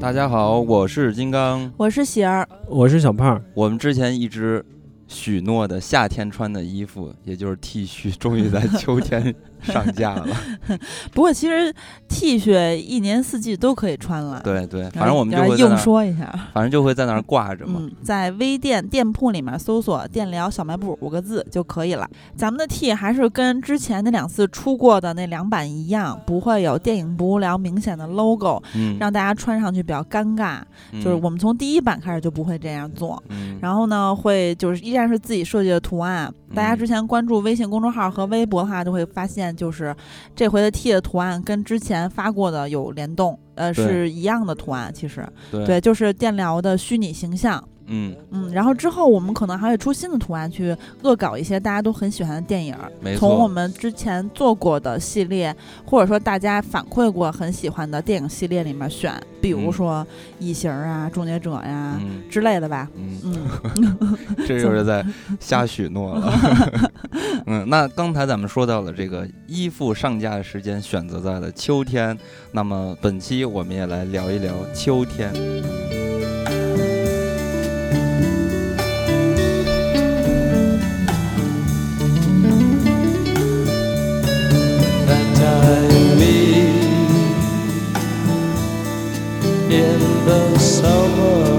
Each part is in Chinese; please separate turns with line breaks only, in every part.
大家好，我是金刚。
我是喜儿，
我是小胖，
我们之前一直许诺的夏天穿的衣服，也就是 T 恤，终于在秋天上架 了。
不过其实 T 恤一年四季都可以穿了。，
对对，反正我们就会在那
硬
儿，
说一下。
反正就会在那儿挂着嘛。
嗯，在微店店铺里面搜索“电疗小卖部”五个字就可以了。咱们的 T 还是跟之前那两次出过的那两版一样，不会有电影不无聊明显的 logo，
嗯，
让大家穿上去比较尴尬。
嗯
就是我，们从第一版开始就不会这样做。
嗯
然后呢，会就是依然是自己设计的图案。大家
嗯
之前关注微信公众号和微博的话，就会发现，就是这回的 T 的图案跟之前发过的有联动，呃，
对
是一样的图案。其实，
对，
对，就是电疗的虚拟形象。
嗯，
嗯，然后之后我们可能还会出新的图案，去恶搞一些大家都很喜欢的电影儿。
啊没
从我
错，
们之前做过的系列，或者说大家反馈过很喜欢的电影系列里面选，比如
嗯
说《异形》啊，《终结者》呀
嗯
之类的吧。
嗯，
嗯，
这就是在瞎许诺 了。嗯，那刚才咱们说到了这个衣服上架的时间选择在了秋天，那么本期我们也来聊一聊秋天。
that time me in the summer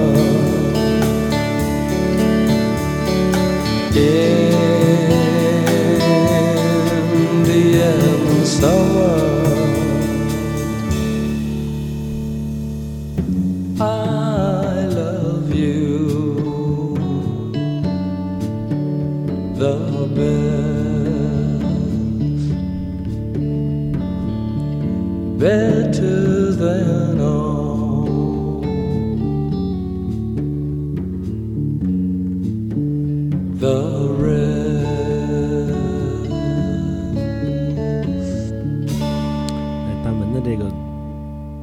in the end summer I love you the best better than all. The rest.
哎大门的这个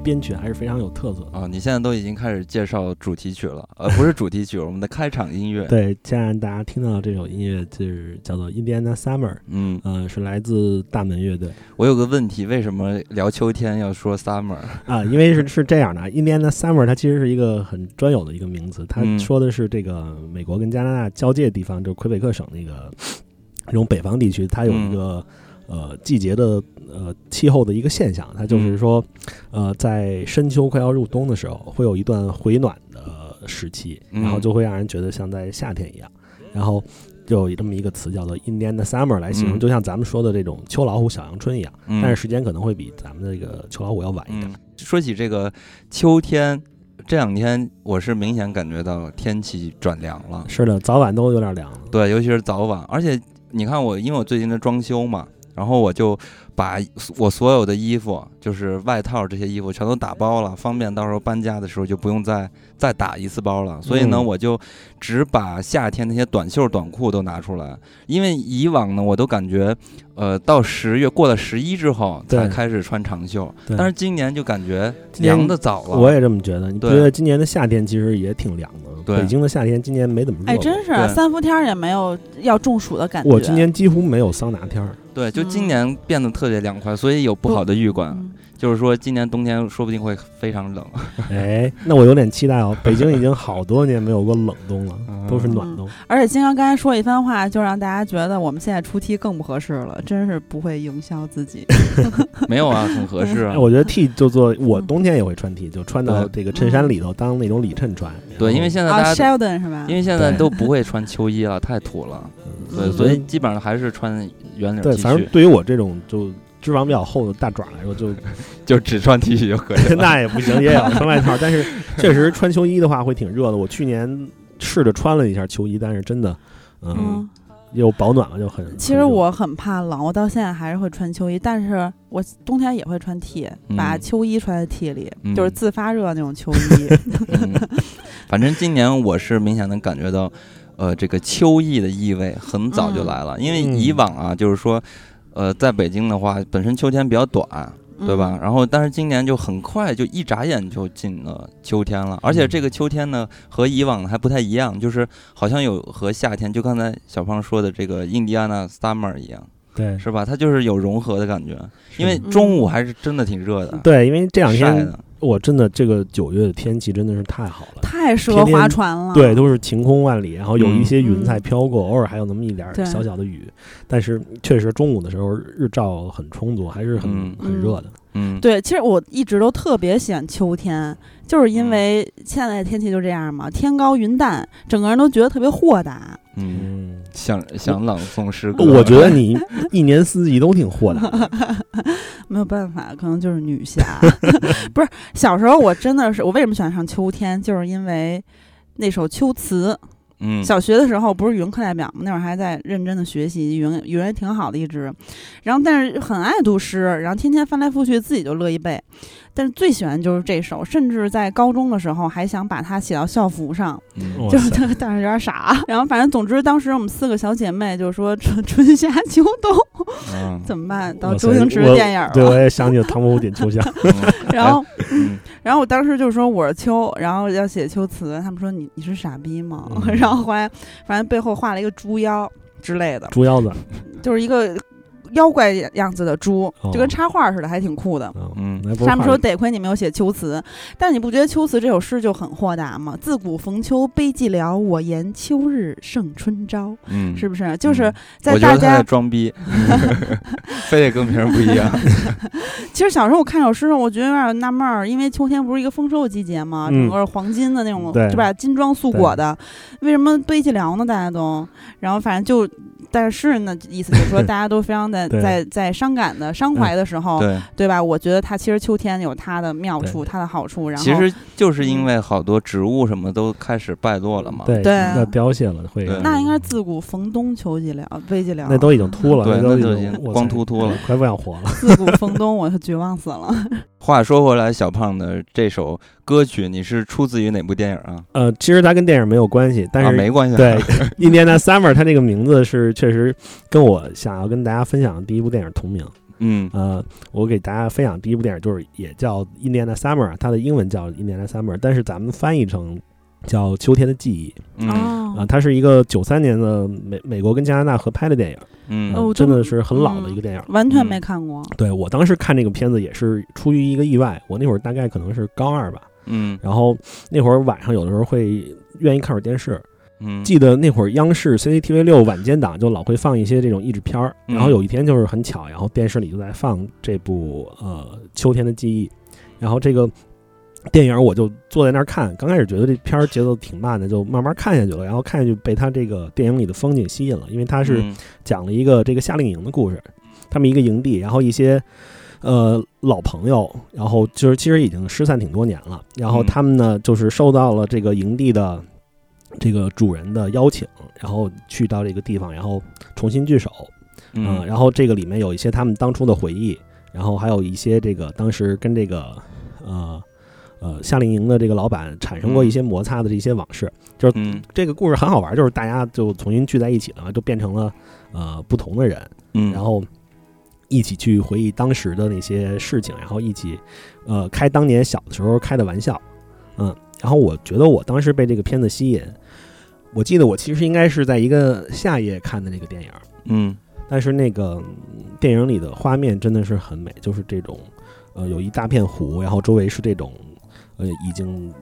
编曲还是非常有特色的。
啊，你现在都已经开始介绍主题曲了，呃，不是主题曲，我们的开场音乐。
对，现在大家听到这首音乐就是叫做《Indiana Summer》，
嗯，
呃，是来自大门乐队
我有个问题，为什么聊秋天要说 summer？
啊，因为是是这样的啊，《Indiana Summer》它其实是一个很专有的一个名词，它
嗯
说的是这个美国跟加拿大交界地方，就是魁北克省那个这种北方地区，它有
嗯
一个、呃季节的呃气候的一个现象，它
嗯
就是说，呃，在深秋快要入冬的时候，会有一段回暖的时期，
嗯
然后就会让人觉得像在夏天一样，然后。就有这么一个词叫做 “Indiana Summer” 来形容，
嗯
就像咱们说的这种秋老虎、小阳春一样，
嗯
但是时间可能会比咱们的这个秋老虎要晚一点。
嗯，说起这个秋天，这两天我是明显感觉到天气转凉了，
是的，早晚都有点凉了。
对，尤其是早晚，而且你看我，因为我最近在装修嘛，然后我就把我所有的衣服，就是外套这些衣服全都打包了，方便到时候搬家的时候就不用再再打一次包了。所以呢，
嗯
我就只把夏天那些短袖短裤都拿出来，因为以往呢，我都感觉，呃，到十月过了十一之后才
对
开始穿长袖，
对
但是今年就感觉
今年
凉的早了。
我也这么觉得。你不
对
觉得今年的夏天其实也挺凉的？
对
北京的夏天今年没怎么热过。
哎，真是
对
三伏天儿也没有要中暑的感觉。
我今年几乎没有桑拿 天儿。
对，就今
嗯
年变得特别凉快，所以有不好的预感，
嗯
就是说今年冬天说不定会非常冷。
哎，那我有点期待哦。北京已经好多年没有过冷
嗯
冬了，都是暖冬。
而且金刚刚才说一番话，就让大家觉得我们现在出题更不合适了，真是不会营销自己。
没有啊，很合适啊
哎，。我觉得 T 就做，我
嗯
冬天也会穿 T，就穿到这个衬衫里头当那种里衬穿。
对，因为现在
啊
大家，
，Sheldon 是吧
因？为现在
对
都不会穿秋衣了，太土了。
在
对，
嗯
所以基本上还是穿圆领
对，
T
反正
恤，
对于我这种就脂肪比较厚的大爪来说，就
就只穿 T 恤就可 以了。
那也不行，也要穿外套。但是确实穿秋衣的话会挺热的。我去年试着穿了一下秋衣，但是真的，嗯，
嗯，
又保暖了，就很。
其
嗯
实我很怕冷，我到现在还是会穿秋衣，但是我冬天也会穿 T，
嗯
把秋衣穿在 T 里，
嗯
就是自发热那种秋衣。
嗯反正今年我是明显能感觉到，呃，这个秋意的意味很早就来了。因为以往啊，就是说，呃，在北京的话，本身秋天比较短，
嗯
对吧？？然后，但是今年就很快就一眨眼就进了秋天了，
嗯
而且这个秋天呢和以往的还不太一样，就是好像有和夏天，就刚才小胖说的这个印第安纳 summer 一样，
对，
是吧？它就是有融合的感觉，因为
嗯
中午还是真的挺热的，
对，因为这两
晒
天
的，
我真的这个九月的天气真的是太好了。
太适合
天天
划船了。
对，，都是晴空万里，然后有
嗯
一些云彩飘过，偶尔还有那么一点儿
对
小小的雨，但是确实中午的时候日照很充足，还是很、
嗯
很热的。
嗯，
对，其实我一直都特别喜欢秋天，就是因为现在的天气就这样嘛，天高云淡，整个人都觉得特别豁达。
嗯，
嗯，
想想朗诵诗歌，
我觉得你一年四季都挺豁达的。
没有办法，可能就是女侠。不是，小时候我真的是，我为什么喜欢上秋天，就是因为那首秋词。
嗯，
小学的时候不是语文课代表嘛，那会儿还在认真的学习语文，语文也挺好的一直。然后但是很爱读诗，然后天天翻来覆去，自己就乐意背。但是最喜欢就是这首，甚至在高中的时候还想把它写到校服上，
嗯
哇
就是
塞
但但是有点傻。然后反正总之当时我们四个小姐妹就说春春夏秋冬
嗯
怎么办？到
哇
周
塞
星驰
我
的电影儿
对，我
了。
也想起了《唐伯虎点秋香》
然后，
嗯
然后我当时就说我是秋，然后要写秋词，他们说你你是傻逼吗？
嗯
然后后来反正背后画了一个猪腰之类的，
猪腰子，
就是一个妖怪样子的猪，
哦
就跟插画似的，还挺酷的。
嗯
那不是
他们
画
说
的
得亏你没有写秋词，但你不觉得秋词这首诗就很豁达吗？自古逢秋悲寂寥，我言秋日胜春朝，
嗯，
是不是？就是
嗯
在
我觉
大
得他在
家
装 逼， 非得跟别人不一样，
其实小时候我看这首诗的时候，我觉得有点纳闷儿，因为秋天不是一个丰收的季节吗？
嗯
整个黄金的那种，
对
是吧？金装素裹的，为什么悲寂寥呢？大家都，然后反正就，但是呢，意思就是 说大家都非常的
对嗯
在在伤感的、伤怀的时候，
对。
对吧？我觉得它其实秋天有它的妙处，它的好处。然后嗯
其实就是因为好多植物什么都开始败落了嘛。
对啊
对
要凋谢了会
对，
那应该是自古逢冬秋寂寥，悲寂寥。
那都已经秃了，
对
都
那
已
就已经
经我嗯
光
操
秃秃了，
快不想活了。
自古逢冬，我就绝望死了。
话说回来，小胖的这首歌曲你是出自于哪部电影啊？
呃，其实它跟电影没有关系，但
啊，
是
没关系。
对，《印第安纳 Summer》它这个名字是确实跟我想要跟大家分享的第一部电影同名。
嗯
呃，我给大家分享第一部电影就是也叫《印第安纳 Summer》，它的英文叫《印第安纳 Summer》，但是咱们翻译成叫《秋天的记忆》
哦
嗯
啊、它是一个九三年的美美国跟加拿大合拍的电影，
嗯
呃
哦我嗯
真
真
的是很老的一个电影。
完全没看过。
对我当时看这个片子也是出于一个意外，我那会儿大概可能是高二吧，
嗯
然后那会儿晚上有的时候会愿意看会儿电视，
嗯，
记得那会儿央视 CCTV 六晚间档就老会放一些这种译制片儿，
嗯
然后有一天就是很巧，然后电视里就在放这部呃《秋天的记忆》，然后这个电影我就坐在那儿看，刚开始觉得这片儿节奏挺慢的，就慢慢看下去了，然后看下去被它这个电影里的风景吸引了，因为它
他
是讲了一个这个夏令营的故事，他们一个营地，然后一些呃老朋友，然后就是其实已经失散挺多年了，然后
嗯
他们呢就是受到了这个营地的这个主人的邀请，然后去到这个地方，然后重新聚首，嗯、
嗯
然后这个里面有一些他们当初的回忆，然后还有一些这个当时跟这个呃。呃，夏令营的这个老板产生过一些摩擦的这些往事，就是
嗯
这个故事很好玩，就是大家就重新聚在一起了，就变成了呃不同的人，
嗯，
然后一起去回忆当时的那些事情，然后一起呃开当年小的时候开的玩笑，嗯，然后我觉得我当时被这个片子吸引，我记得我其实应该是在一个夏夜看的这个电影，
嗯
但是那个嗯电影里的画面真的是很美，就是这种，呃，有一大片湖，然后周围是这种，呃，已经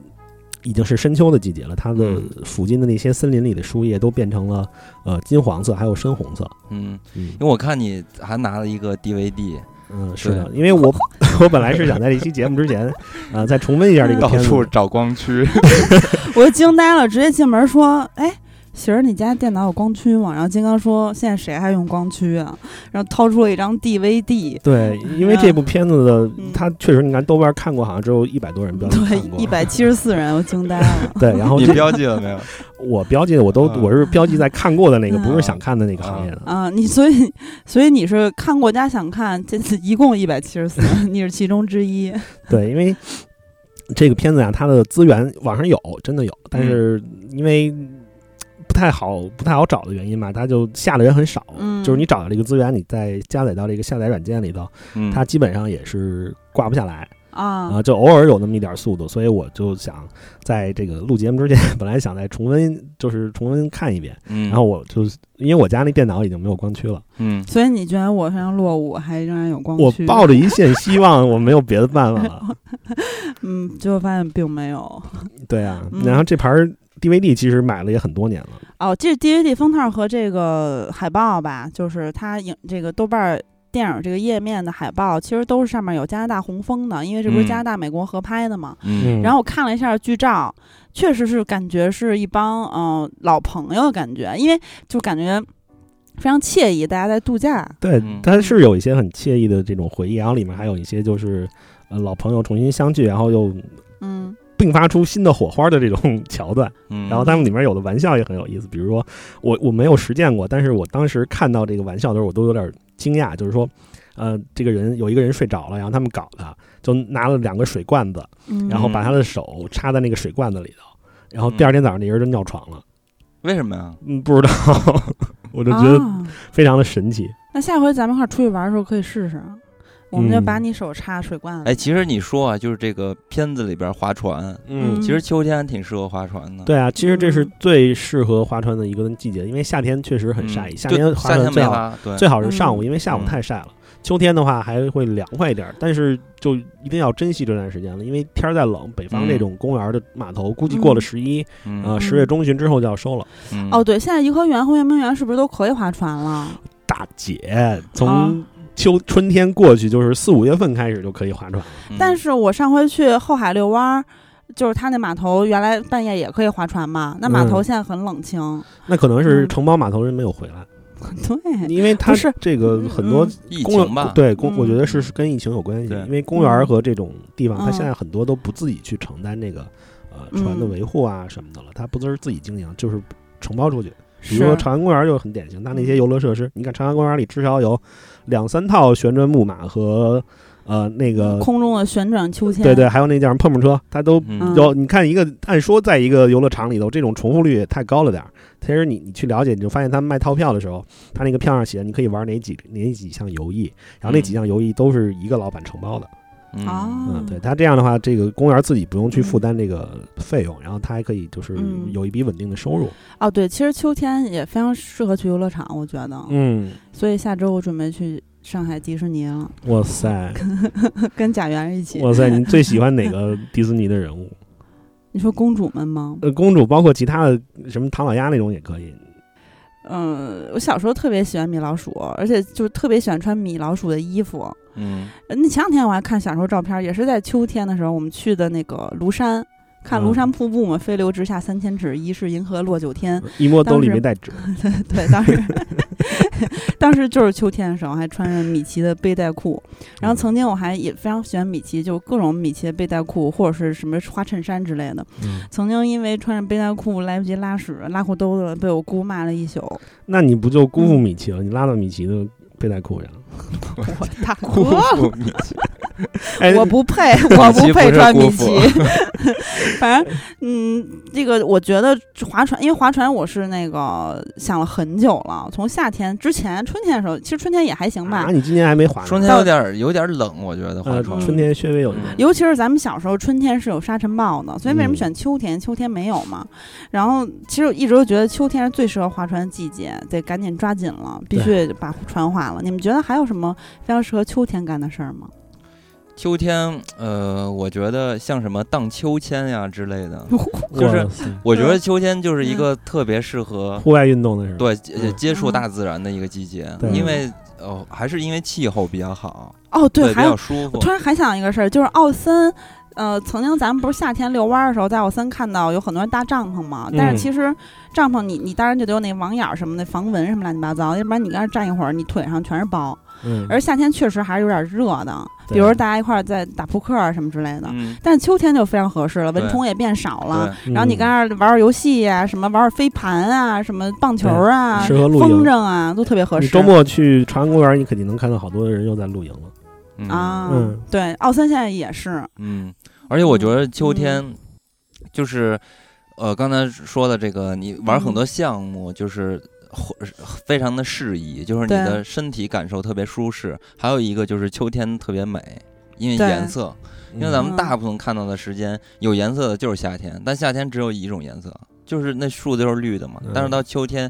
已经是深秋的季节了，它的
嗯
附近的那些森林里的树叶都变成了呃金黄色，还有深红色。
嗯，
嗯
因为我看你还拿了一个 DVD，
嗯，是的，因 为我我本来是想在这期节目之前，啊、再重温一下这个
到
片子。
处找光驱。
我就惊呆了，直接进门说：“哎，喜儿，你家电脑有光驱吗？”然后金刚说：“现在谁还用光驱啊？”然后掏出了一张 DVD，
对，因为这部片子的
嗯，
它确实，你看豆瓣看过，好像只有一百多人标记看
对，
过。
一 百七十四人，我惊呆了。
对，然后
你
这
标记了 没有？
我标记的我都
啊
我是标记在看过的那个，
嗯
不是
啊
想看的那个行业的。
啊，你所以所以你是看过加想看，这次一共一百七十四，你是其中之一。啊
对，因为
嗯
这个片子啊，它的资源网上有，真的有，但是因为不太好不太好找的原因嘛，它就下的人很少，
嗯
就是你找到这个资源，你再加载到这个下载软件里头，
嗯，
它基本上也是挂不下来啊、
啊，
就偶尔有那么一点速度，所以我就想在这个录节目之前，本来想再重温，就是重温看一遍，
嗯，
然后我就是因为我家那电脑已经没有光驱了，
嗯，
所以你觉得我非常落伍，还仍然有光
我
驱？
抱着一线希望，我没有别的办法了。
嗯，结果发现并没有。
对啊，
嗯
然后这盘 DVD 其实买了也很多年了，
哦，这 DVD 封套和这个海报吧，就是它影这个豆瓣儿电影这个页面的海报，其实都是上面有加拿大红枫的，因为这不是
嗯
加拿大、美国合拍的嘛。
嗯，
然后我看了一下剧照，确实是感觉是一帮嗯、呃老朋友的感觉，因为就感觉非常惬意，大家在度假。
对
嗯，
它是有一些很惬意的这种回忆，然后里面还有一些就是呃老朋友重新相聚，然后又
嗯
迸发出新的火花的这种 桥段。
嗯，
然后他们里面有的玩笑也很有意思，比如说我我没有实践过，但是我当时看到这个玩笑的时候，我都有点惊讶，就是说。呃，这个人有一个人睡着了，然后他们搞他，就拿了两个水罐子，
嗯，
然后把他的手插在那个水罐子里头，然后
嗯
第二天早上那人就尿床了。
为什么呀？
嗯，不知道， 我就觉得
啊、
非常的神奇。
哦
那下回咱们一块儿出去玩的时候可以试试，我们就
嗯
把你手插水罐子。
哎，其实你说啊，就是这个片子里边划船，
嗯
其实秋天挺适合划船的。
对啊，其实这是
嗯
最适合划船的一个季节，因为夏天确实
嗯，
很晒，夏
就
天
夏
划船
天
最
没
好
法，对，
最好是上午，
嗯
因为下午
哎嗯
太晒了。秋天的话还会凉快一点儿，但是就一定要珍惜这段时间了，因为天儿再冷，北
嗯
方这种公园的码头估计过了
嗯
十一，
嗯
呃，
嗯
十月中旬之后就要收了。
嗯
哦，对，现在颐和园和圆明园是不是都可以划船了？
大姐，
啊
从秋春天过去就是四五月份开始就可以划船了。
嗯
但是我上回去后海遛弯儿，就是他那码头原来半夜也可以划船嘛，那码头
嗯
现在很冷清。
那可能是
嗯
承包码头人没有回来，
对，
因为他
不是
这个很多
嗯
疫
公
情
园
吧，
对公，
嗯
我觉得是是跟疫情有关系
对，
因为公园儿
嗯
和这种地方，它
嗯
现在很多都不自己去承担这个呃船的
嗯
维护啊什么的了，它不都是自己经营，就是承包出去。比如说
是嗯
朝阳公园就很典型，它那些游乐设施，你看朝阳公园里至少有两三套旋转木马和呃那个。
空中的旋转秋千。
对对，还有那叫什么碰碰车，它都
嗯
哦
有。你看一个，按说在一个游乐场里头，这种重复率也太高了点儿。其实你你去了解，你就发现他们卖套票的时候，他那个票上写你可以玩哪几哪几项游艺，然后那几项游艺都是一个老板承包的。
嗯
啊
嗯，对他这样的话，这个公园自己不用去负担这个费用，然后他还可以就是
嗯
有一笔稳定的收入。
哦，对，其实秋天也非常适合去游乐场，我觉得。
嗯，
所以下周我准备去上海迪士尼了，
哇塞，
跟贾元一起。
哇塞，你最喜欢 哪个迪士尼的人物？
你说公主们吗？
呃，公主，包括其他的什么唐老鸭那种也可以。
嗯，我小时候特别喜欢米老鼠，而且就特别喜欢穿米老鼠的衣服。
嗯
呃那前两天我还看小时候照片儿，也是在秋天的时候，我们去的那个庐山，看
嗯
庐山瀑布嘛，飞流直下三千尺，疑是银河落九天。
一摸兜
当
里
时
没带纸，
对，当时当时就是秋天的时候，还穿着米奇的背带裤。然后
嗯
曾经我还也非常喜欢米奇，就各种米奇的背带裤或者是什么花衬衫之类的。
嗯
曾经因为穿着背带裤来不及拉屎，拉裤兜子，被我姑骂了一宿。
那你不就辜负米奇了？你拉到米奇的背带裤上。
我大
辜
哥，
负米奇，
哎，
我不配，我
米奇
不
不
配
是
穿
姑
米
父
奇。 反正，嗯，这个我觉得划船，因为划船我是那个想了很久了，从夏天之前，春天的时候，其实春天也还行吧
啊，，你今年还没划呢。
春天有点儿有点儿冷，我觉得划
呃，
船
嗯，
春天稍微有一点
嗯
尤其是咱们小时候，春天是有沙尘暴的，所以为什么
嗯
选秋天？秋天没有嘛。然后其实我一直都觉得秋天是最适合划船的季节，得赶紧抓紧了，必须把船划了。你们觉得还有什么非常适合秋天干的事儿 吗？
秋天，呃，我觉得像什么荡秋千呀之类的，就是
哇塞
我觉得秋天就是一
嗯
个特别适合
户外运动的时候。
对接
嗯
接触
嗯
大自然的一个季节，
对嗯
因为呃还是因为气候比较好，
哦，
对，比
还有
较舒服
我突。然还想一个事儿，就是奥森，呃，曾经咱们不是夏天遛弯儿的时候，在奥森看到有很多人搭帐篷嘛，但是
嗯
其实帐篷你你当然就得有那网眼儿什么的防蚊什么乱七八糟，要不然你跟那儿站一会儿，你腿上全是包。
嗯，
而夏天确实还是有点热的，比
对
如大家一块儿在打扑克啊什么之类的。
嗯，
但是秋天就非常合适了，蚊
对
虫也变少了，
对，
嗯
然后你跟那儿玩玩游戏呀、什么玩玩飞盘啊，什么棒球啊，
适合露
风
营。
筝啊，都特别合
你
适。
周末去朝阳公园，你肯定能看到好多人又在露营了。
嗯
啊，
嗯
对，奥森现在也是，嗯
嗯，而且我觉得秋天就是。呃，刚才说的这个，你玩
嗯
很多项目就是会非常的适宜，就是你
对
的身体感受特别舒适。还有一个就是秋天特别美，因为
对嗯
颜色，因为咱们大部分看到的时间有颜色的就是夏天，但夏天只有一种颜色，就是那树都是绿的嘛
嗯。
但是到秋天，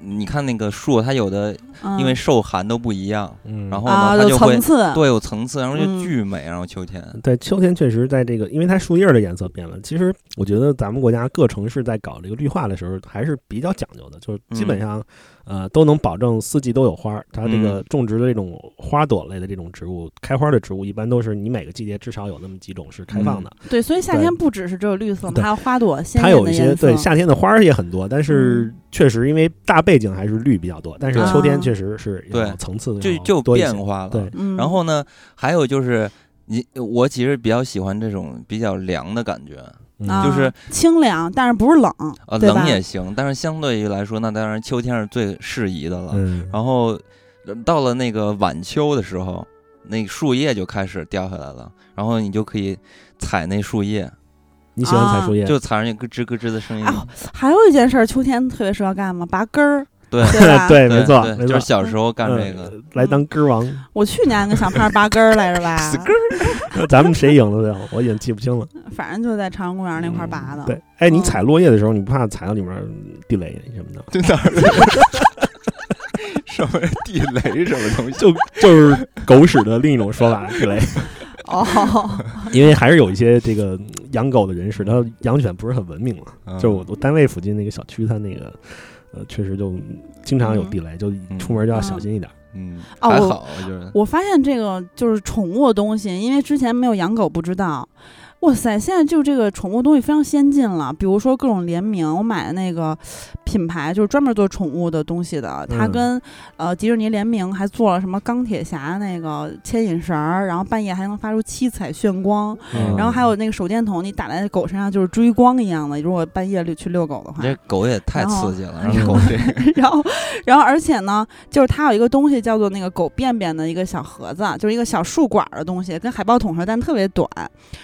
你看那个树，它有的因为
嗯
受寒都不一样，
嗯，
然后
啊，
呢它
有
就会
层次，
对，有层次，然后就
嗯
巨美，然后秋天，
对，秋天确实在这个，因为它树叶儿的颜色变了。其实我觉得咱们国家各城市在搞这个绿化的时候还是比较讲究的，就是基本上、呃都能保证四季都有花儿。它这个
嗯
种植的这种花朵类的这种植物，开花的植物一般都是你每个季节至少有那么几种是开放的。
对，所以夏
对
天不只是只有绿色嘛，
对
还有花朵鲜
它
艳
有
嗯的
一些
颜色
对。夏天的花儿也很多，但是
嗯啊
确实因为大背景还是绿比较多，但是秋天确实是有
对
层次
就
要
就
多一
变
些
化了。
对
嗯，
然后呢，还有就是你我其实比较喜欢这种比较凉的感觉，
嗯
啊
就是
清凉，但是不是冷，
呃，
对吧
冷也行，但是相对于来说，那当然秋天是最适宜的了。
嗯，
然后呃到了那个晚秋的时候，那树叶就开始掉下来了，然后你就可以踩那树叶，
你喜欢采树叶，
就踩上去咯吱咯吱的声音。
啊还有一件事儿，秋天特别适合干嘛？拔根儿，
对
对吧？
对，哎没
对
错，
对
没
就
错
是。小时候干这个。
嗯 来当歌王，
我去年跟小胖拔根儿来着吧，
咱们谁赢了最后？我已经记不清了。
反正就在朝阳公园那块儿拔的。
对，哎，你
嗯
踩落叶的时候，你不怕踩到里面地雷什 么的？
这哪儿？什么地雷什么东西？
就就是狗屎的另一种说 法，地雷。
哦，
因为还是有一些这个嗯养狗的人士，他养犬不是很文明嘛。
嗯
就我我单位附近那个小区，它那个呃，确实就经常有地雷，就出门就要小心一点。
嗯，
哦
还
我
好，我觉得。
我发现这个就是宠物的东西，因为之前没有养狗不知道。哇塞，现在就这个宠物东西非常先进了，比如说各种联名，我买的那个品牌就是专门做宠物的东西的，它
嗯
跟、呃迪士尼联名，还做了什么钢铁侠那个牵引绳儿，然后半夜还能发出七彩炫光，
嗯
然后还有那个手电筒，你打在狗身上就是追光一样的。如果半夜遛去遛狗的话
你，这狗也太
然后
刺激了，让狗这
然后，然后而且呢，就是它有一个东西叫做那个狗便便的一个小盒子，就是一个小竖管儿的东西，跟海豹桶似的，但特别短。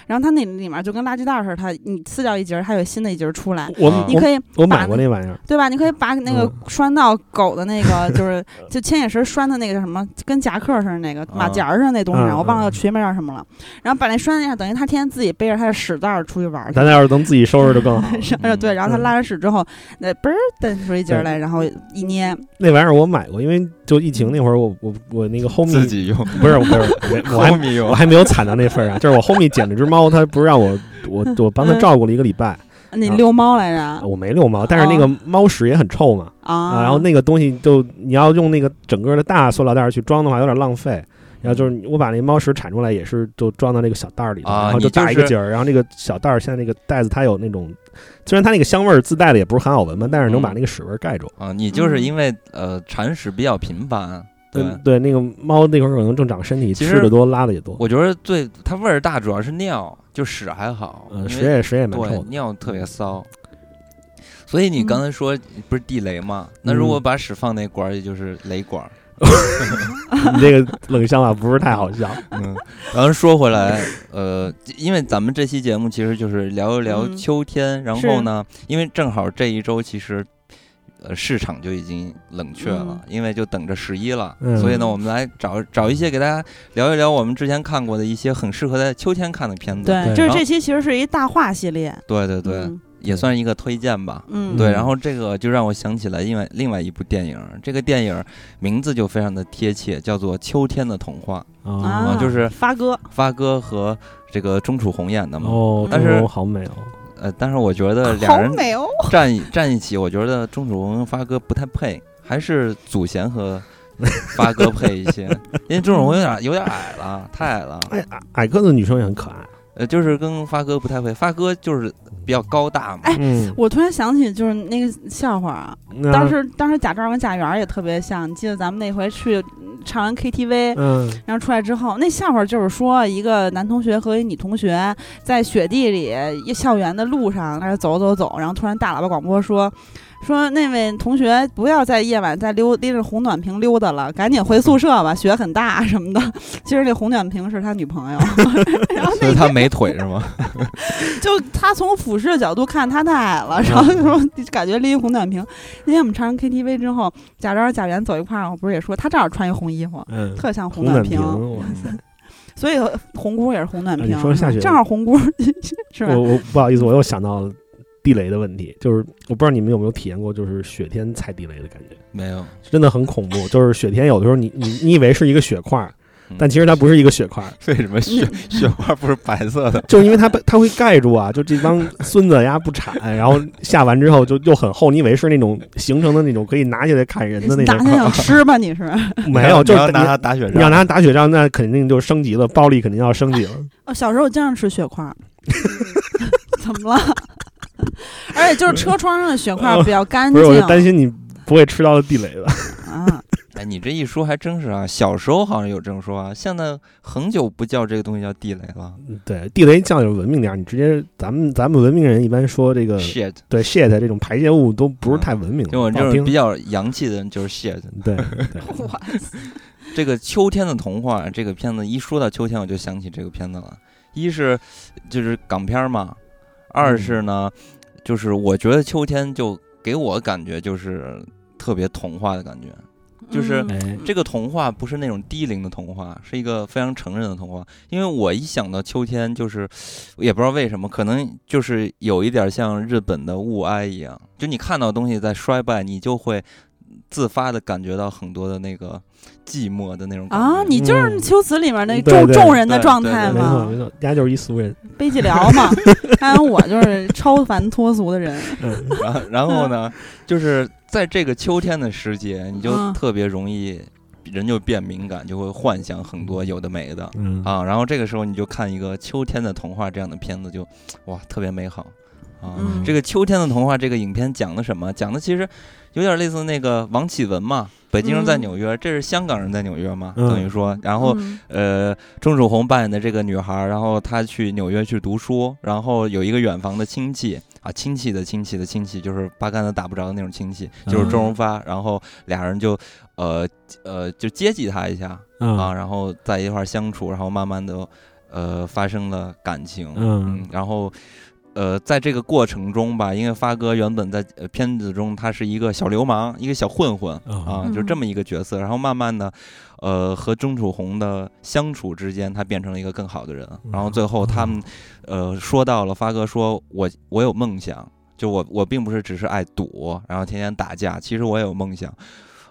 然后它那里面就跟垃圾袋似的，它你撕掉一截儿，它有新的一截儿出来。
我
啊
你
我
可以
我
把
买过那玩意儿，
对吧？你可以把那个
嗯
拴到狗的那个，就是就牵引绳拴的那个叫什么，跟夹克似的那个马
啊
甲儿似的那东西
嗯
上，我忘了
嗯
学名叫什么了。然后把那拴在那上，等于它天天自己背着它的屎袋儿出去玩儿去。
咱要是能自己收拾就更 好了。
是而且
嗯
对，然后它
嗯
拉完屎之后，那嘣儿蹬出一截儿来，然后一捏，
那玩意儿我买过，因为就疫情那会儿，我我我那个 homie
自己用，
不是不是， 我我还
后面
我
用，
还没有惨到那份儿啊，就是我后面捡了只猫，它不是让我我我帮它照顾了一个礼拜，
你遛猫来着啊
呃我没遛猫，但是那个猫屎也很臭嘛，
哦
啊，然后那个东西就你要用那个整个的大塑料袋儿去装的话，有点浪费。然后就是我把那猫屎铲出来，也是就装到那个小袋儿里头，
啊
然后
你就
打一个
是
结儿，然后那个小袋儿现在那个袋子它有那种，虽然它那个香味儿自带的也不是很好闻嘛，但是能把
嗯
那个屎味儿盖住。
啊，你就是
嗯
因为呃铲屎比较频繁，对吧
嗯，对，那个猫那会儿可能正长身体，
其
吃
实
的多，拉的也多。
我觉得最它味儿大，主要是尿，就屎还好，因
嗯，
为
屎也屎也蛮
对
臭的。嗯
尿特别骚。所以你刚才说不是地雷吗？那如果把屎放那管儿，也就是雷管儿。
你这个冷笑话不是太好 笑。
嗯，然后说回来，呃，因为咱们这期节目其实就是聊一聊
嗯
秋天，然后呢，因为正好这一周其实。呃，市场就已经冷却
嗯
了，因为就等着十一了，
嗯
所以呢，我们来找找一些给大家聊一聊我们之前看过的一些很适合在秋天看的片子。
对，
对
就是
然后
这期其实是一大话系列，
对对对，
嗯
也算是一个推荐吧。
嗯，
对，
嗯
然后这个就让我想起来另外另外一部电影，这个电影名字就非常的贴切，叫做《秋天的童话》
啊
啊，
就是
发哥，
发哥和这个钟楚红演的嘛。
哦，
但
这个
是
我好美哦。
呃，但是我觉得俩
好
人
美哦，
站一站一起，我觉得钟楚红跟发哥不太配，还是祖贤和发哥配一些，因为钟楚红有点有点矮了，太矮了，
哎，矮矮个子女生也很可爱。
呃，就是跟发哥不太配，发哥就是比较高大嘛。
哎
嗯，
我突然想起就是那个笑话啊，
那
当时当时贾兆跟贾元也特别像，你记得咱们那回去嗯唱完 KTV，
嗯，
然后出来之后，那笑话就是说一个男同学和一女同学在雪地里一校园的路上，在那走走走，然后突然大喇叭广播说。说那位同学不要在夜晚再溜拎着红暖瓶溜达了，赶紧回宿舍吧，雪很大啊什么的。 其实那红暖瓶是他女朋友， 然后
所以他没腿是吗？
就他从俯视的角度看，他太矮了，然后就说感觉拎红暖瓶。那天我们唱完 KTV 之后，贾昭贾元走一块儿，我不是也说他正好穿一红衣服，
嗯，
特像红
暖
瓶，
我
嗯
所以红姑也是红暖
啊
瓶。
你说下雪
正好红姑 是吧
我？我不好意思，我又想到了地雷的问题，就是我不知道你们有没有体验过，就是雪天踩地雷的感觉，
没有，
真的很恐怖。就是雪天有的时候你，你你以为是一个雪块儿，
嗯
但其实它不是一个雪块儿，
为什么雪雪花不是白色的？
就是因为它被它会盖住啊，就这帮孙子呀不铲，然后下完之后就又很厚，你以为是那种形成的那种可以拿起来砍人的那啊
打
种
他，想吃吧？你是？
没有，就
你要
是
拿它
你
打雪
你要
仗，
拿打雪仗，那肯定就升级了，暴力肯定要升级 了。
哦，小时候我经常吃雪块 儿，怎么了？ 而且就是车窗上的雪块儿比较干
哦不
净
是，我就担心你不会吃到地雷了。
啊。
哎，你这一说还真是啊，小时候好像有这么说啊，现在恒久不叫这个东西叫地雷了。
对，地雷酱就是文明点儿，你直接咱们咱们文明人一般说这个
shit，
呃对 shit 这种排泄物都不是太文明，
就我
不
这
好
种比
听。
较洋气的人就是 shit。
对，
哇塞
这个《秋天的童话》这个片子，一说到秋天，我就想起这个片子了。一是就是港片儿嘛，二是呢，就是我觉得秋天就给我感觉就是特别童话的感觉。就是
嗯
哎，
这个童话不是那种低龄的童话，是一个非常成人的童话。因为我一想到秋天，就是也不知道为什么，可能就是有一点像日本的雾哀一样，就你看到东西在衰败，你就会自发的感觉到很多的那个寂寞的那种感觉。
啊，你就是
嗯
秋词里面那
对
众
对
众人的
对
状
对
态
对
没错
嘛
没，错，人家就是一俗人。
背寂寥嘛。当然我就是超凡脱俗的人，
嗯，
然后然后呢，就是在这个秋天的时节，你就
嗯
特别容易，人就变敏感，就会幻想很多有的没的。
嗯
啊，然后这个时候你就看一个《秋天的童话》这样的片子就，哇，特别美好啊。
嗯
这个《秋天的童话》这个影片讲的什么？讲的其实有点类似那个王启文嘛，北京人在
嗯
纽约，这是香港人在纽约嘛，
嗯
等于说， 然后
嗯
呃，钟楚红扮演的这个女孩儿，然后她去纽约去读书，然后有一个远房的亲戚啊，亲戚的亲戚的亲戚，就是八竿子打不着的那种亲戚，就是周润发，然后俩人就呃呃就接济他一下啊，
啊
然后在一块儿相处，然后慢慢的呃发生了感情，
嗯
然后。呃，在这个过程中吧，因为发哥原本在呃片子中他是一个小流氓，一个小混混，啊，就这
嗯
么一个角色。然后慢慢的，呃，和钟楚红的相处之间，他变成了一个更好的人。然后最后他们，呃，说到了发哥说，我我有梦想，就我我并不是只是爱赌，然后天天打架，其实我也有梦想。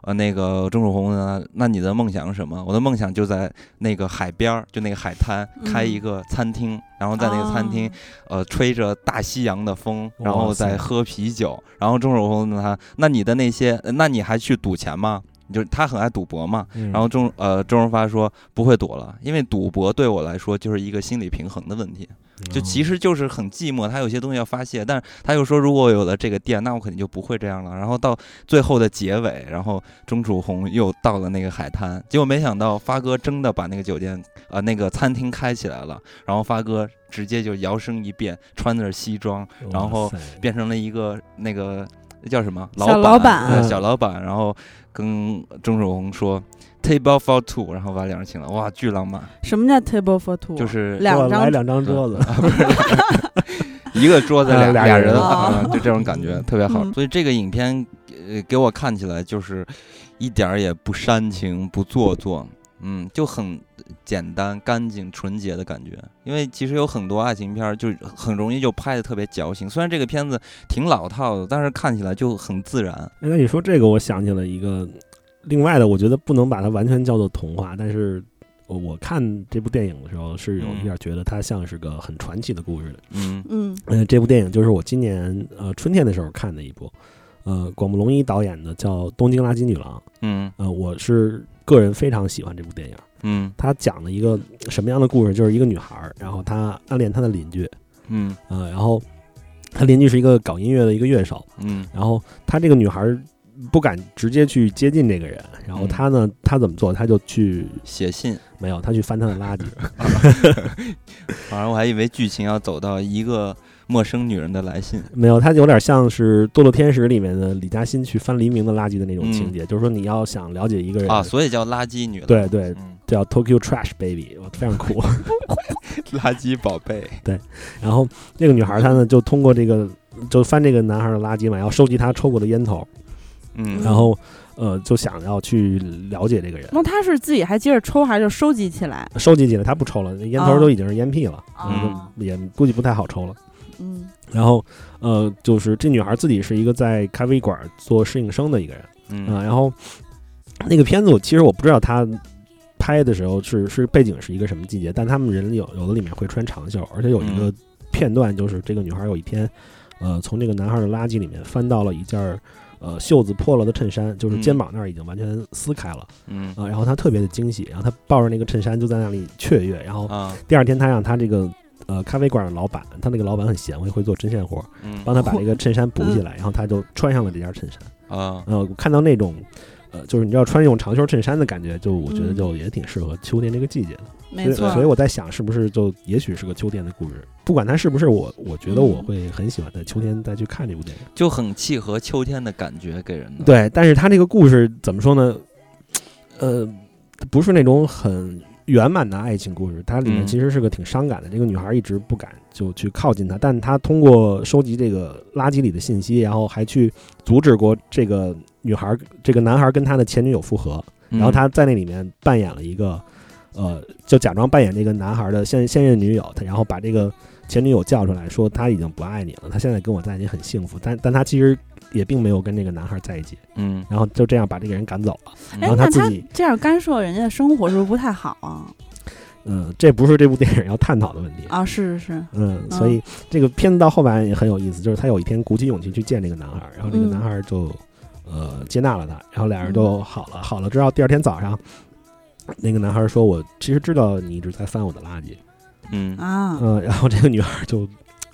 呃，那个钟楚红呢？那你的梦想是什么？我的梦想就在那个海边儿，就那个海滩开一
嗯
个餐厅，然后在那个餐厅
啊，
呃，吹着大西洋的风，
哇
然后再
塞
喝啤酒，然后钟楚红问他，那你的那些，呃那你还去赌钱吗？你就是他很爱赌博嘛。
嗯
然后钟呃周润发说不会赌了，因为赌博对我来说就是一个心理平衡的问题，就
嗯
其实就是很寂寞，他有些东西要发泄，但是他又说如果有了这个店，那我肯定就不会这样了。然后到最后的结尾，然后钟楚红又到了那个海滩，结果没想到发哥真的把那个酒店呃那个餐厅开起来了，然后发哥直接就摇身一变，穿着西装，
嗯
然后变成了一个那个叫什么
小
板，
老板
对
嗯
小老板，然后跟钟楚红说 table for two，然后把两人请了，哇，巨浪漫，
什么叫 table for two？
就是
两
我
张
来两张桌子，
一个 桌子
啊
俩
俩
俩
人
人，
啊
啊就这种感觉特别好。
嗯
所以这个影片呃给我看起来就是一点儿也不煽情，不做作。嗯，就很简单、干净、纯洁的感觉。因为其实有很多爱情片儿，就很容易就拍的特别矫情。虽然这个片子挺老套的，但是看起来就很自然。
哎那你说这个，我想起了一个另外的，我觉得不能把它完全叫做童话，但是我我看这部电影的时候是有一点觉得它像是个很传奇的故事的。
嗯
嗯
嗯，这部电影就是我今年呃春天的时候看的一部，呃，广木隆一导演的叫《东京垃圾女郎》。
嗯
呃，我是个人非常喜欢这部电影。
嗯
它讲了一个什么样的故事？就是一个女孩儿，然后她暗恋她的邻居，
嗯
呃，然后她邻居是一个搞音乐的一个乐手，
嗯
然后她这个女孩儿不敢直接去接近这个人，然后
嗯
她呢，她怎么做？她就去
写信。
没有，她去翻她的垃圾，
反正我还以为剧情要走到一个陌生女人的来信。
没有，它有点像是《堕落天使》里面的李嘉欣去翻黎明的垃圾的那种情节，就是说你要想了解一个人
嗯啊，所以叫垃圾女了。
对对
嗯
叫 Tokyo Trash Baby，我非常酷。
垃圾宝贝。
然后那个女孩她呢，就通过这个就翻这个男孩的垃圾嘛，要收集他抽过的烟头，
嗯，
然后呃就想要去了解这个人，
那他是自己还接着抽，还是就收集起来？
收集起来他不抽了，那烟头都已经是烟屁了，
嗯
嗯也估计不太好抽了。
嗯
然后呃就是这女孩自己是一个在咖啡馆做适应生的一个人啊、
嗯
然后那个片子我其实我不知道她拍的时候是是背景是一个什么季节，但他们人有有的里面会穿长袖，而且有一个
嗯
片段就是这个女孩有一天，呃，从这个男孩的垃圾里面翻到了一件儿呃袖子破了的衬衫，就是
嗯
肩膀那儿已经完全撕开了
嗯
啊、然后她特别的惊喜，然后她抱着那个衬衫就在那里雀跃，然后
啊
第二天她让她这个。呃，咖啡馆的老板，他那个老板很贤惠，会做针线活儿，
嗯
帮他把那个衬衫补起
嗯
来，然后他就穿上了这件衬衫。
啊
呃，我看到那种，呃，就是你知道穿这种长袖衬衫的感觉，就我觉得
嗯
就也挺适合秋天这个季节的。
没
所
错
以，所以我在想，是不是就也许是个秋天的故事？不管它是不是我，我觉得我
嗯
会很喜欢在秋天再去看这部电影。
就很契合秋天的感觉给人的。，
对，但是它这个故事怎么说呢？呃，不是那种很圆满的爱情故事，它里面
嗯
其实是个挺伤感的。这个女孩一直不敢就去靠近他，但她通过收集这个垃圾里的信息，然后还去阻止过这个女孩，这个男孩跟他的前女友复合。
嗯
然后他在那里面扮演了一个，呃，就假装扮演这个男孩的现现任女友，他然后把这个前女友叫出来说他已经不爱你了，他现在跟我在一起很幸福，但但他其实也并没有跟这个男孩在一起，
嗯，
然后就这样把这个人赶走了。
哎
然后，
那
他自己，
这样干涉人家的生活是不是不太好啊？
嗯、这不是这部电影要探讨的问题。
啊，是是是，
嗯，所以这个片子到后半也很有意思，就是他有一天鼓起勇气去见这个男孩，然后这个
嗯
男孩就、呃接纳了他，然后俩人就好了。好了之后，第二天早上，那个男孩说：“我其实知道你一直在翻我的垃圾。”
嗯
啊，
嗯，然后这个女孩就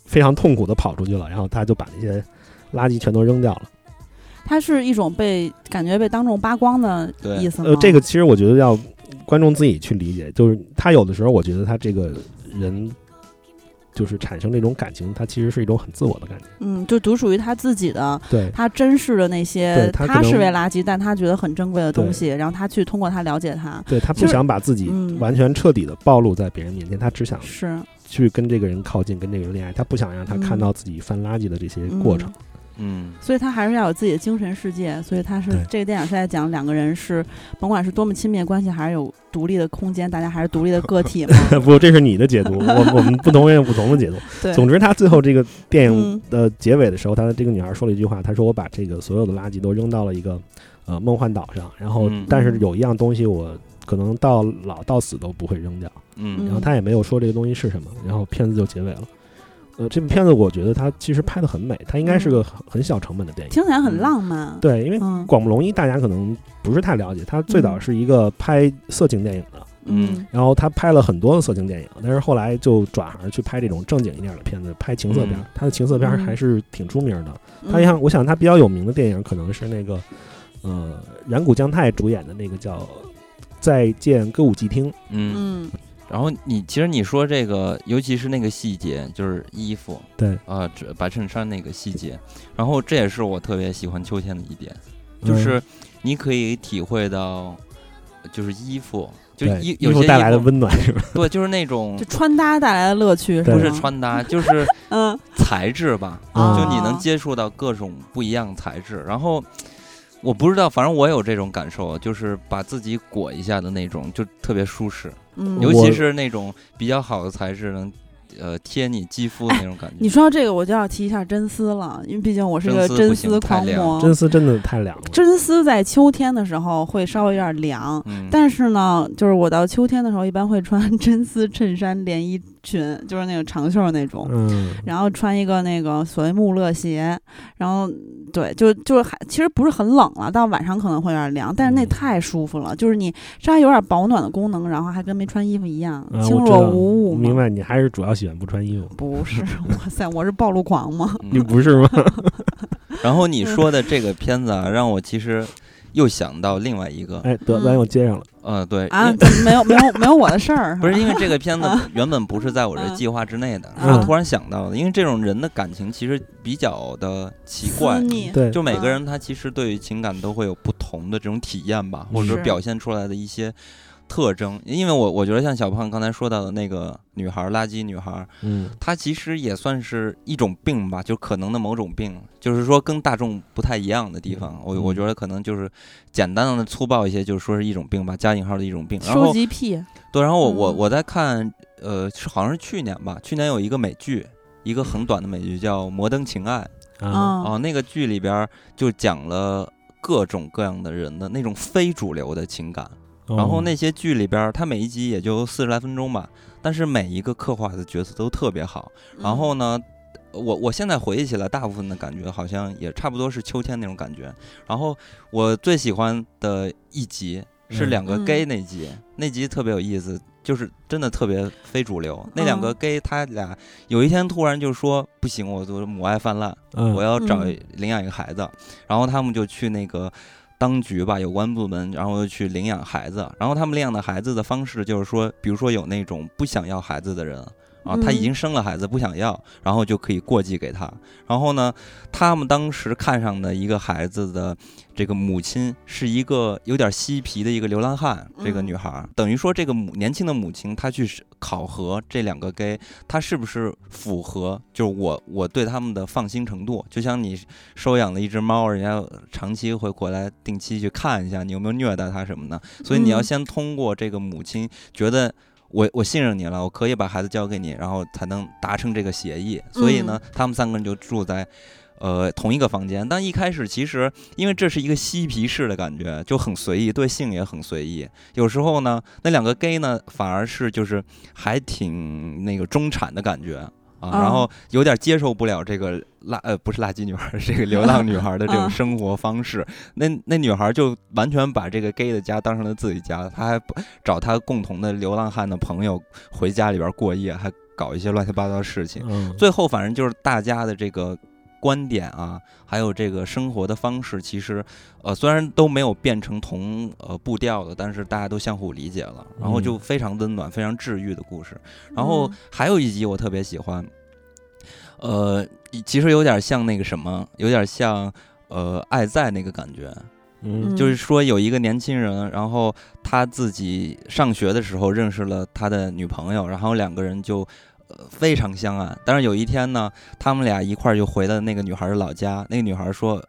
非常痛苦的跑出去了，然后她就把那些垃圾全都扔掉了。
他是一种被感觉被当众扒光的
对
意思吗？
呃，这个其实我觉得要观众自己去理解，就是她有的时候我觉得她这个人就是产生这种感情，她其实是一种很自我的感觉。
嗯，就独属于他自己的，
对
他珍视的那些
对他可
他
能
视为垃圾，但他觉得很珍贵的东西，然后他去通过他了解他，
对，她
就
不
是
想把自己
嗯
完全彻底的暴露在别人面前，她只想
是
去跟这个人靠近，跟这个人恋爱，她不想让他看
嗯
到自己翻垃圾的这些过程。
嗯
嗯
所以他还是要有自己的精神世界。所以他是
对
这个电影是在讲两个人是，甭管是多么亲密的关系，还是有独立的空间，大家还是独立的个 体嘛。
不，这是你的解读，我我们不同人有不同的解读。
对，
总之，他最后这个电
嗯
影的结尾的时候，他这个女孩说了一句话，她说：“我把这个所有的垃圾都扔到了一个呃梦幻岛上，然后
嗯
但是有一样东西我可能到老到死都不会扔掉。”然
嗯
后他也没有说这个东西是什么，然后片子就结尾了。呃，这部片子我觉得它其实拍的很美，它应该是个很很小成本的电影。
听起来很浪漫。，
对，因为
嗯
广木隆一大家可能不是太了解，他最早
嗯
是一个拍色情电影的，
嗯
然后他拍了很多的色情电影，但是后来就转行去拍这种正经一点的片子，拍情色片。
嗯
他的情色片
嗯
还是挺出名的。
嗯
他像我想他比较有名的电影可能是那个，呃，染谷将太主演的那个叫《再见歌舞伎厅》。
嗯。
嗯
然后你其实你说这个，尤其是那个细节，就是衣服
对，
啊，这白衬衫那个细节。然后这也是我特别喜欢秋天的一点，就
嗯
是你可以体会到，就是衣服，就
对
衣有
衣服
些
带来的
衣服
温暖是吧？
对，就是那种
嗯就穿搭带来的乐趣
对
不
吗
是穿搭，就是
嗯，
材质吧，
哦
啊
就你能接触到各种不一样的材质。然后我不知道，反正我有这种感受，就是把自己裹一下的那种，就特别舒适，
嗯，
尤
我
其是那种比较好的材质能。呃，贴你肌肤的那种感觉，
你说到这个，我就要提一下真丝了，因为毕竟我是个
真
真
丝不行
丝狂
太凉
魔。
真丝真的太凉了。
真丝在秋天的时候会稍微有点凉，
嗯，
但是呢，就是我到秋天的时候，一般会穿 真丝衬衫、连衣裙，就是那种长袖那种，
嗯，
然后穿一个那个所谓穆勒鞋，然后对，就就是还其实不是很冷了，到晚上可能会有点凉，但是那
嗯
太舒服了，就是你稍微有点保暖的功能，然后还跟没穿衣服一样，
啊
轻
我知
若
道
无物嘛。
明白，你还是主要喜欢不穿衣服，
不 是，哇塞，我是暴露狂吗？
嗯
你不是吗？
然后你说的这个片子啊，让我其实又想到另外一个，
哎，得，咱又接上了。
嗯，对，
啊
因，
没有没有没有我的事儿，
不
吧
是因为这个 片子
啊
原本不是在我这计划之内的，是
啊
我突然想到的。因为这种人的感情其实比较的奇怪
私，密
对，
嗯就每个
嗯
人他其实对于情感都会有不同的这种体验吧，
嗯
或者说
是
表现出来的一些特征。因为我我觉得像小胖刚才说到的那个女孩，垃圾女孩，
嗯，
她其实也算是一种病吧，就可能的某种病，就是说跟大众不太一样的地方。我我
嗯
觉得可能就是简单的粗暴一些，就是说是一种病吧，加引号的一种病。然
收
后啊
集癖，
对，然后我我
嗯
我在看，呃，是好像是去年吧，去年有一个美剧，一个很短的美剧叫《摩登情爱》
嗯
啊，
哦、那个剧里边儿就讲了各种各样的人的那种非主流的情感，嗯
哦
然后那些剧里边儿，它每一集也就四十来分钟吧，但是每一个刻画的角色都特别好，然后
嗯
呢，我我现在回忆起来，大部分的感觉好像也差不多是秋天那种感觉。然后我最喜欢的一集是
嗯
两个
嗯
gay 那集，那集特别有意思，就是真的特别非主流。那两个
嗯
gay 他俩有一天突然就说不行，我的母爱泛滥，
嗯
我要找
嗯
领养一个孩子，然后他们就去那个当局吧，有关部门，然后就去领养孩子。然后他们领养的孩子的方式就是说，比如说有那种不想要孩子的人啊，他已
嗯
经生了孩子不想要，然后就可以过继给他。然后呢，他们当时看上的一个孩子的这个母亲是一个有点嬉皮的一个流浪汉，这个
嗯
女孩儿等于说这个母年轻的母亲她去是考核这两个 gay，她是不是符合就是我我对他们的放心程度，就像你收养了一只猫，人家长期会过来定期去看一下你有没有虐待它什么的，所以你要
嗯
先通过这个母亲觉得。我我信任你了，我可以把孩子交给你，然后才能达成这个协议。所以呢，他们三个人就住在，呃，同一个房间。但一开始其实因为这是一个嬉皮士的感觉，就很随意，对性也很随意。有时候呢，那两个 gay 呢，反而是就是还挺那个中产的感觉啊，然后有点接受不了这个垃呃不是垃圾女孩，这个流浪女孩的这种
嗯
生活方式。那那女孩就完全把这个 gay 的家当成了自己家，她还不找她共同的流浪汉的朋友回家里边过夜，还搞一些乱七八糟的事情。
嗯，
最后反正就是大家的这个观点啊，还有这个生活的方式，其实呃虽然都没有变成同呃步调的，但是大家都相互理解了，然后就
嗯
非常温暖、非常治愈的故事。然
嗯
后还有一集我特别喜欢，呃，其实有点像那个什么，有点像呃爱在那个感觉，
嗯
就是说有一个年轻人，然后他自己上学的时候认识了他的女朋友，然后两个人就。呃非常相爱，但是有一天呢，他们俩一块儿就回了那个女孩儿的老家。那个女孩儿说：“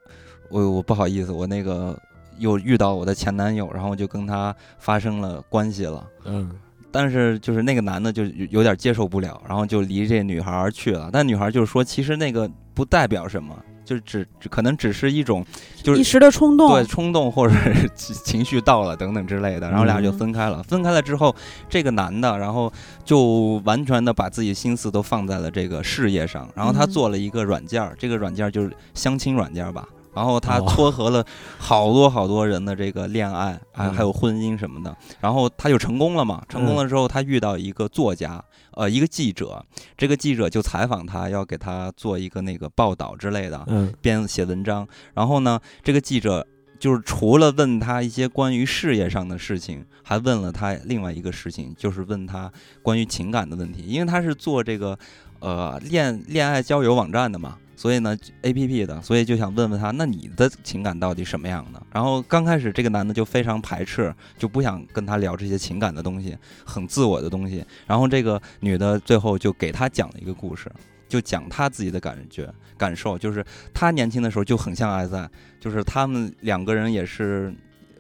我我不好意思，我那个又遇到我的前男友，然后就跟他发生了关系了。”
嗯
但是就是那个男的就有有点接受不了，然后就离这女孩儿去了。但女孩儿就是说，其实那个不代表什么，就只只可能只是一种就
一
是
时的冲动，
对冲动或者是情 情绪到了等等之类的，然后俩就
嗯
分开了。分开了之后，这个男的然后就完全的把自己心思都放在了这个事业上，然后他
嗯
做了一个软件儿，这个软件儿就是相亲软件儿吧。然后他
哦
撮合了好多好多人的这个恋爱，还、
嗯
还有婚姻什么的，然后他就成功了嘛。成功
嗯
了之后，他遇到一个作家，呃，一个记者，这个记者就采访他，要给他做一个那个报道之类的。
嗯
编写文章。然后呢，这个记者就是除了问他一些关于事业上的事情，还问了他另外一个事情，就是问他关于情感的问题，因为他是做这个呃恋恋爱交友网站的嘛。所以呢，A P P 的，所以就想问问他，那你的情感到底什么样的？然后刚开始这个男的就非常排斥，就不想跟他聊这些情感的东西，很自我的东西。然后这个女的最后就给他讲了一个故事，就讲她自己的感觉感受，就是她年轻的时候就很像爱在，就是他们两个人也是。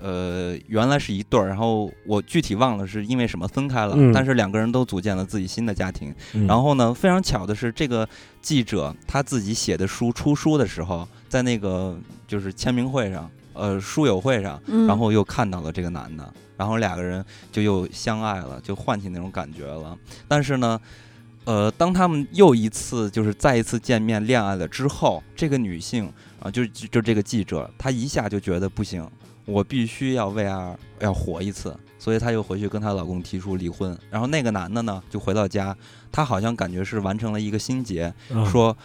呃，原来是一对儿，然后我具体忘了是因为什么分开了，
嗯
但是两个人都组建了自己新的家庭。
嗯，
然后呢，非常巧的是，这个记者他自己写的书出书的时候，在那个就是签名会上，呃，书友会上，
嗯，
然后又看到了这个男的，然后两个人就又相爱了，就唤起那种感觉了。但是呢，呃，当他们又一次就是再一次见面恋爱了之后，这个女性啊、就就就这个记者，她一下就觉得不行，我必须要为爱要活一次，所以她又回去跟她老公提出离婚。然后那个男的呢，就回到家，他好像感觉是完成了一个心结，
嗯
说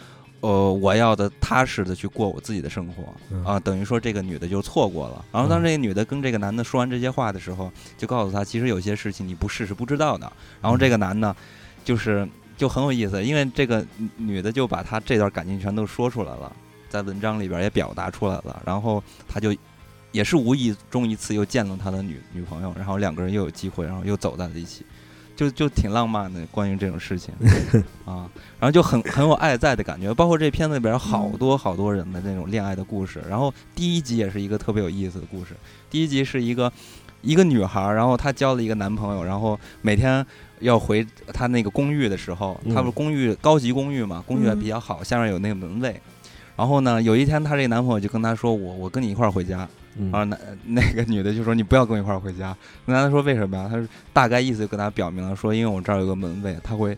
呃，我要的踏实的去过我自己的生活
嗯
啊，等于说这个女的就错过了。然后当这个女的跟这个男的说完这些话的时候，就告诉他，其实有些事情你不试是不知道的。然后这个男呢，就是就很有意思，因为这个女女的就把她这段感情全都说出来了，在文章里边也表达出来了，然后他就。也是无意中一次又见了他的女女朋友，然后两个人又有机会，然后又走在了一起，就就挺浪漫的。关于这种事情啊，然后就很很有爱在的感觉，包括这片子里边好多好多人的那种恋爱的故事。然后第一集也是一个特别有意思的故事，第一集是一个一个女孩儿，然后她交了一个男朋友，然后每天要回她那个公寓的时候，
嗯
她不是公寓高级公寓嘛，公寓还比较好，下面有那个门卫。然后呢，有一天她这个男朋友就跟她说：“我我跟你一块儿回家。”
嗯
然后那啊那 个女的就说：“你不要跟我一块儿回家。”那男的说：“为什么呀？”他说：“大概意思就跟他表明了，说因为我这儿有个门卫，他会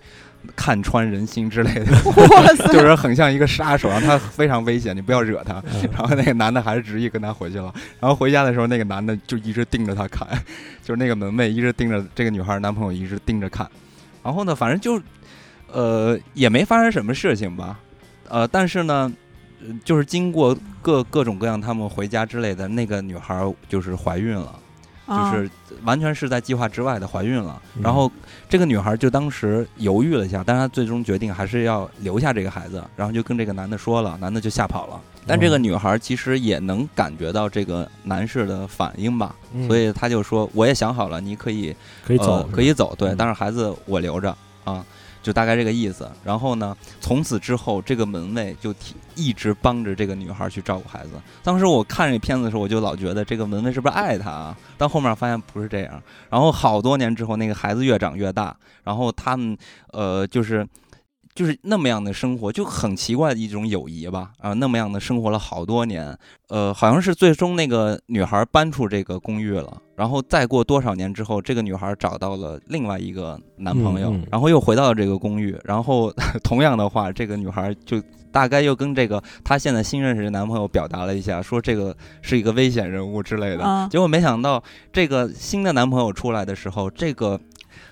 看穿人心之类的，
哇塞，
就是很像一个杀手，然后他非常危险，你不要惹他。”
嗯
然后那个男的还是执意跟他回去了。然后回家的时候，那个男的就一直盯着他看， 就是那个门卫一直盯着这个女孩儿男朋友一直盯着看。然后呢，反正就呃也没发生什么事情吧，呃，但是呢。呃就是经过各各种各样他们回家之类的，那个女孩儿就是怀孕了，就
啊
是完全是在计划之外的怀孕了。
哦嗯
然后这个女孩就当时犹豫了一下，但是她最终决定还是要留下这个孩子，然后就跟这个男的说了，男的就吓跑了。但
哦
这个女孩其实也能感觉到这个男士的反应吧，
嗯
所以她就说：“我也想好了，你可以
可以走
呃，，可以走，对，
嗯
但是孩子我留着啊，就大概这个意思。然后呢，从此之后，这个门卫就提一直帮着这个女孩去照顾孩子。当时我看这片子的时候，我就老觉得这个门卫是不是爱她啊？但后面发现不是这样。然后好多年之后，那个孩子越长越大，然后他们呃就是。就是那么样的生活，就很奇怪的一种友谊吧，啊，那么样的生活了好多年，呃，好像是最终那个女孩搬出这个公寓了，然后再过多少年之后，这个女孩找到了另外一个男朋友，
嗯嗯
然后又回到了这个公寓，然后 同样的话，这个女孩就大概又跟这个她现在新认识的男朋友表达了一下，说这个是一个危险人物之类的。
啊
结果没想到这个新的男朋友出来的时候，这个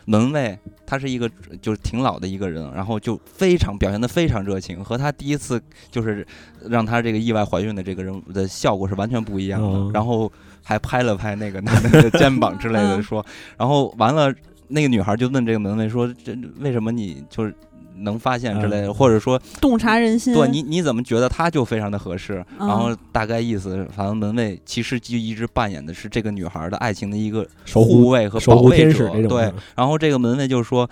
门卫他是一个就是挺老的一个人，啊然后就非常表现的非常热情，和他第一次就是让他这个意外怀孕的这个人的效果是完全不一样的。
嗯
然后还拍了拍那个男的的肩膀之类的
嗯
说，然后完了那个女孩就问这个门卫说：“这为什么你就是？”能发现之类的，
嗯
或者说，
洞察人心，
对你你怎么觉得他就非常的合适？
嗯
然后大概意思，反正门卫其实就一直扮演的是这个女孩的爱情的一个
守
护
护
卫和
守
保
护
卫
天
者
使那种，
对，，然后这个门卫就说。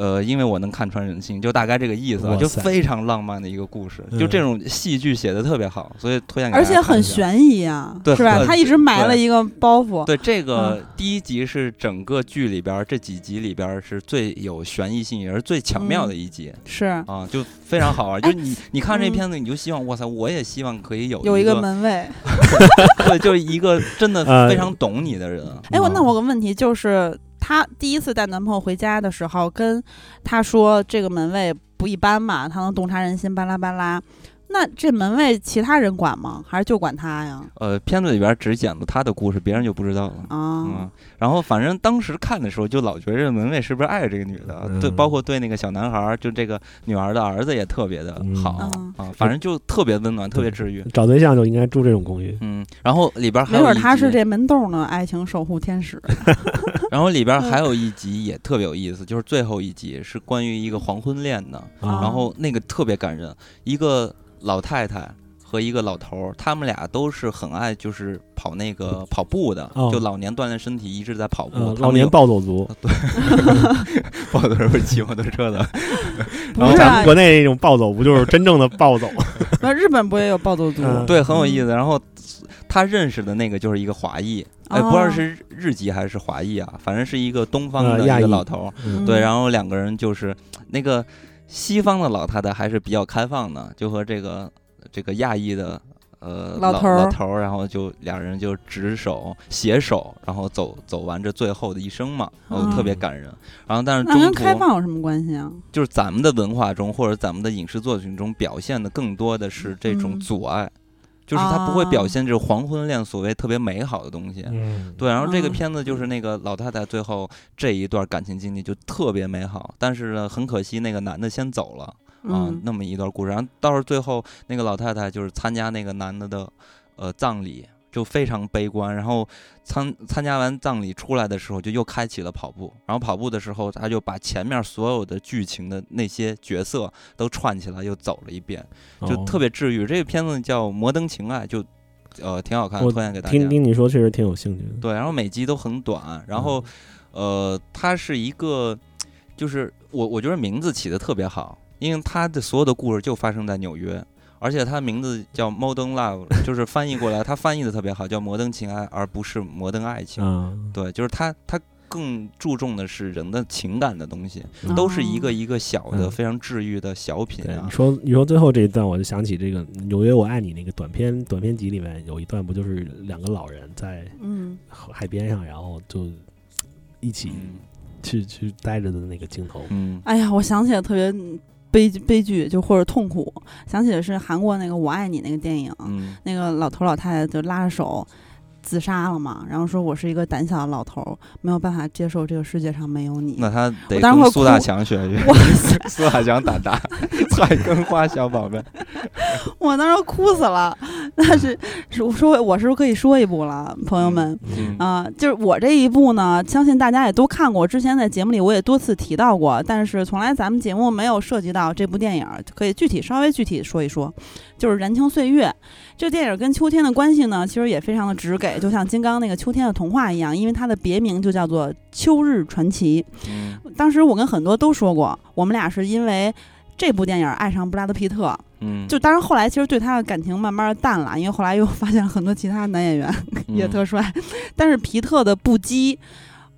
呃，因为我能看穿人性，就大概这个意思啊，
哇
就
塞
非常浪漫的一个故事，
嗯
就这种戏剧写的特别好，所以推荐给大
而
家看一
且
下。
很悬疑啊，
对
是吧？
很
他一直埋了
对
一个包袱，
对，这
嗯
个第一集是整个剧里边儿这几集里边儿是最有悬疑性，也是最巧妙的一集、
是
啊，就非常好玩。就
嗯哎
是你你看这
嗯
片子，你就希望，哇塞，我也希望可以有
有一
个
个门卫。
对，就是一个真的
呃
非常懂你的人。啊
哎，我
嗯
那我有个问题就是，她第一次带男朋友回家的时候，跟她说这个门卫不一般嘛，他能洞察人心，巴拉巴拉。那这门卫其他人管吗？还是就管他呀？
呃，片子里边儿只讲了他的故事，别人就不知道了。嗯
啊，，
然后反正当时看的时候，就老觉着门卫是不是爱着这个女的，
嗯
对，包括对那个小男孩儿，就这个女儿的儿子也特别的好、
嗯
啊，反正就特别温暖，特别治愈。
找对象就应该住这种公寓，
嗯，然后里边儿还
没
有
准
一
他
集
是，这门洞的爱情守护天使。
然后里边儿还有一集也特别有意思，就是最后一集是关于一个黄昏恋的，
啊
哦然后那个特别感人，一个老太太和一个老头儿，他们俩都是很爱就是跑那个跑步的，
哦
就老年锻炼身体，一直在跑步。
呃，
他
老
们
年
有
暴走族，
跑的时候骑摩托车的，
不
然后
是
咱
啊
们，国内那种暴走不就是真正的 暴走？
那日本不也有暴走族？
嗯
对，很有意思。然后他认识的那个就是一个华裔，哎，不知道
哦
是日籍还是华裔啊，反正是一个东方
呃
的
亚
一个
裔
老头儿。
嗯
对，然后两个人就是那个西方的老太太还是比较开放的，就和这个这个亚裔的呃
老
老
头儿
老头儿，然后就两人就执手携手，然后走走完这最后的一生嘛，然后特别
嗯
感人。然后但是
哦那跟
中
开
途
放有什么关系啊？
就是咱们的文化中或者咱们的影视作品中表现的更多的是这种
嗯
阻碍，就是他不会表
啊
现这种黄昏恋所谓特别美好的东西。
嗯，
对，然后这个
嗯
片子就是那个老太太最后这一段感情经历就特别美好，但是呢，很可惜那个男的先走了，啊、
嗯
那么一段故事。然后到了最后，那个老太太就是参加那个男的的呃葬礼，就非常悲观。然后参参加完葬礼出来的时候，就又开启了跑步。然后跑步的时候，他就把前面所有的剧情的那些角色都串起来，又走了一遍，就
哦
特别治愈。这个片子叫《摩登情爱》，就呃挺好看的，
我
推荐给大家。
听听你说，确实挺有兴趣的。
对，然后每集都很短，然
嗯
后，呃，它是一个，就是我我觉得名字起的特别好，因为它的所有的故事就发生在纽约，而且它名字叫 Modern Love，就是翻译过来，它翻译的特别好，叫摩登情爱，而不是摩登爱情。
啊，
对，就是它它更注重的是人的情感的东西，
嗯
都是
哦
一个一个小的、
嗯
非常治愈的小品
对，
啊
你。说你说最后这一段，我就想起这个《纽约我爱你》那个短片短片集里面有一段，不就是两个老人在
嗯，
海边上，然后就一起
嗯
去去待着的那个镜头。
嗯
哎呀，我想起来特别悲悲剧，就或者痛苦，想起的是韩国那个《我爱你》那个电影，
嗯
那个老头老太太就拉着手自杀了嘛，然后说我是一个胆小的老头儿，没有办法接受这个世界上没有你
那。他得
我当时会
跟苏大
哭
强学学，
哇塞！
苏大强打打， 菜根花小宝贝。
我当时哭死了。但是是我说我是不是可以说一部了，朋友们？
嗯
啊、就是我这一部呢，相信大家也都看过。之前在节目里我也多次提到过，但是从来咱们节目没有涉及到这部电影，可以具体稍微具体说一说。就是《燃情岁月》这电影跟秋天的关系呢，其实也非常的直给，就像金刚那个《秋天的童话》一样，因为它的别名就叫做《秋日传奇》。
嗯
当时我跟很多都说过，我们俩是因为这部电影爱上布拉德皮特，
嗯，
就当然后来其实对他的感情慢慢淡了，因为后来又发现很多其他男演员
嗯
也
嗯
特帅， 但是皮特的不羁。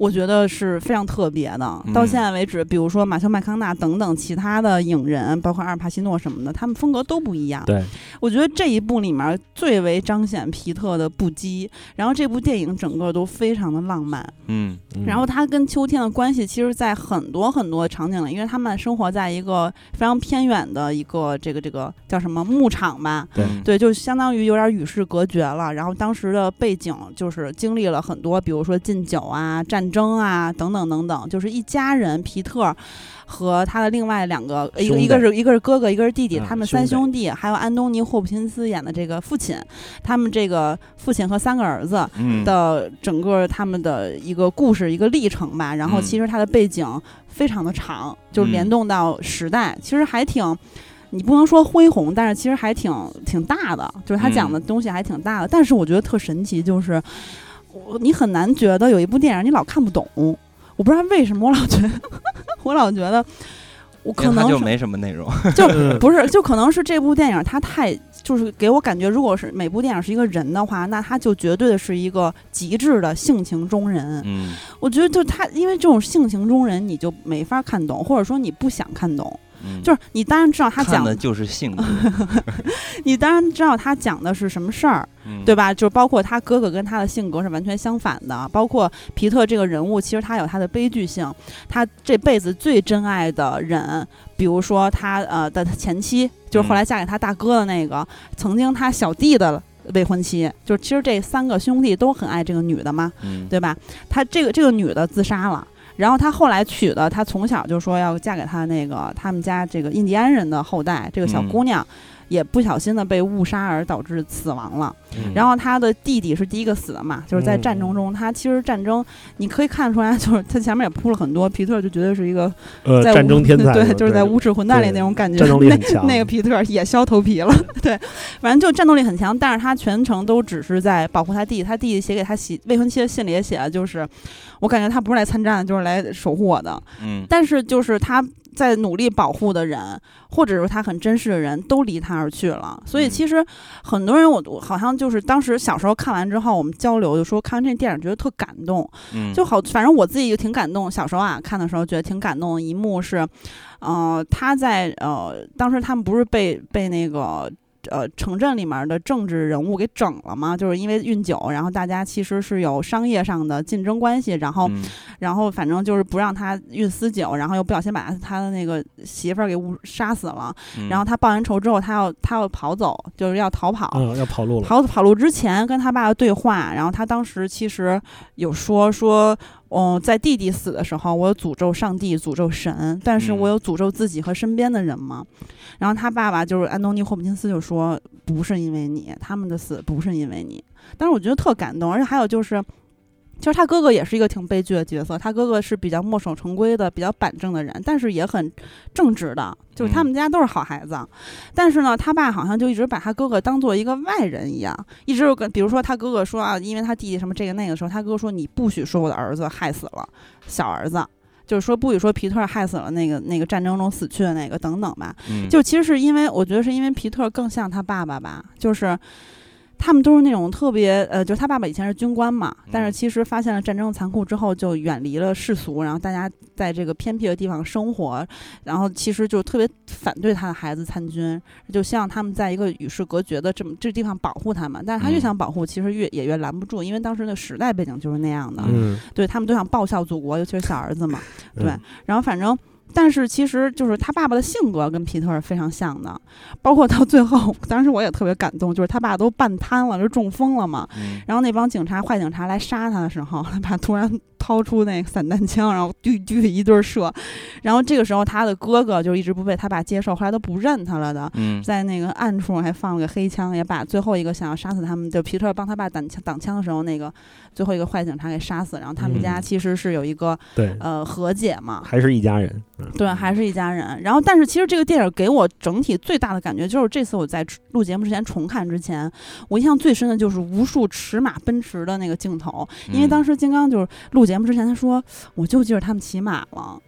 我觉得是非常特别的。
嗯
到现在为止，比如说马修麦康纳等等其他的影人，包括阿尔帕西诺什么的，他们风格都不一样。
对，
我觉得这一部里面最为彰显皮特的不羁，然后这部电影整个都非常的浪漫。
嗯
嗯
然后它跟秋天的关系，其实，在很多很多场景里，因为他们生活在一个非常偏远的一个这个这个叫什么牧场吧，
对
嗯
对，就相当于有点与世隔绝了。然后当时的背景就是经历了很多，比如说禁酒啊、战争啊等等等等，就是一家人皮特和他的另外两个，一
兄
个
弟
一个是一个是哥哥，一个是弟弟，
啊
他们
兄
三
弟
兄弟，还有安东尼·霍普金斯演的这个父亲，他们这个父亲和三个儿子，
嗯
的整个他们的一个故事、一个历程吧。然后
嗯
其实它的背景非常的长，就
嗯
联动到时代，其实还挺。你不能说恢宏，但是其实还挺挺大的，就是他讲的东西还挺
嗯
大的。但是我觉得特神奇，就是我你很难觉得有一部电影你老看不懂，我不知道为什么，我老觉得我老觉得我
因
可
为他
能
就是没什么内容。
就
嗯
不是，就可能是这部电影它太就是给我感觉，如果是每部电影是一个人的话，那他就绝对的是一个极致的性情中人。
嗯
我觉得就他，因为这种性情中人，你就没法看懂，或者说你不想看懂。
嗯，
就是你当然知道他
看
讲
的，就是性格，
你当然知道他讲的是什么事儿，
嗯
对？吧？就是包括他哥哥跟他的性格是完全相反的，包括皮特这个人物，其实他有他的悲剧性。他这辈子最珍爱的人，比如说他呃的前妻，就是
嗯
后来嫁给他大哥的那个，曾经他小弟的未婚妻，就是其实这三个兄弟都很爱这个女的嘛，
嗯
对吧？他这个这个女的自杀了。然后他后来娶的，他从小就说要嫁给他那个他们家这个印第安人的后代，这个小
嗯
姑娘也不小心的被误杀而导致死亡了。
嗯
然后他的弟弟是第一个死的嘛，就是在
嗯
战争中，他其实战争你可以看出来， 就是他前面也铺了很多，皮特就绝对是一个
呃，
在
战
无
争天才，
对，就是在
乌
无耻混蛋里
对
那种感觉，
战斗力很强嗯
那那个皮特也削头皮了， 对，反正就战斗力很强，但是他全程都只是在保护他弟，他弟弟写给他写未婚妻的信里也写，就是我感觉他不是来参战，就是来守护我的，
嗯
但是就是他在努力保护的人，或者是他很珍视的人，都离他而去了。所以
嗯
其实很多人我，我好像就是当时小时候看完之后，我们交流就说看完这电影觉得特感动，
嗯
就好，反正我自己就挺感动。小时候啊看的时候觉得挺感动的一幕是，呃，他在呃当时他们不是被被那个。呃，城镇里面的政治人物给整了吗？就是因为运酒，然后大家其实是有商业上的竞争关系，然后
嗯
然后反正就是不让他运私酒，然后又不小心把他的那个媳妇儿给误杀死了。
嗯
然后他报完仇之后，他要他要跑走，就是要逃跑。
嗯，要跑路了。
跑跑路之前跟他爸爸对话，然后他当时其实有说说哦，在弟弟死的时候，我有诅咒上帝、诅咒神，但是我有诅咒自己和身边的人嘛。然后他爸爸就是安东尼·霍普金斯就说：“不是因为你，他们的死不是因为你。”但是我觉得特感动，而且还有就是，其实他哥哥也是一个挺悲剧的角色，他哥哥是比较墨守成规的、比较板正的人，但是也很正直的，就是他们家都是好孩子。但是呢，他爸好像就一直把他哥哥当做一个外人一样，一直就跟，比如说他哥哥说啊，因为他弟弟什么这个那个的时候，他哥哥说你不许说我的儿子害死了小儿子，就是说不许说皮特害死了那个那个战争中死去的那个等等吧。
嗯
就其实是因为我觉得是因为皮特更像他爸爸吧，就是。他们都是那种特别，呃，就是他爸爸以前是军官嘛，但是
嗯
其实发现了战争的残酷之后，就远离了世俗，然后大家在这个偏僻的地方生活，然后其实就特别反对他的孩子参军，就希望他们在一个与世隔绝的这么这地方保护他们，但是他越
嗯
想保护，其实越也越拦不住，因为当时的时代背景就是那样的，
嗯，
对他们都想报效祖国，尤其是小儿子嘛。
嗯
对，然后反正，但是其实就是他爸爸的性格跟皮特是非常像的，包括到最后，当时我也特别感动，就是他爸都半瘫了，就中风了嘛。
嗯
然后那帮警察、坏警察来杀他的时候，他爸突然掏出那个散弹枪，然后嘟嘟一顿射。然后这个时候，他的哥哥就一直不被他爸接受，后来都不认他了的。
嗯
在那个暗处还放了个黑枪，也把最后一个想要杀死他们，就皮特帮他爸挡枪挡枪的时候，那个最后一个坏警察给杀死。然后他们家
嗯
其实是有一个、
对，
呃和解嘛，
还是一家人，嗯
对，还是一家人。然后，但是其实这个电影给我整体最大的感觉就是，这次我在录节目之前重看之前，我印象最深的就是无数驰马奔驰的那个镜头，因为当
时
时金刚就是录节目之前他说，我就记着他们骑马了。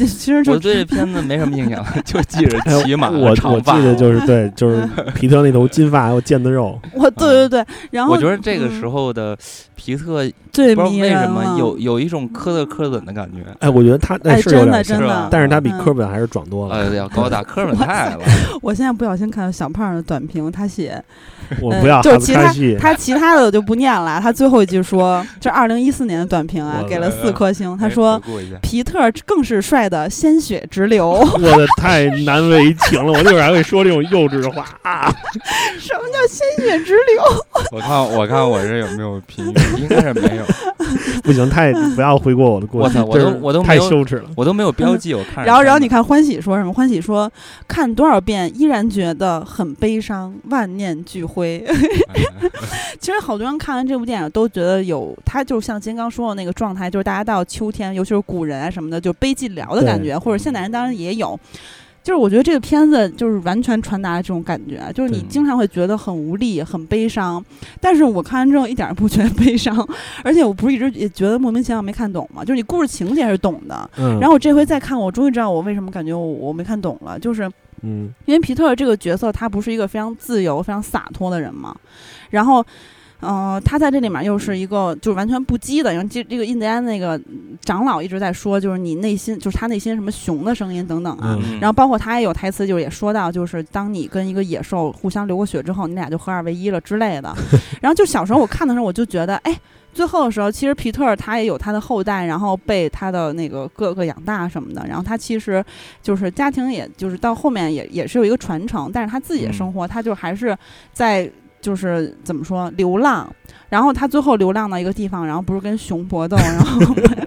其实
嗯
就
我对这片子没什么印象， 就记着
哎
骑马、
我我
长
记
发。
得就是对，就是皮特那头金发又腱 子肉，
我对对对，然后
我觉得这个
嗯
时候的皮特
最
不知道
迷
为
人
什么
了
有有一种磕的磕綴的感觉，
哎，我觉得他
哎，
哎是有
真的
点像，
真
是
的
吧，
但是他比
嗯
科本还是壮多了。
呃，要高大科本太了，
我现在不小心看到小胖的短评，他写，
我
呃
不要
就
哈
是
斯
其
卡
他
西，
他其他的我就不念了。他最后一句说，这二零一四年的短评啊
我，
给了四颗星。 他
哎
说
回，顾一下，
皮特更是帅的鲜血直流。
我的太难为情了，我那会儿还会说这种幼稚的话啊！
什么叫鲜血直流？
我看我看我这有没有评语， 应该是没有，
不行，太不要回过我的过去，
我操我都
真是
我都没
太
有
羞耻了。
我都没有标记，我看着。
然后，然后你，看欢喜说什么？欢喜说看多少遍依然觉得很悲伤，万念俱灰。 其实好多人看完这部电影都觉得有，他就像金刚说的那个状态，就是大家到秋天，尤其是古人啊什么的，就悲寂寥的感觉，或者现代人当然也有。就是我觉得这个片子就是完全传达了这种感觉，啊就是你
对
经常会觉得很无力、很悲伤，但是我看完之后一点儿不觉得 悲伤，而且我不是一直也觉得莫名其妙没看懂嘛，就是你故事情节是懂的，
嗯，
然后我这回再看，我终于知道我为什么感觉我我没看懂了，就是
嗯，
因为皮特这个角色他不是一个非常自由、非常洒脱的人嘛，然后。呃，他在这里面又是一个就是完全不羁的，因为这这个印第安那个长老一直在说，就是你内心就是他内心什么熊的声音等等啊，
嗯
然后包括他也有台词，就是也说到，就是当你跟一个野兽互相流过血之后，你俩就合二为一了之类的。然后就小时候我看的时候，我就觉得，哎，最后的时候，其实皮特尔他也有他的后代，然后被他的那个哥哥养大什么的。然后他其实就是家庭，也就是到后面也也是有一个传承，但是他自己的生活，他就还是在。就是怎么说流浪，然后他最后流浪到一个地方，然后不是跟熊搏斗，然后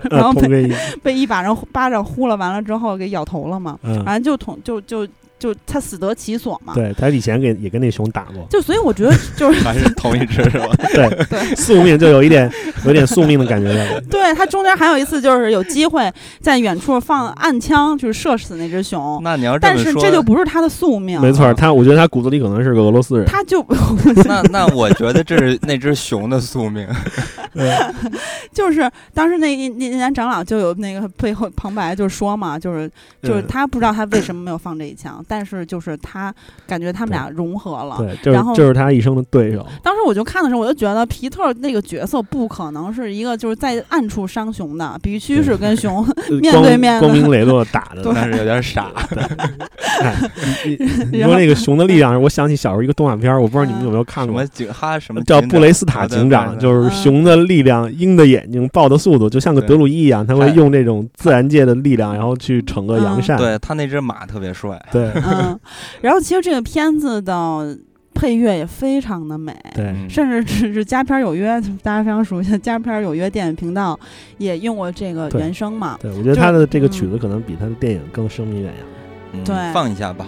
然后
通
被
给你，
被一巴掌巴掌呼了，完了之后给咬头了嘛。
嗯，
反正就捅就就就他死得其所嘛。
对他以前给也跟那熊打过，
就所以我觉得就是
还是同一只是吧？
对
宿命就有一点有点宿命的感觉了。
对他中间还有一次就是有机会在远处放暗枪，就是射死那只熊，
那你要
但
么
是
说，
这就不是他的宿命。
没错，他我觉得他骨子里可能是个俄罗斯人，
他就
那那我觉得这是那只熊的宿 命。
嗯
就是当时那印印第安长老就有那个背后旁白就说嘛，就是就是
嗯
他不知道他为什么没有放这一枪，但是就是他感觉他们俩融合了。
对，就
然后
是就是他一生的对 手。
当时我就看的时候，我就觉得皮特那个角色不可能是一个就是在暗处伤熊的，必须是跟熊面
呃光
对面的
光明磊落打 的。
对
但是有点傻，
哎你你你
然
说
后
那个熊的力量，我想起小时候一个动画片儿，我不知道你们有没有
嗯
看
什
过
么，警哈什么
嗯叫
警
布雷斯塔警
啊
长，
对
就是
嗯
熊的力量、鹰的眼睛、豹的速度，就像个
对
德鲁伊一样，他会
太
用这种自然界的力量，然后去惩恶
嗯
扬善。哎
对他那只马特别帅，
对，
嗯，然后其实这个片子的配乐也非常的美，
对，
嗯
甚至只是佳片儿有约，大家非常熟悉的佳片儿有约电影频道也用过这个
对
原声嘛。
对，我觉
就
得他的这个曲
嗯
子可能比他的电影更声名远扬。
嗯
对
放一下吧。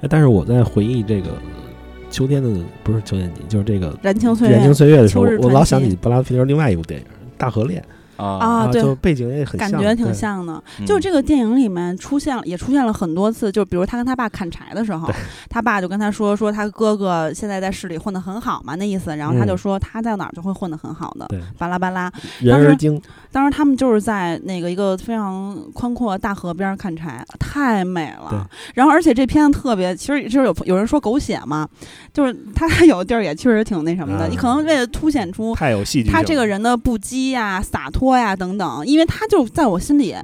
哎，但是我在回忆这个呃秋天的不是秋天季，就是这个
燃情岁
《燃情
月
岁月》的时候，
秋日
我
传
老想
奇
起布拉皮特另外一部电影《大河恋》
啊，嗯
啊，对，
就背景也很
感
像
觉挺
对嗯
像的。就这个电影里面出现了，也出现了很多次，就比如他跟他爸砍柴的时候
对，
他爸就跟他说说他哥哥现在在市里混得很好嘛，那意思。然后他就
嗯
说他在哪儿就会混得很好的，
对
巴拉巴拉。
人
当时
而精，
当时他们就是在那个一个非常宽阔的大河边儿看柴，太美
对
了。然后而且这片子特别，其实就是有有人说狗血嘛，就是他有的地儿也确实挺那什么的。
嗯
你可能为了凸显出
太有戏剧性了。
他这个人的不羁呀、洒脱呀、等等，因为他就在我心里，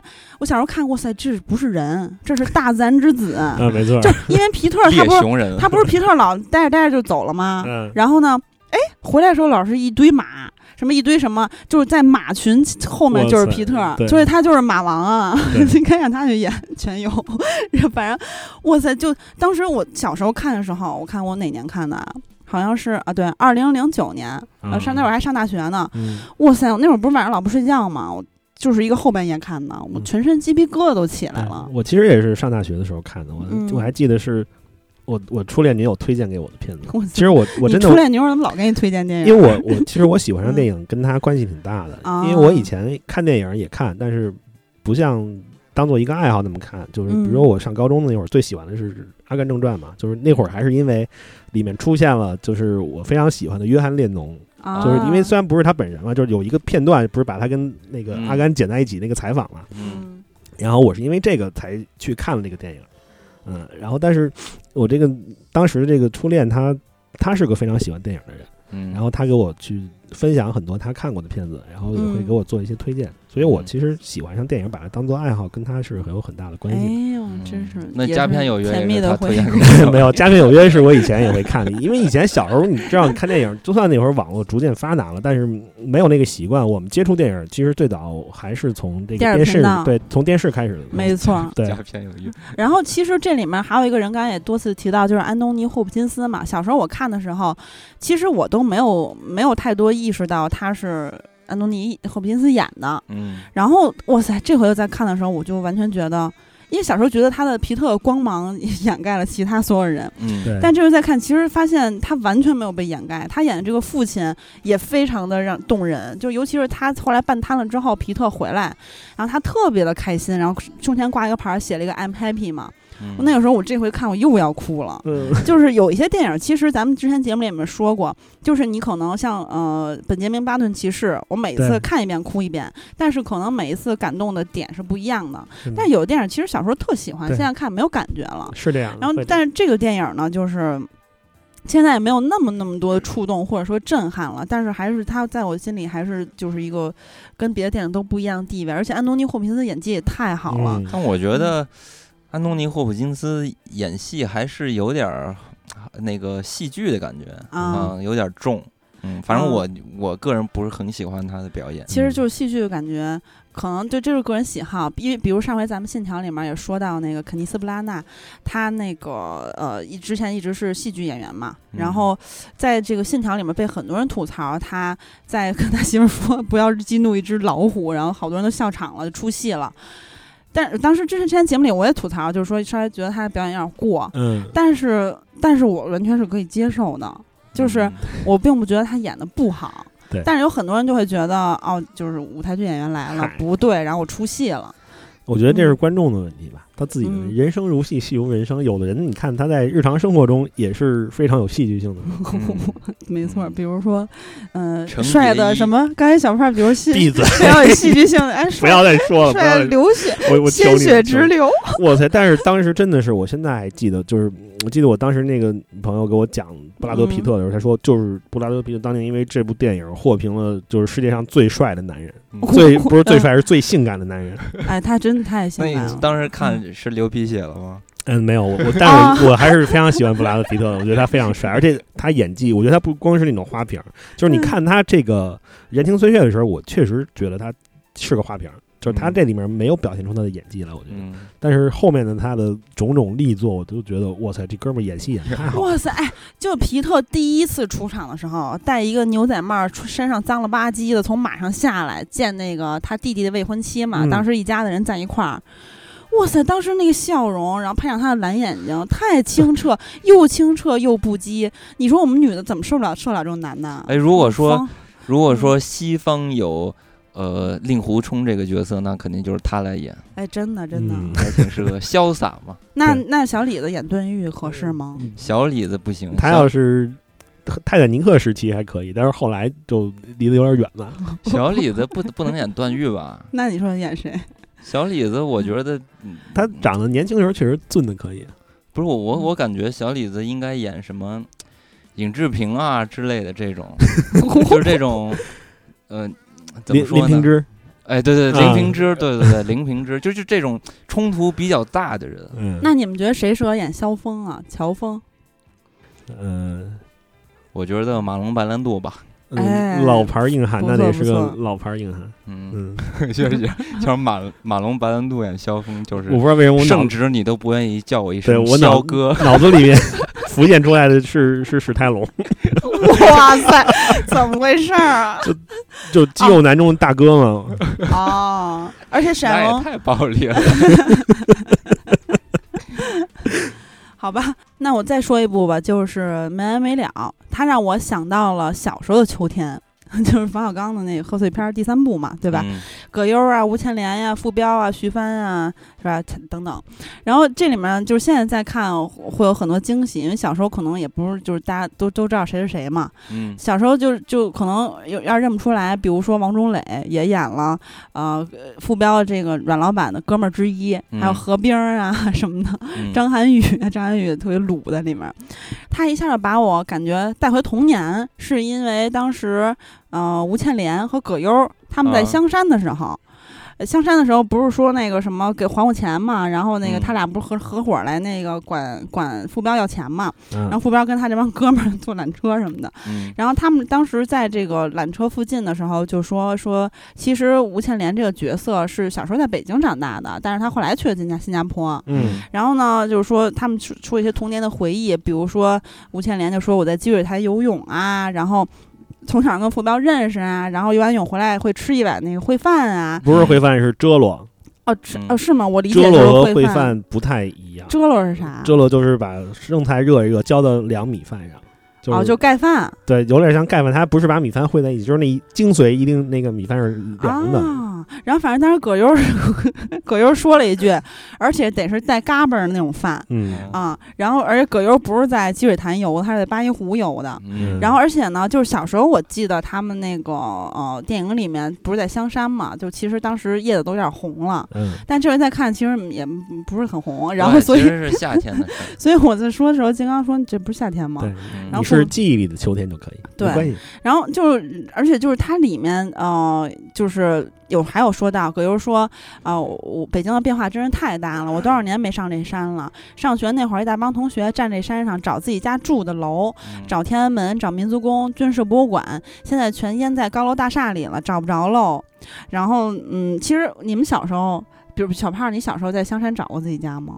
我小时候看，哇塞，这不是人，这是大自然之子。
啊，没错
就，是因为皮特他
猎
不是
熊人，
他不是皮特老待着待着就走了吗？
嗯，
然后呢，哎，回来的时候老是一堆马，什么一堆什么，就是在马群后面就是皮
哇
特
塞对，
所以他就是马王啊
对。
应该让他去演全游， 反正哇塞，就当时我小时候看的时候，我看我哪年看的啊？好像是啊，对，二零零九年，呃，上那会儿还上大学呢。
嗯，
哇塞，我那会儿不是晚上老不睡觉嘛，我就是一个后半夜看的，我
嗯
全身鸡皮疙瘩都起来
哎
了。
我其实也是上大学的时候看的，我
嗯
我还记得是我我初恋女友推荐给我的片子。
我
其实我我真
你
的
初恋牛怎么老给你推荐电
因为
影？
我我其实我喜欢上电影跟他关系挺大的，
啊
因为我以前看电影也看，但是不像当做一个爱好那么看，就是比
嗯
如说我上高中那会儿最喜欢的是《阿甘正传》嘛，就是那会儿还是因为里面出现了就是我非常喜欢的约翰列侬，
啊
就是因为虽然不是他本人嘛，就是有一个片段不是把他跟那个
嗯
阿甘剪在一起那个采访嘛，
嗯
嗯
然后我是因为这个才去看了这个电影，嗯，然后但是我这个当时这个初恋他他是个非常喜欢电影的人。
嗯，
然后他给我去分享很多他看过的片子，然后也会
嗯
给我做一些推荐，所以我
嗯
其实喜欢上电影，把它当做爱好，跟他是很有很大的关
哎
系
呦，
嗯
真是
那
也
佳
是
片有约
甜
也
蜜
是
的
他
回
推荐
忆
给
的。
我
没有《家庭有约》是我以前也会 看的，因为以前小时候你知道看电影，就算那会儿网络逐渐发达了，但是没有那个习惯。我们接触电影其实最早还是从这个
电视
电视
频道
对，从电视开始的。
没错，
对
佳，片有约，
然后其实这里面还有一个人，刚才也多次提到，就是安东尼·霍普金斯嘛。小时候我看的时候，其实我都没有没有太多意识到他是安东尼·霍普金斯演的。
嗯，
然后哇塞，这回又在看的时候，我就完全觉得，因为小时候觉得他的皮特光芒 掩盖了其他所有人，
嗯，
对，
但这回再看，其实发现他完全没有被掩盖，他演的这个父亲也非常的让动人，就尤其是他后来办摊了之后，皮特回来，然后他特别的开心，然后胸前挂一个牌儿，写了一个 I'm happy 嘛。
嗯
那个时候我这回看我又要哭了。
嗯，
就是有一些电影，其实咱们之前节目里面说过，就是你可能像呃《本杰明·巴顿骑士》，我每
对
次看一遍哭一遍，但是可能每一次感动的点是不一样的。
是
但有的电影其实小时候特喜欢，
嗯对
现在看没有感觉了。
是这样的。
然后
会，的
但是这个电影呢，就是现在也没有那么那么多的触动或者说震撼了，但是还是他在我心里还是就是一个跟别的电影都不一样的地位，而且安东尼·霍普金斯演技也太好啊了。
嗯
但我觉得安东尼·霍普金斯演戏还是有点儿那个戏剧的感觉
啊
嗯有点儿重。嗯，反正
嗯
我我个人不是很喜欢他的表演。
其实就是戏剧的感觉，可能对这是个人喜好，因为比如上回咱们信条里面也说到那个肯尼斯布拉纳，他那个呃一之前一直是戏剧演员嘛，
嗯
然后在这个信条里面被很多人吐槽，他在跟他媳妇说不要激怒一只老虎，然后好多人都笑场了，就出戏了。但当时之前之前节目里我也吐槽，就是说稍微觉得他的表演有点过，
嗯，
但是但是我完全是可以接受的，就是
嗯
我并不觉得他演的不好
对，
但是有很多人就会觉得哦，就是舞台剧演员来了
嗨
不对，然后我出戏了，
我觉得这是观众的问题吧，他自己的
嗯
人生如戏，戏如人生。有的人你看他在日常生活中也是非常有戏剧性的，
嗯
嗯
没错。比如说，嗯、
程蝶衣
帅的什么？刚才小胖，比如戏，
嘴，
非常有戏剧性的，哎，
不
帅
要再说了，不
帅
要
得
再
流血，
我我求
鲜
你
血
了
直。流，
求你我操！但是当时真的是，我现在还记得，就是我记得我当时那个朋友给我讲布拉德
嗯
皮特的时候，他说就是布拉德皮特当年因为这部电影获评了就是世界上最帅的男人，
嗯
最不是最帅是最性感的男人。
哎，他真的太性
那
感了
你。当时
嗯
看是流鼻血了吗？
嗯，没有我， 我但
哦
是我我还是非常喜欢布拉德皮特的，我觉得他非常帅，而且他演技，我觉得他不光是那种花瓶儿，就是你
嗯
看他这个《人情岁月》的时候，我确实觉得他是个花瓶儿，就是他
嗯
这里面没有表现出他的演技来，我觉得。
嗯，
但是后面的他的种种力作，我都觉得哇塞，这哥们儿演戏演得 太好了。
哇塞！哎，就皮特第一次出场的时候，戴一个牛仔帽，穿身上脏了吧唧的，从马上下来见那个他弟弟的未婚妻嘛。
嗯
当时一家的人在一块儿，哇塞！当时那个笑容，然后配上他的蓝眼睛，太清澈，又清澈又不羁。你说我们女的怎么受不了受不了这种男的？啊
哎，如果说
嗯方嗯
如果说西方有呃令狐冲这个角色，那肯定就是他来演，
哎，真的 真的，
嗯
还挺适合潇洒嘛。
那
对
那小李子演段誉合适吗？
小李子不行，
他要是泰坦尼克时期还可以，但是后来就离得有点远了。
小小李子不不能演段誉吧？
那你说演谁？
嗯小李子，我觉得嗯
他长得年轻的时候确实俊的可以，
不是我
嗯
我我感觉小李子应该演什么尹志平啊之类的这 种，就是这种，呃，怎
林
么
林
说
平
呢？
之，
哎，对对，对林
啊
平之，对对对，林平之，就是这种冲突比较大的人。
嗯，
那你们觉得谁适合演萧峰啊？乔峰？
嗯。
我觉得马龙白兰度吧，
哎
嗯，老牌儿硬汉，
不
那
错
得
不
是个
错
老牌儿硬汉。
嗯，
嗯，
确实 就是马马龙白兰度演萧峰，就
嗯我不
是
知道为什么我脑
圣旨你都不愿意叫我一
对
声
我
萧
脑
哥，
脑子里面 浮现出来的是是史 泰龙，
哇塞，怎么回事儿啊？
就肌肉男中的大哥嘛。
哦，而且沈
那也
龙，
太暴力了。
好吧，那我再说一部吧，就是没完没了，它让我想到了小时候的秋天。 就是冯小刚的那个贺岁片儿第三部嘛，对吧？
嗯？
葛优啊、吴倩莲呀、傅彪啊、徐帆啊，是吧？等等。然后这里面就是现在再看会有很多惊喜，因为小时候可能也不是就是大家都都知道谁是谁嘛，
嗯，
小时候就就可能有要认不出来，比如说王中磊也演了，呃，傅彪这个阮老板的哥们儿之一，
嗯
还有何冰儿啊什么的，
嗯
张涵予， 张涵予特别鲁在里面，他一下就把我感觉带回童年，是因为当时呃吴倩莲和葛优他们在
啊
香山的时候。呃香山的时候不是说那个什么给还我钱嘛，然后那个
嗯
他俩不是合合伙来那个管管傅彪要钱嘛，然后
嗯，
傅彪跟他这帮哥们儿坐缆车什么的，
嗯
然后他们当时在这个缆车附近的时候，就说说，其实吴倩莲这个角色是小时候在北京长大的，但是她后来去了新加新加坡。
嗯，
然后呢，就是说他们说说一些童年的回忆，比如说吴倩莲就说我在积水潭游泳啊，然后从小跟傅彪认识啊，然后游完泳回来会吃一碗那个烩饭啊。
不是烩饭是遮罗，
哦，吃
嗯
哦是吗？我理解
遮
就是
罗和
烩
烩。饭不太一样。
遮罗是啥？
遮罗就是把剩菜热一热，浇到凉米饭上，就
哦，
是
就盖饭。
对，有点像盖饭，它不是把米饭烩在一起，就是那一精髓一定那个米饭是凉的。
啊。然后反正当时葛优是 葛优说了一句，而且得是带嘎巴儿的那种饭
嗯，
啊。然后而且葛优不是在积水潭游，他是在八一湖游的。
嗯，
然后，而且呢，就是小时候我记得他们那个呃电影里面不是在香山嘛，就其实当时叶子都有点红了，
嗯，
但这回再看其实也不是很红。然后
对
所
其
以
实是夏天的事儿。
所以我在说的时候，金刚说这不是夏天吗？
对，
嗯
然后傅
你是是记忆里的秋天就可以，
对
没关系。
然后就是，而且就是它里面，呃，就是有还有说到，葛优说，啊、我北京的变化真是太大了，我多少年没上这山了。上学那会儿，一大帮同学站这山上找自己家住的楼，
嗯
找天安门，找民族宫、军事博物馆，现在全淹在高楼大厦里了，找不着喽。然后，嗯，其实你们小时候，比如小胖，你小时候在香山找过自己家吗？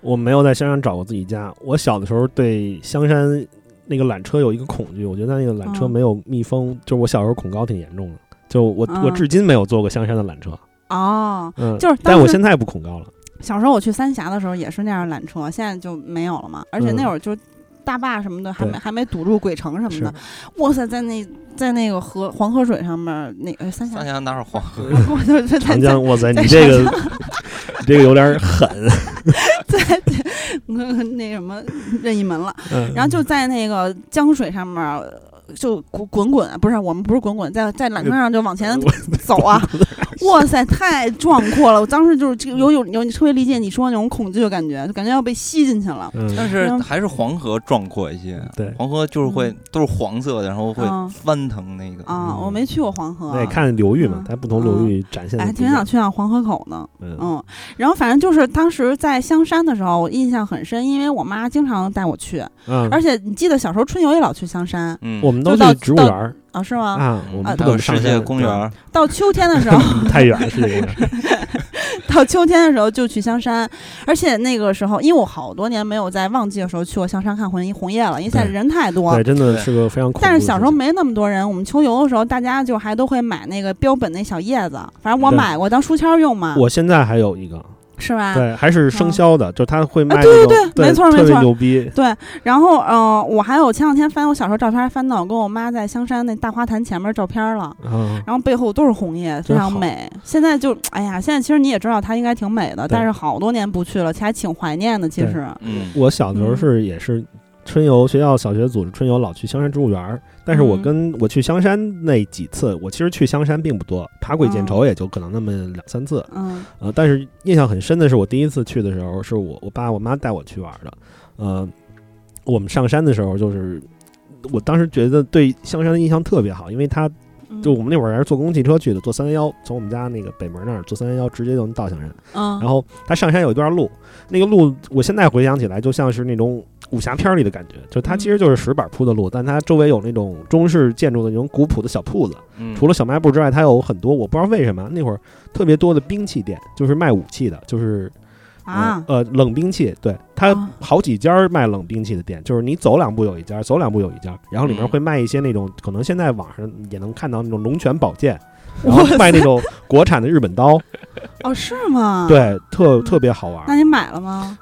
我没有在香山找过自己家。我小的时候对香山那个缆车有一个恐惧，我觉得那个缆车
嗯
没有密封，就是我小时候恐高挺严重的，就我、
嗯
我至今没有坐过香山的缆车。
哦，
嗯，
就是当
但我
时
现在不恐高了。
小时候我去三峡的时候也是那样缆车，现在就没有了嘛。而且那会儿就大坝什么的还没
嗯对
还没堵住鬼城什么的。哇塞，在那在那个河黄河水上面那个三峡
三，峡哪有黄河？
我就在在
长江，哇塞，
在
你这个 你这个有 点狠。
在在那什么任意门了，
嗯、
然后就在那个江水上面。呃就滚滚滚，不是我们不是滚滚，在在缆车上就往 前走啊！哇塞，太壮阔了！我当时就是这个有有有，你特别理解你说那种恐惧的感觉，就感觉要被吸进去了。
但
嗯，
是
然后
还是黄河壮阔一些，
对，
黄河就是会都是黄色的，然后会
嗯
翻腾那个。
啊，
嗯
我没去过黄河，
那也看流域嘛
嗯，
它不同流域展现的
哎，
不一
挺
样。
想去趟黄河口呢。
嗯
嗯，然后反正就是当时在香山的时候，我印象很深，因为我妈经常带我去，
嗯
而且你记得小时候春游也老去香山
嗯，
我们都
就到
去植物园儿
啊，是吗？
啊，我
嗯
们
还
不
有
怎么上
世界
山
公园儿，
到秋天的时候，
对太远了，世界公园儿。
到秋天的时候就去香山，而且那个时候，因为我好多年没有在旺季的时候去过香山看红红叶了，因为现在
对
人太多
对，。真的是个非 常恐怖的事情。
但是小时候没那么多人，我们秋游的时候，大家就还都会买那个标本那小叶子，反正我
对
买过当书签儿用嘛，
我现在还有一个，
是吧？
对，还是生肖的，就是他会卖
啊啊
那
对
种，
对对没错
特
没
别
错
牛逼。
然后，嗯、我还有前两天翻我小时候照片儿，翻到我跟我妈在香山那大花坛前面照片儿了。
嗯，
然后背后都是红叶，非
真
常
好
美。现在就，哎呀，现在其实你也知道它应该挺美的，
对
但是好多年不去了，还挺怀念的。其
对
实，
嗯，
我小的时候是也是春游，学校小学组织春游，老去香山植物园儿。但是我
嗯
跟我去香山那几次，我其实去香山并不多，爬鬼见
哦
愁也就可能那么两三次。
嗯
呃，但是印象很深的是，我第一次去的时候，是我我爸我妈带我去玩的。呃，我们上山的时候，就是我当时觉得对香山的印象特别好，因为它
嗯，
就我们那会儿还是坐公共汽车去的，坐三三幺，从我们家那个北门那儿坐三三幺，直接就能到香山。
嗯，
然后它上山有一段路，那个路我现在回想起来就像是那种武侠片儿里的感觉，就它其实就是石板铺的路，但它周围有那种中式建筑的那种古朴的小铺子，
嗯
除了小卖部之外，它有很多我不知道为什么那会儿特别多的兵器店，就是卖武器的，就是
啊，
呃冷兵器，对它
啊
好几家儿卖冷兵器的店，就是你走两步有一家，走两步有一家，然后里面
嗯
会卖一些那种可能现在网上也能看到那种龙泉宝 剑，然
哇
后
塞
卖那种国产的日本刀，
哦，是吗？，
对，特特别好玩
嗯那。你买了吗？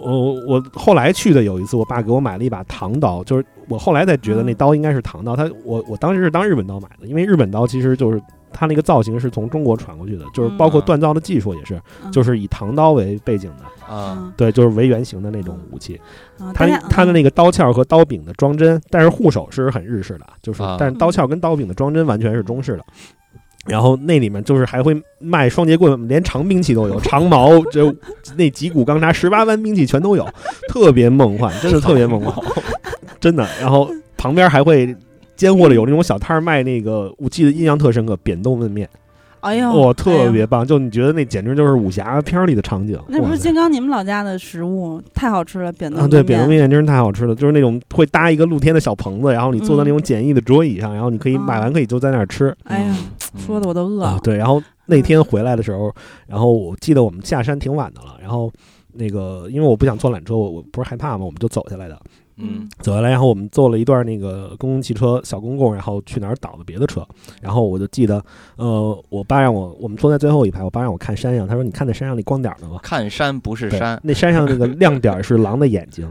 我我后来去的有一次，我爸给我买了一把唐刀，就是我后来才觉得
嗯
那刀应该是唐刀。他我我当时是当日本刀买的，因为日本刀其实就是它那个造型是从中国传过去的，就是包括
嗯
锻造的技术也是，
嗯
就是以唐刀为背景的，
嗯
啊，
对，就是为原型的那种武器。
啊，大
它
家
它的嗯那个刀鞘和刀柄的装帧，但是护手是很日式的，就是
啊
但是
嗯
刀鞘跟刀柄的装帧完全是中式的。 然后那里面就是还会卖双截棍，连长兵器都有，长矛这那几股钢叉十八般兵器全都有，特别梦幻，真的特别梦幻，真的。然后旁边还会。间或者有那种小摊儿卖那个，我记得印象特深刻，扁豆焖面，
哎呦，
哇、
哎
哦特
呦
别。棒！就你觉得那简直就是武侠片儿里的场景，
那不
哇
是
塞
金刚你们老家的食物，太好吃了，扁豆
啊，对，
焖
扁豆
面
面真是太好吃了，就是那种会搭一个露天的小棚子，然后你坐在那种简易的桌椅上，然后你可以
嗯
买完可以就在那儿吃
哎呀，
嗯
说的我都饿
啊
了。。
对，然后那天回来的时候，然后我记得我们下山挺晚的了，然后那个因为我不想坐缆车，我我不是害怕嘛，我们就走下来的，
嗯
走下来，然后我们坐了一段那个公共汽车小公共，然后去哪儿倒的别的车，然后我就记得，呃，我爸让我我们坐在最后一排，我爸让我看山上，他说你看那山上那光点儿呢吗？
看山不是
对
山，
那山上那个亮点儿是狼的眼 睛。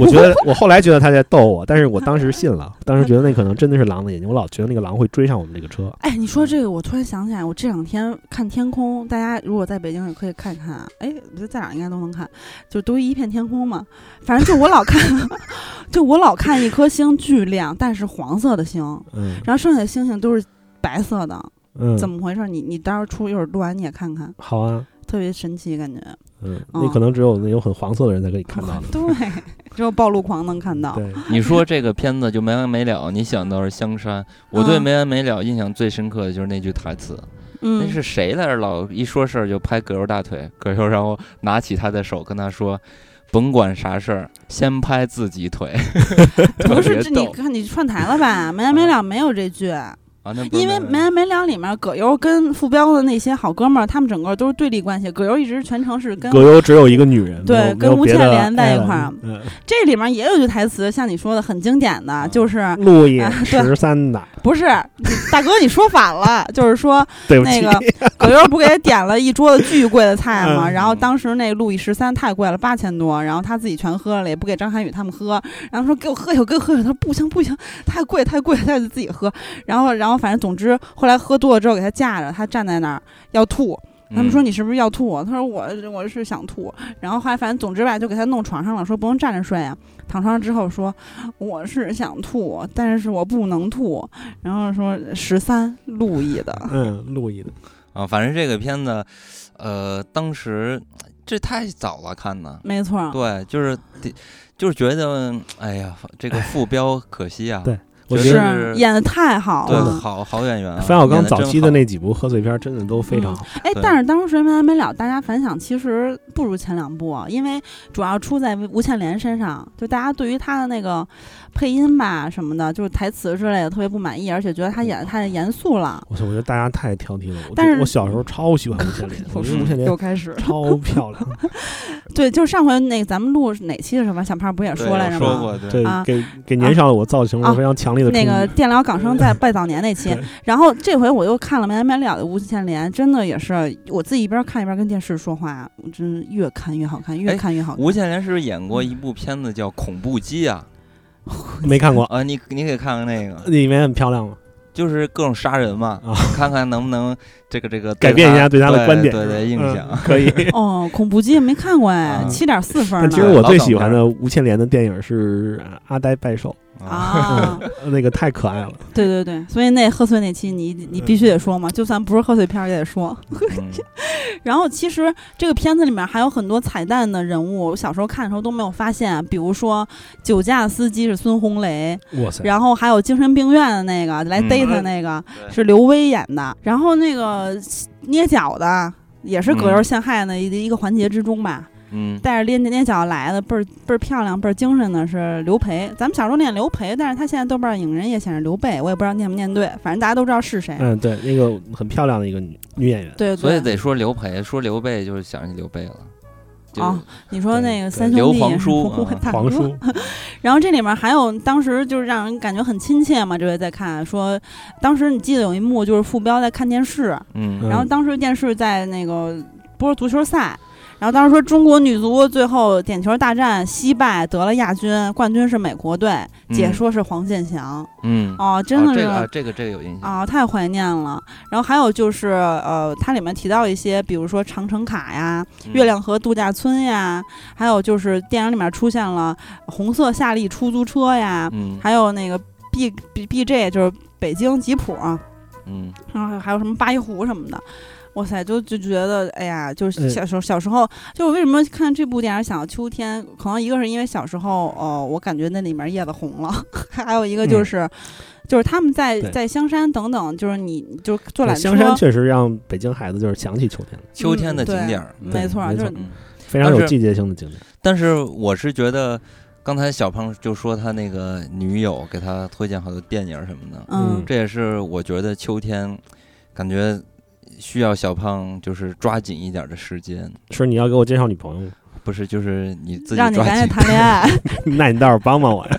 我觉得我后来觉得他在逗我，但是我当时信了，当时觉得那可能真的是狼的眼睛，我老觉得那个狼会追上我们这个车。
哎，你说这个，我突然想起来，我这两天看天空，大家如果在北京也可以看一看啊。哎，我觉得在哪儿应该都能看，就都一片天空嘛。反正就我老看， 就我老看一颗星巨亮，但是黄色的星，
嗯
然后剩下的星星都是白色的，
嗯，
怎么回事？你你待会儿出一会儿录完你也看看，
好啊？
特别神奇感觉。
嗯，
哦
你可能只有那种很黄色的人才可以看到的。
对，只有暴露狂能看到。
对，
你说这个片子就没完没了，你想到是香山。我对
嗯
没完没了印象最深刻的就是那句台词，那
嗯，
是谁来着？老一说事儿就拍葛优大腿，葛优然后拿起他的手跟他说：“甭管啥事儿，先拍自己 腿。
不
特别
是这？
逗
你看你串台了吧？没完没了没有这句，”
啊，那不是
因为
没
没完没了里面葛优跟傅彪的那些好哥们儿，他们整个都是对立关系。葛优一直全程是跟
葛优只有一个女人，
对
没有
跟
没有
吴
别
倩
的
莲在一块
Allen
儿
嗯，
这里面也有一句台词，像你说的很经典的，就是
路易
啊对
十三奶，
不是大哥你说反了，就是说
对不
那
起，
个葛优不给点了一桌子巨贵的菜吗？然后当时那路易十三太贵了，八千多，然后他自己全喝了，也不给张涵予他们喝，然后说给我喝一口，给我喝一口，他说不行不行，太贵太贵，他就自己喝。然后然后反正总之后来喝多了之后给他架着，他站在那儿要吐，他们说
嗯
你是不是要吐？他说我我是想吐，然后后来反正总之吧，就给他弄床上了，说不用站着睡啊，躺床上之后说我是想吐，但是我不能吐，然后说十三路易的，
嗯，路易的，
啊，反正这个片子，呃，当时这太早了看的，
没错儿，
对，就是得就是觉得，哎呀，这个副标可惜啊，
对我觉
觉
得
得
是
是
演的太好
对，
了。
好好演员啊，
冯小刚
演得
早
真
期的
好
那几部贺岁片真的都非常好，
哎，
对
但是当时没完没了，大家反响其实不如前两部，啊因为主要出在吴倩莲身上，就大家对于她的那个配音吧什么的，就是台词之类的特别不满意，而且觉得她演的太严肃了。
我我觉得大家太挑剔了。我
但是
我小时候超喜欢吴 倩莲，我觉得吴倩莲
又开 始，
超漂亮。
对，就是上回那个咱们录哪期的时候吧，小胖不也
对
说来
我
着
说
吗？
过对。
对
啊，
给给年少的我造成了
啊
非常强烈的
那个
冲击
电疗港生在拜早年那期
对，
然后这回我又看了没完没了的吴倩莲，真的也是我自己一边看一边跟电视说话，我真是越看越好看，越
哎
看越好看。
吴倩莲是不是演过一部片子叫《恐怖机》啊？
没看过，
啊，你你给看看那个，
里面很漂亮吗？
就是各种杀人嘛，
啊
看看能不能这个这个
改变一下
啊
对
对他的观点，
对对印象。
嗯 可以。
哦，恐怖机没看过哎
啊，
七点四分
但
呢。
其实我最喜欢的吴倩莲的电影是呃《阿呆拜寿
啊，
啊，》，
那个太可爱了。
对对对，所以那贺岁那期你你必须得说嘛，就算不是贺岁片儿也得说。
嗯
然后其实这个片子里面还有很多彩蛋的人物，我小时候看的时候都没有发现，啊比如说酒驾司机是孙红雷，
哇塞！
然后还有精神病院的那个来
嗯
逮他那个、
对
是刘威演的，然后那个捏脚的也是葛优
嗯
陷害的一个一个环节之中吧，
嗯，
带着捏捏脚来的倍儿倍儿漂亮倍儿精神的是刘培，咱们小时候念刘培，但是他现在豆瓣影人也显示刘备，我也不知道念不念对，反正大家都知道是谁。
嗯，对，那个很漂亮的一个女女演员，
对
所以
对，
得说刘培，说刘备就是想起刘备了，就
哦你说那个
对
三
对
兄弟，
刘皇 叔啊
大哥
黄叔。
然后这里面还有当时就是让人感觉很亲切嘛，这位在看说，当时你记得有一幕就是傅彪在看电视，
嗯
然后当时电视在那个播足球赛，然后当时说中国女足最后点球大战惜败得了亚军，冠军是美国队，解
嗯
说是黄健翔。
嗯，
哦，真的
啊
是
这个啊这个这个有印象，
啊，太怀念了。然后还有就是，呃，它里面提到一些，比如说长城卡呀、
嗯
月亮河度假村呀，还有就是电影里面出现了红色夏利出租车呀，
嗯
还有那个 B B B J 就是北京吉普，啊
嗯
然后还有什么八一湖什么的。哇塞，就就觉得，哎呀，就是
嗯
小时候，小时候，就我为什么看这部电影想到秋天，可能一个是因为小时候，哦，我感觉那里面叶子红了， 还有一个就
嗯
是，就是他们在
对
在香山等等，就是你就是坐
对
缆车，
香山确实让北京孩子就是想起秋天了，
秋天的景
对
点儿，嗯
没错，
没
就
错
是
嗯
非常
但
有
是
季节性的景点。
但是我是觉得，刚才小胖就说他那个女友给他推荐好多电影什么的，
嗯
嗯
这也是我觉得秋天感觉需要小胖就是抓紧一点的时间，
是你要给我介绍女朋友吗？
不是就是你自己抓
让你赶紧
紧。
谈恋爱，
那你倒是帮帮我 呀！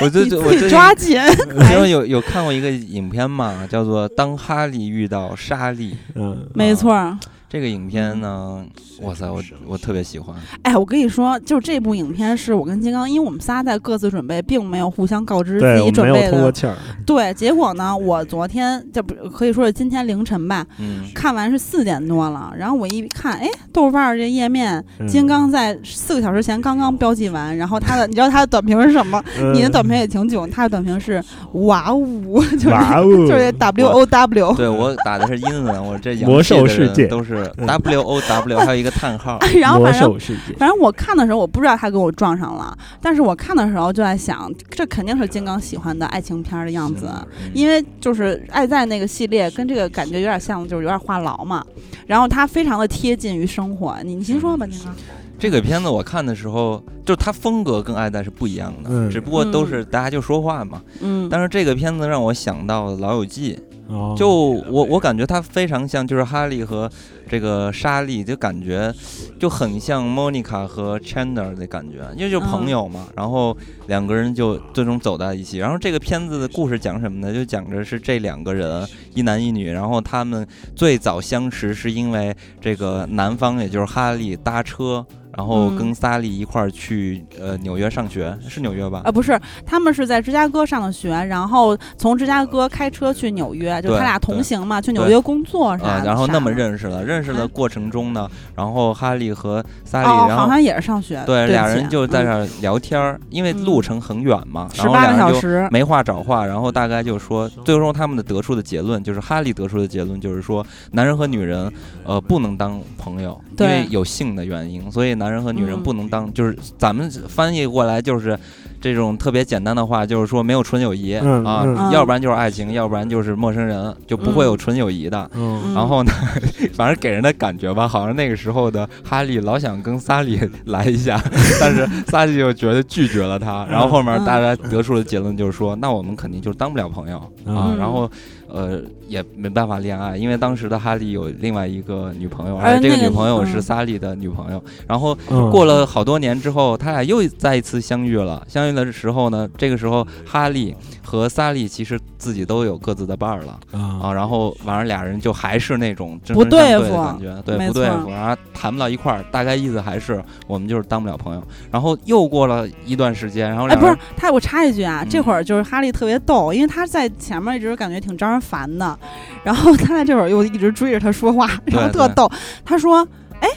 我
你
最最我
自己
最
抓紧。
嗯
你知道有有看过一个影片嘛，叫做《当哈利遇到莎莉》。
嗯，
没错，
这个影片呢，哇塞，我我特别喜欢，
哎，我跟你说，就是这部影片是我跟金刚，因为我们仨在各自准备，并没有互相告知
对
自
我
己
们
准
没
备
有通过
的。
气儿，
对，结果呢，我昨天这不可以说是今天凌晨吧，
嗯，
看完是四点多了，然后我一看，哎，豆瓣儿这页面，
嗯
金刚在四个小时前刚刚标记完，然后他的，你知道他的短评是什么？
嗯
你的短评也挺囧，他的短评是哇呜， 就是
哇哦
就是这 W O W，
对我打的是英文，我这 养
魔兽
气的
世
人
界
都是
嗯
W O W，还有一个叹号，
然后
魔
反正
兽世界，
反正我看的时候，我不知道他跟我撞上了，但是我看的时候就在想，这肯定是金刚喜欢的爱情片儿的样子，
嗯
因为就是《爱在》那个系列跟这个感觉有点像，就是有点话痨嘛。然后他非常的贴近于生活，你你先啊说吧，金刚。
这个片子我看的时候，就是它风格跟《爱戴》是不一样的，
嗯
只不过都
嗯
是大家就说话嘛。
嗯，
但是这个片子让我想到了《老友记》，
哦
就我嗯我感觉它非常像，就是哈利和这个莎莉，就感觉就很像 Monica 和 Chandler 的感觉，因为就是朋友嘛。然后两个人就最终走在一起。然后这个片子的故事讲什么呢？就讲着是这两个人，一男一女，然后他们最早相识是因为这个男方，也就是哈利搭车。然后
嗯
跟莎莉一块儿去呃纽约上学，是纽约吧？
啊，不是，他们是在芝加哥上的学，然后从芝加哥开车去纽约，就
对
他俩
对
同行嘛，去纽
对
约工作啥
啊，
的。
然后
啥
那么
的
认识了，认识的
嗯
过程中呢，然后哈利和萨利，
哦，
然
好
后
像也是上学。
对
不
俩
起
人就在这
嗯
儿聊天儿，因为
嗯
路程很远嘛，然
十
后
八
俩
个小
人就
时。
没话找话，然后大概就说，最终他们的得出的结论就是哈利得出的结论就是说，男人和女人呃不能当朋友，因
对
为有性的原因，所以男人和女人
嗯
不能当，就是咱们翻译过来就是这种特别简单的话，就是说没有纯友谊
嗯
啊
嗯，
要不然就是爱情，要不然就是陌生人，就不会有
嗯
纯友谊的。
嗯
嗯
然后呢， 反正给人的感觉吧，好像那个时候的哈利老想跟萨利来一下， 但是萨利就觉得拒绝了
嗯
他。然后后面大家得出的结论就是说，那我们肯定就是当不了朋友啊。
嗯
然后，呃，也没办法恋爱，因为当时的哈利有另外一个女朋友，
而
而且这
呃那
个
个
女朋友是
嗯
萨利的女朋友。然后
嗯
过了好多年之后，他俩又再一次相遇了。相遇的时候呢，这个时候哈利和萨利其实自己都有各自的伴儿了。
啊
啊，然后晚上俩人就还是那种针
不
锋相
对
对的
付啊
感觉，对，
没
不对
错
付，然后谈不到一块儿，大概意思还是我们就是当不了朋友。然后又过了一段时间，然后
哎，
两
不
人、
是他，我插一句啊，这
嗯
会儿就是哈利特别逗，因为他在前面一直感觉挺招人烦的，然后他在这会儿又一直追着他说话，然后
对
特
对
逗。他说：“哎，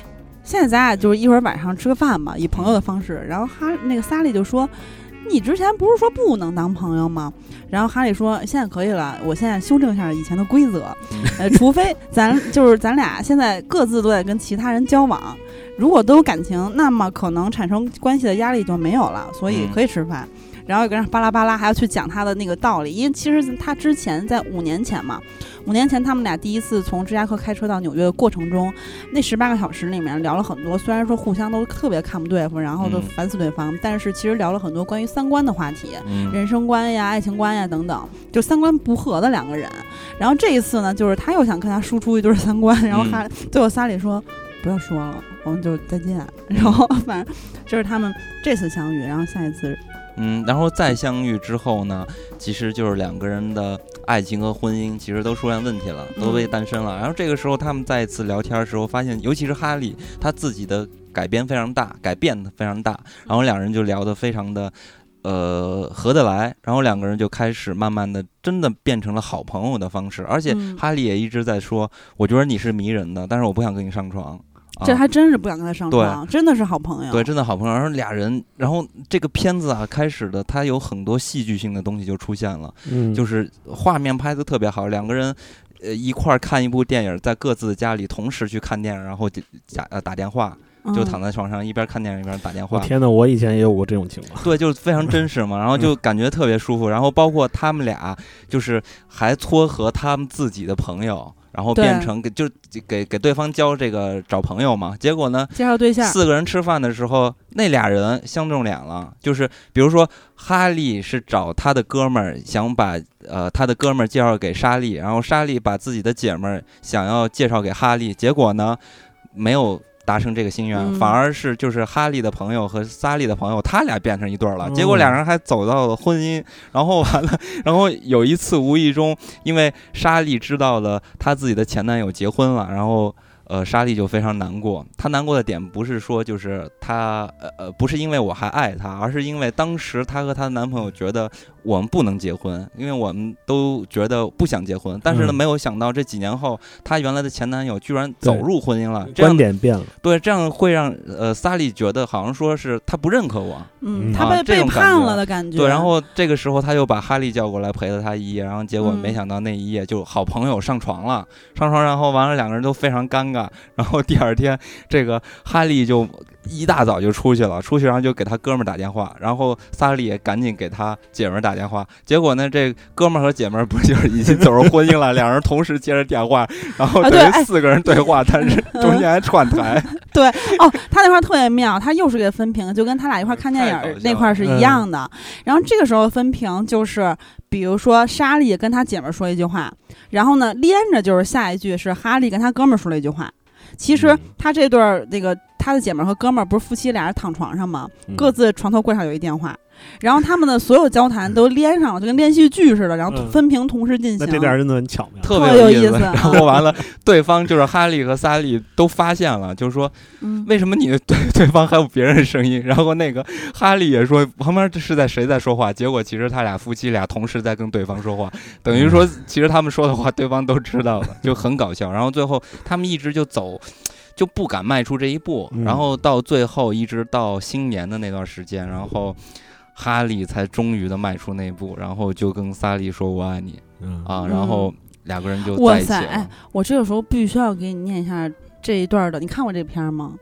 现在咱俩就是一会儿晚上吃个饭吧，以朋友的方式。”然后哈那个萨利就说。你之前不是说不能当朋友吗？然后哈利说现在可以了，我现在修正一下以前的规则，
嗯
呃，除非咱就是咱俩现在各自都在跟其他人交往，如果都有感情，那么可能产生关系的压力就没有了，所以
嗯
可以吃饭。然后有个人巴拉巴拉还要去讲他的那个道理，因为其实他之前在五年前嘛，五年前他们俩第一次从芝加哥开车到纽约的过程中，那十八个小时里面聊了很多，虽然说互相都特别看不对付，然后都
嗯
烦死对方，但是其实聊了很多关于三观的话题。
嗯，
人生观呀、爱情观呀等等，就三观不合的两个人。然后这一次呢，就是他又想跟他输出一对三观，然后
嗯
哈，最后萨里说不要说了，我们就再见。然后反正这是他们这次相遇，然后下一次
嗯，然后再相遇之后呢，其实就是两个人的爱情和婚姻其实都出现问题了，
嗯
都被单身了。然后这个时候他们再一次聊天的时候，发现尤其是哈利他自己的改变非常大，改变非常大。然后两人就聊得非常的。呃，合得来，然后两个人就开始慢慢的，真的变成了好朋友的方式。而且
嗯
哈利也一直在说，我觉得你是迷人的，但是我不想跟你上床。啊、
这还真是不想跟他上床，真的是好朋
啊
友。
对，真的好朋友。然后俩人，然后这个片子啊，开始的它有很多戏剧性的东西就出现了，
嗯
就是画面拍的特别好，两个人。呃，一块儿看一部电影，在各自的家里同时去看电影，然后就假呃打电话，
嗯，
就躺在床上一边看电影一边打电
我
话。
天哪，我以前也有过这种情况，
对，就是非常真实嘛，然后就感觉特别舒服。然后包括他们俩，就是还撮合他们自己的朋友，然后
对
变成给就是给给对方交这个找朋友嘛。结果呢，
介绍对象。
四个人吃饭的时候，那俩人相中脸了，就是比如说哈利是找他的哥们儿，想把呃他的哥们儿介绍给莎莉，然后莎莉把自己的姐们儿想要介绍给哈利，结果呢没有。达成这个心愿，
嗯
反而是就是哈利的朋友和莎莉的朋友，他俩变成一对儿了。
哦
结果俩人还走到了婚姻，然后完了，然后有一次无意中，因为莎莉知道了她自己的前男友结婚了，然后呃，莎莉就非常难过。她难过的点不是说就是她呃呃，不是因为我还爱她，而是因为当时她和她的男朋友觉得我们不能结婚，因为我们都觉得不想结婚。但是呢，
嗯
没有想到这几年后，她原来的前男友居然走
对
入婚姻了。这
观
样
点变了，
对，这样会让呃莎莉觉得好像说是她不认可我，
嗯，
嗯
他
啊
被
这
背
种感
叛
觉
了的感觉。
对，然后这个时候他又把哈利叫过来陪了他一夜，然后结果没
嗯
想到那一夜就好朋友上床了，上床，然后完了两个人都非常尴尬，然后第二天这个哈利就一大早就出去了，出去然后就给他哥们儿打电话，然后萨利也赶紧给他姐们儿打电话，结果呢这哥们儿和姐们儿不是就是已经走入婚姻了，两人同时接着电话，然后
啊
等
对
于
哎嗯
四个人对话，但是中间还串 台，
哦，他那块儿特别妙，他又是给分屏，就跟他俩一
嗯
块儿看电影
太搞
儿
笑
那块儿是一样的。然后这个时候分屏就是，比如说莎莉跟她姐们儿说一句话，然后呢连着就是下一句是哈利跟他哥们儿说了一句话。其实
嗯
他这对儿那个他的姐们儿和哥们儿不是夫妻俩人躺床上吗？
嗯
各自床头柜上有一电话。然后他们的所有交谈都连上了，就跟连续剧似的，然后
嗯
分屏同时进行。
那这段真的很巧妙，
特
特
别
有
意
意思啊
然后完了，对方就是哈利和萨利都发现了，就是说。
嗯，
为什么你的对对方还有别人的声音？然后那个哈利也说旁边这是在谁在说话？结果其实他俩夫妻俩同时在跟对方说话，等于
嗯
说其实他们说的话对方都知道了，就很搞笑。然后最后他们一直就走。就不敢迈出这一步，
嗯
然后到最后一直到新年的那段时间，然后哈利才终于的迈出那一步，然后就跟萨利说“我爱你”
嗯
啊，
嗯
然后两个人就
哇
在一起
塞
了
哎。我这个时候必须要给你念一下这一段儿的。你看过这片儿吗？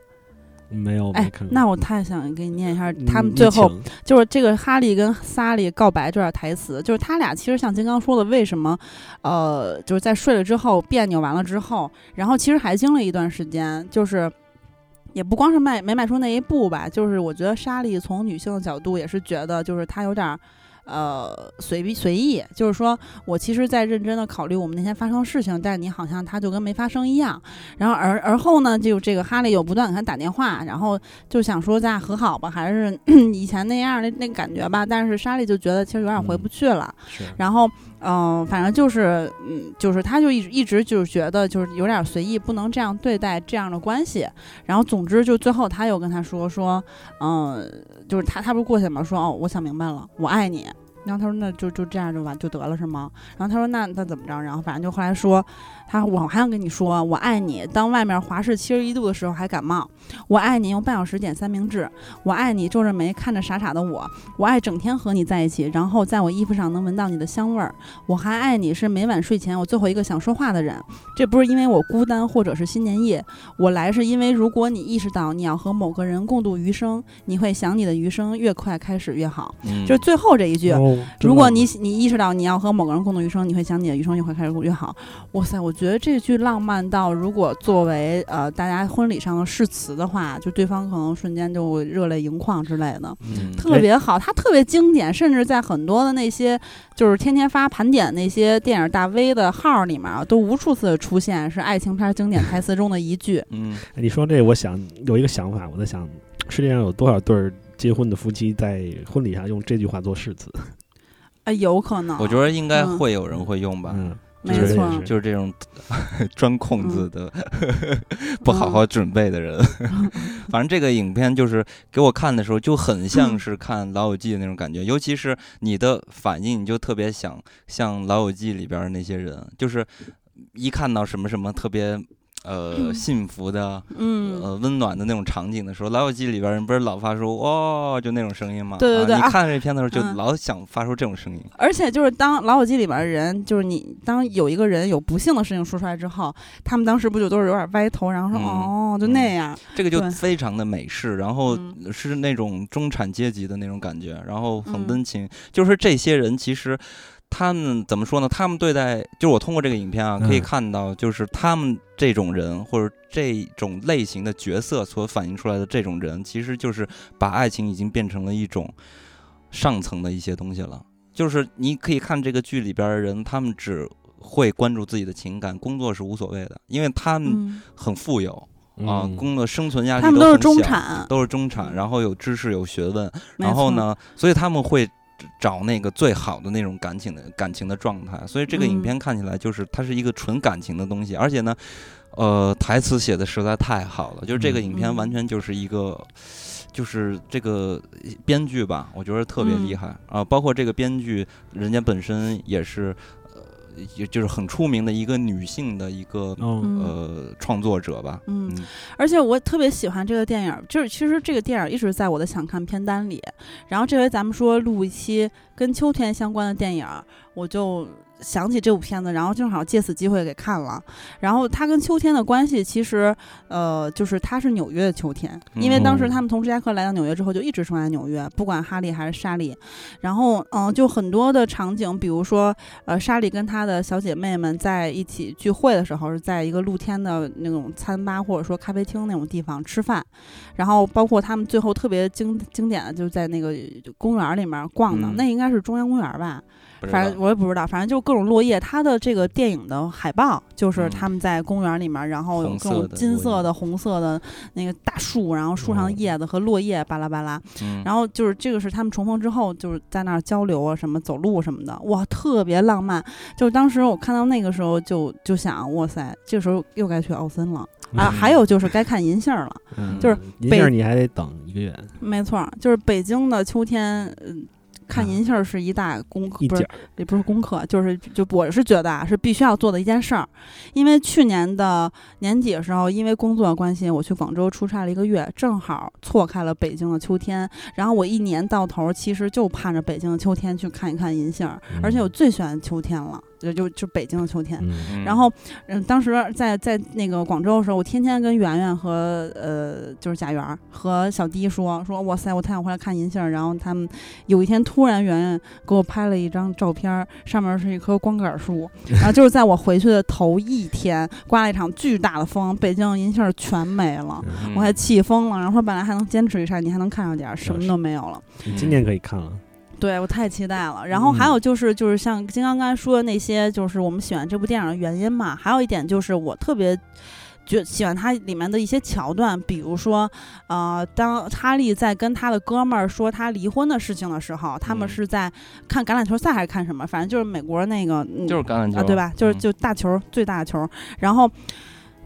没有没
哎
看，过。
那我太想给你念一下
嗯
他们
你
最后
请
就是这个哈利跟萨利告白这段台词，就是他俩其实像金刚说的，为什么，呃，就是在睡了之后别扭完了之后，然后其实还经历一段时间，就是。也不光是迈没迈出那一步吧，就是我觉得莎莉从女性的角度也是觉得，就是她有点儿，呃，随意随意，就是说我其实在认真的考虑我们那天发生的事情，但是你好像她就跟没发生一样。然后而而后呢，就这个哈利有不断给他打电话，然后就想说咱俩和好吧，还是 以前那样的那感觉吧。但是莎莉就觉得其实有点回不去了。
是
然后，嗯、反正就是，嗯，就是他就一直一直就是觉得就是有点随意，不能这样对待这样的关系。然后，总之就最后他又跟他说说，嗯、就是他他不是过去嘛，说哦，我想明白了，我爱你。然后他说那就就这样就完就得了是吗？然后他说那那怎么着？然后反正就后来说，他我还想跟你说我爱你。当外面华氏七十一度的时候还感冒，我爱你。用半小时点三明治，我爱你。皱着眉看着傻傻的我，我爱整天和你在一起，然后在我衣服上能闻到你的香味儿。我还爱你是每晚睡前我最后一个想说话的人。这不是因为我孤单或者是新年夜，我来是因为如果你意识到你要和某个人共度余生，你会想你的余生越快开始越好。
嗯
就是最后这一句，
哦真
如果
浪
你你意识到你要和某个人共度余生，你会想你的余生越快开始越好。哇塞，我觉得这句浪漫到，如果作为呃大家婚礼上的誓词的话，就对方可能瞬间就会热泪盈眶之类的，
嗯
特别好。它特别经典，甚至在很多的那些就是天天发盘点那些电影大 V 的号里面啊，都无数次出现是爱情片经典台词中的一句。
嗯
漫哎你说这，我想有一个想法，我在想世界上有多少对儿结婚的夫妻在婚礼上用这句话做誓词？
哎，有可能，
我觉得应该
嗯
会有人会用吧。
嗯，
没
就是
错，
也是
就是这 种钻空子
嗯
的、 不好好准备的人。反正这个影片就是给我看的时候，就很
嗯
像是看《老友记》的那种感觉，尤其是你的反应，你就特别想像《老友记》里边儿那些人，就是一看到什么什么特别呃
嗯
幸福的。
嗯。
呃，温暖的那种场景的时候，《老友记》里边儿人不是老发出“哦”就那种声音吗？
对对对
啊
啊
你看这片的时候就
嗯
老想发出这种声音。
而且就是当《老友记》里边的人，就是你当有一个人有不幸的事情说出来之后，他们当时不就都是有点歪头，然后说、
嗯
哦，就那样，
这个就
对
非常的美式，然后
嗯
是那种中产阶级的那种感觉，然后很
嗯
温情。就是这些人其实他们怎么说呢？他们对待就是我通过这个影片啊，
嗯
可以看到，就是他们这种人或者这种类型的角色所反映出来的这种人，其实就是把爱情已经变成了一种上层的一些东西了。就是你可以看这个剧里边的人，他们只会关注自己的情感，工作是无所谓的，因为他们
嗯，
很富有。啊，
嗯
工作生存压力
他们
都
都是
很
中
小，
产，
都是中产，
嗯
然后有知识有学问，
没
然后
错，
呢，所以他们会找那个最好的那种感情的感情的状态。所以这个影
嗯
片看起来就是它是一个纯感情的东西，而且呢，呃，台词写的实在太好了，就是这个
嗯
影片完全就是一个。就是这个编剧吧，我觉得特别
嗯
厉害、啊！包括这个编剧，人家本身也是，呃，也就是很出名的一个女性的一个、
嗯
嗯
呃创作者吧。
嗯，而且我特别喜欢这个电影，就是其实这个电影一直在我的想看片单里。然后这回咱们说录一期跟秋天相关的电影，我就想起这部片子，然后正好借此机会给看了。然后它跟秋天的关系，其实呃，就是它是纽约的秋天，因为当时他们从芝加哥来到纽约之后，就一直生活在纽约，不管哈利还是莎莉。然后嗯、呃就很多的场景，比如说呃，莎莉跟她的小姐妹们在一起聚会的时候，是在一个露天的那种餐吧或者说咖啡厅那种地方吃饭，然后包括他们最后特别经经典的就是在那个公园里面逛的，
嗯
那应该是中央公园吧，
不知
反
道
正我也不知道，反正就各种落叶。它的这个电影的海报就是
嗯
他们在公园里面，然后有
红
各
色
种
的
金
落
色
叶
的、红色的那个大树，然后树上的
哦
叶子和落叶巴拉巴拉。
嗯
然后就是这个是他们重逢之后，就是在那儿交流啊，什么走路什么的，哇，特别浪漫。就是当时我看到那个时候就就想，哇塞，这时候又该去奥森了啊！
嗯
还有就是该看银杏儿了，
嗯
就是
一
北
下你还得等一个月
没错儿，就是北京的秋天，嗯。看银杏儿是一大功课，
一
不
点
是
儿，
也不是功课，就是就我是觉得啊，是必须要做的一件事儿。因为去年的年底的时候，因为工作关系，我去广州出差了一个月，正好错开了北京的秋天。然后我一年到头其实就盼着北京的秋天去看一看银杏儿，而且我最喜欢秋天了，就就就北京的秋天。
嗯
然后，嗯，当时在在那个广州的时候，我天天跟圆圆和呃，就是贾圆儿和小迪说说，哇塞，我太想回来看银杏儿。然后他们有一天突然圆圆给我拍了一张照片儿，上面是一棵光杆儿树，然后就是在我回去的头一天，刮了一场巨大的风，北京银杏儿全没了。
嗯
我还气疯了，然后说本来还能坚持一下，你还能看上点儿，什么都没有了。
你今年可以看了，
对我太期待了。然后
嗯
还有就是，就是像金刚刚才说的那些，就是我们喜欢这部电影的原因嘛。还有一点就是我特别。觉喜欢它里面的一些桥段，比如说，呃，当哈利在跟他的哥们儿说他离婚的事情的时候，他们
嗯
是在看橄榄球赛还是看什么？反正就是美国那个，嗯
就是橄榄球
啊，对吧？就是
嗯
就大球儿，最大的球儿。然后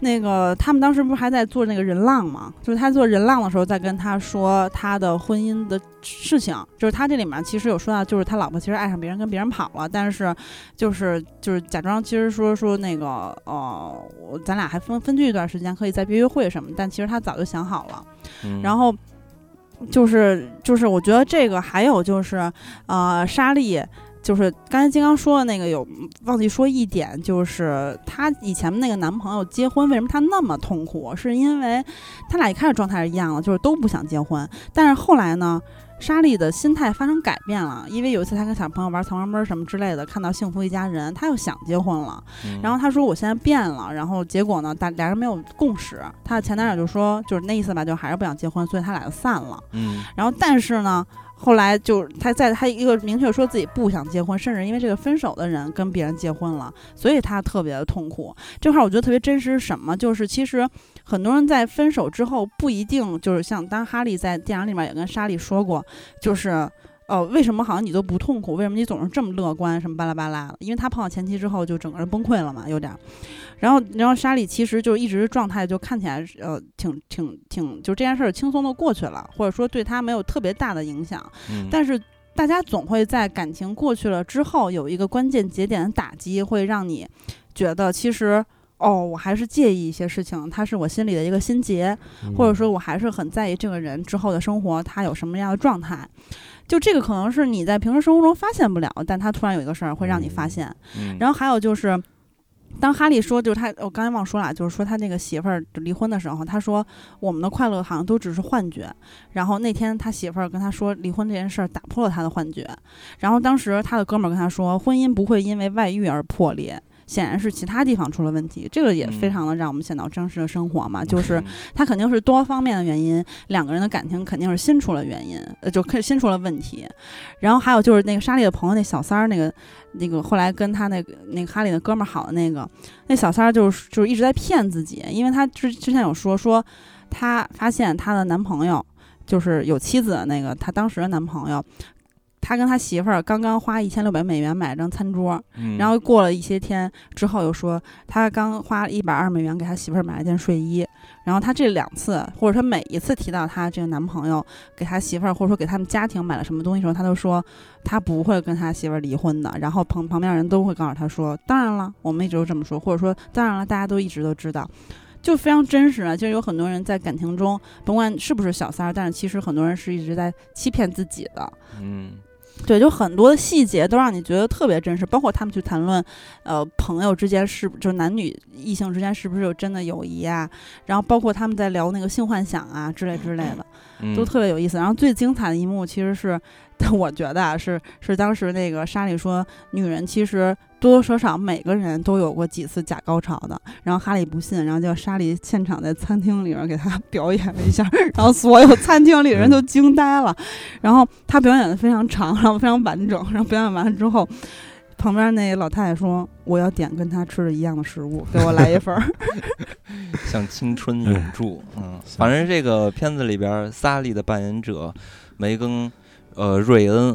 那个他们当时不是还在做那个人浪嘛？就是他做人浪的时候，在跟他说他的婚姻的事情。就是他这里面其实有说到，就是他老婆其实爱上别人，跟别人跑了，但是就是就是假装其实说说那个呃，我咱俩还分分居一段时间，可以再约约会什么。但其实他早就想好了。
嗯
然后就是就是，我觉得这个还有就是，呃，莎莉。就是刚才金刚说的那个有忘记说一点，就是她以前那个男朋友结婚，为什么她那么痛苦？是因为他俩一开始状态是一样的，就是都不想结婚。但是后来呢，莎莉的心态发生改变了，因为有一次她跟小朋友玩藏猫猫什么之类的，看到幸福一家人，她又想结婚了。
嗯
然后他说我现在变了，然后结果呢，大俩人没有共识，他的前男友就说就是那意思吧，就还是不想结婚，所以他俩就散了。
嗯
然后但是呢，后来就他在他一个明确说自己不想结婚，甚至因为这个分手的人跟别人结婚了，所以他特别的痛苦。这块儿我觉得特别真实是什么？就是其实很多人在分手之后不一定就是像当哈利在电影里面也跟莎莉说过，就是。呃，为什么好像你都不痛苦？为什么你总是这么乐观？什么巴拉巴拉的？因为他碰到前妻之后，就整个人崩溃了嘛，有点儿。然后，然后莎莉其实就一直状态就看起来是呃挺挺挺，就这件事儿轻松的过去了，或者说对她没有特别大的影响。
嗯
但是大家总会在感情过去了之后，有一个关键节点的打击，会让你觉得其实哦，我还是介意一些事情，它是我心里的一个心结，
嗯
或者说我还是很在意这个人之后的生活，他有什么样的状态。就这个可能是你在平时生活中发现不了，但他突然有一个事儿会让你发
嗯
现。
嗯
然后还有就是，当哈利说，就是他，我刚才忘说了，就是说他那个媳妇儿就离婚的时候，他说我们的快乐好像都只是幻觉。然后那天他媳妇儿跟他说离婚这件事儿打破了他的幻觉。然后当时他的哥们儿跟他说，婚姻不会因为外遇而破裂。显然是其他地方出了问题，这个也非
嗯
常的让我们想到真实的生活嘛，就
嗯
是他肯定是多方面的原因，两个人的感情肯定是新出了原因，呃，就开新出了问题。然后还有就是那个莎莉的朋友那小三儿，那个那个后来跟他那个那个哈利的哥们儿好的那个，那小三儿就是就是一直在骗自己，因为他之之前有说说她发现她的男朋友就是有妻子的那个她当时的男朋友。他跟他媳妇儿刚刚花一千六百美元买了张餐桌，
嗯
然后过了一些天之后，又说他刚花一百二美元给他媳妇儿买了件睡衣。然后他这两次，或者他每一次提到他这个男朋友给他媳妇儿，或者说给他们家庭买了什么东西的时候，他都说他不会跟他媳妇儿离婚的。然后旁旁边人都会告诉他说：“当然了，我们一直都这么说，或者说当然了，大家都一直都知道。”就非常真实啊！就是有很多人在感情中，甭管是不是小三儿，但是其实很多人是一直在欺骗自己的。
嗯
对，就很多的细节都让你觉得特别真实，包括他们去谈论，呃，朋友之间是就是男女异性之间是不是有真的友谊啊，然后包括他们在聊那个性幻想啊之类之类的，
嗯
都特别有意思。然后最精彩的一幕其实是， 我觉得啊，是是当时那个莎莉说，女人其实多多少少每个人都有过几次假高潮的。然后哈利不信，然后叫莎莉现场在餐厅里面给他 表演了一下，然后所有餐厅里人都惊呆了。然后他表演的非常长，然后非常完整。然后表演完了之后。旁边那老太太说：“我要点跟他吃的一样的食物，给我来一份儿。
像青春永驻，嗯，反正这个片子里边儿，萨利的扮演者梅根，呃，瑞恩，”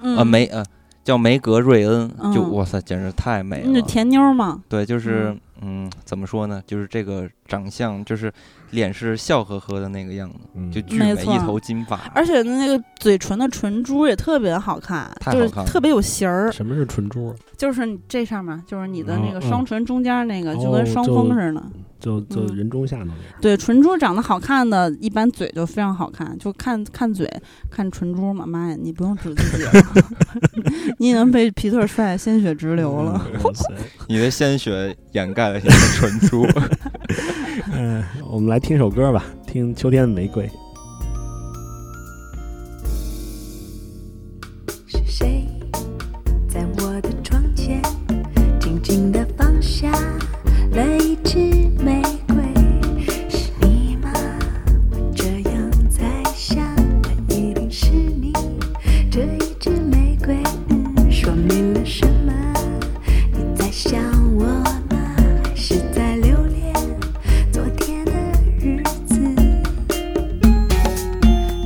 呃，
嗯，
梅呃叫梅格瑞恩，就
嗯
哇塞，简直太美
那
了。
甜妞儿嘛，
对，就是嗯，怎么说呢？就是这个长相，就是脸是笑呵呵的那个样子，
嗯
就巨
没
美，
错
一头金发。
而且那个嘴唇的唇珠也特别好看，
太
就是
好看了
特别有型儿，
什么是唇珠啊？
就是你这上面就是你的那个
嗯嗯
双唇中间那个，
哦
就跟双峰
就
似的。
就就
嗯
人中下那边。
对，唇珠长得好看的，一般嘴就非常好看，就看看嘴，看唇珠嘛。妈呀，你不用指自己了，你已经被皮特帅得鲜血直流了。
嗯。哇塞
你的鲜血掩盖了你的唇珠。
嗯，我们来听首歌吧，听《秋天的玫瑰》。
是谁在我的窗前静静地放下了一支玫瑰？是你吗？我这样猜想，但一定是你。这一支玫瑰，嗯说明了什么？你在想我吗？还是在留恋昨天的日子？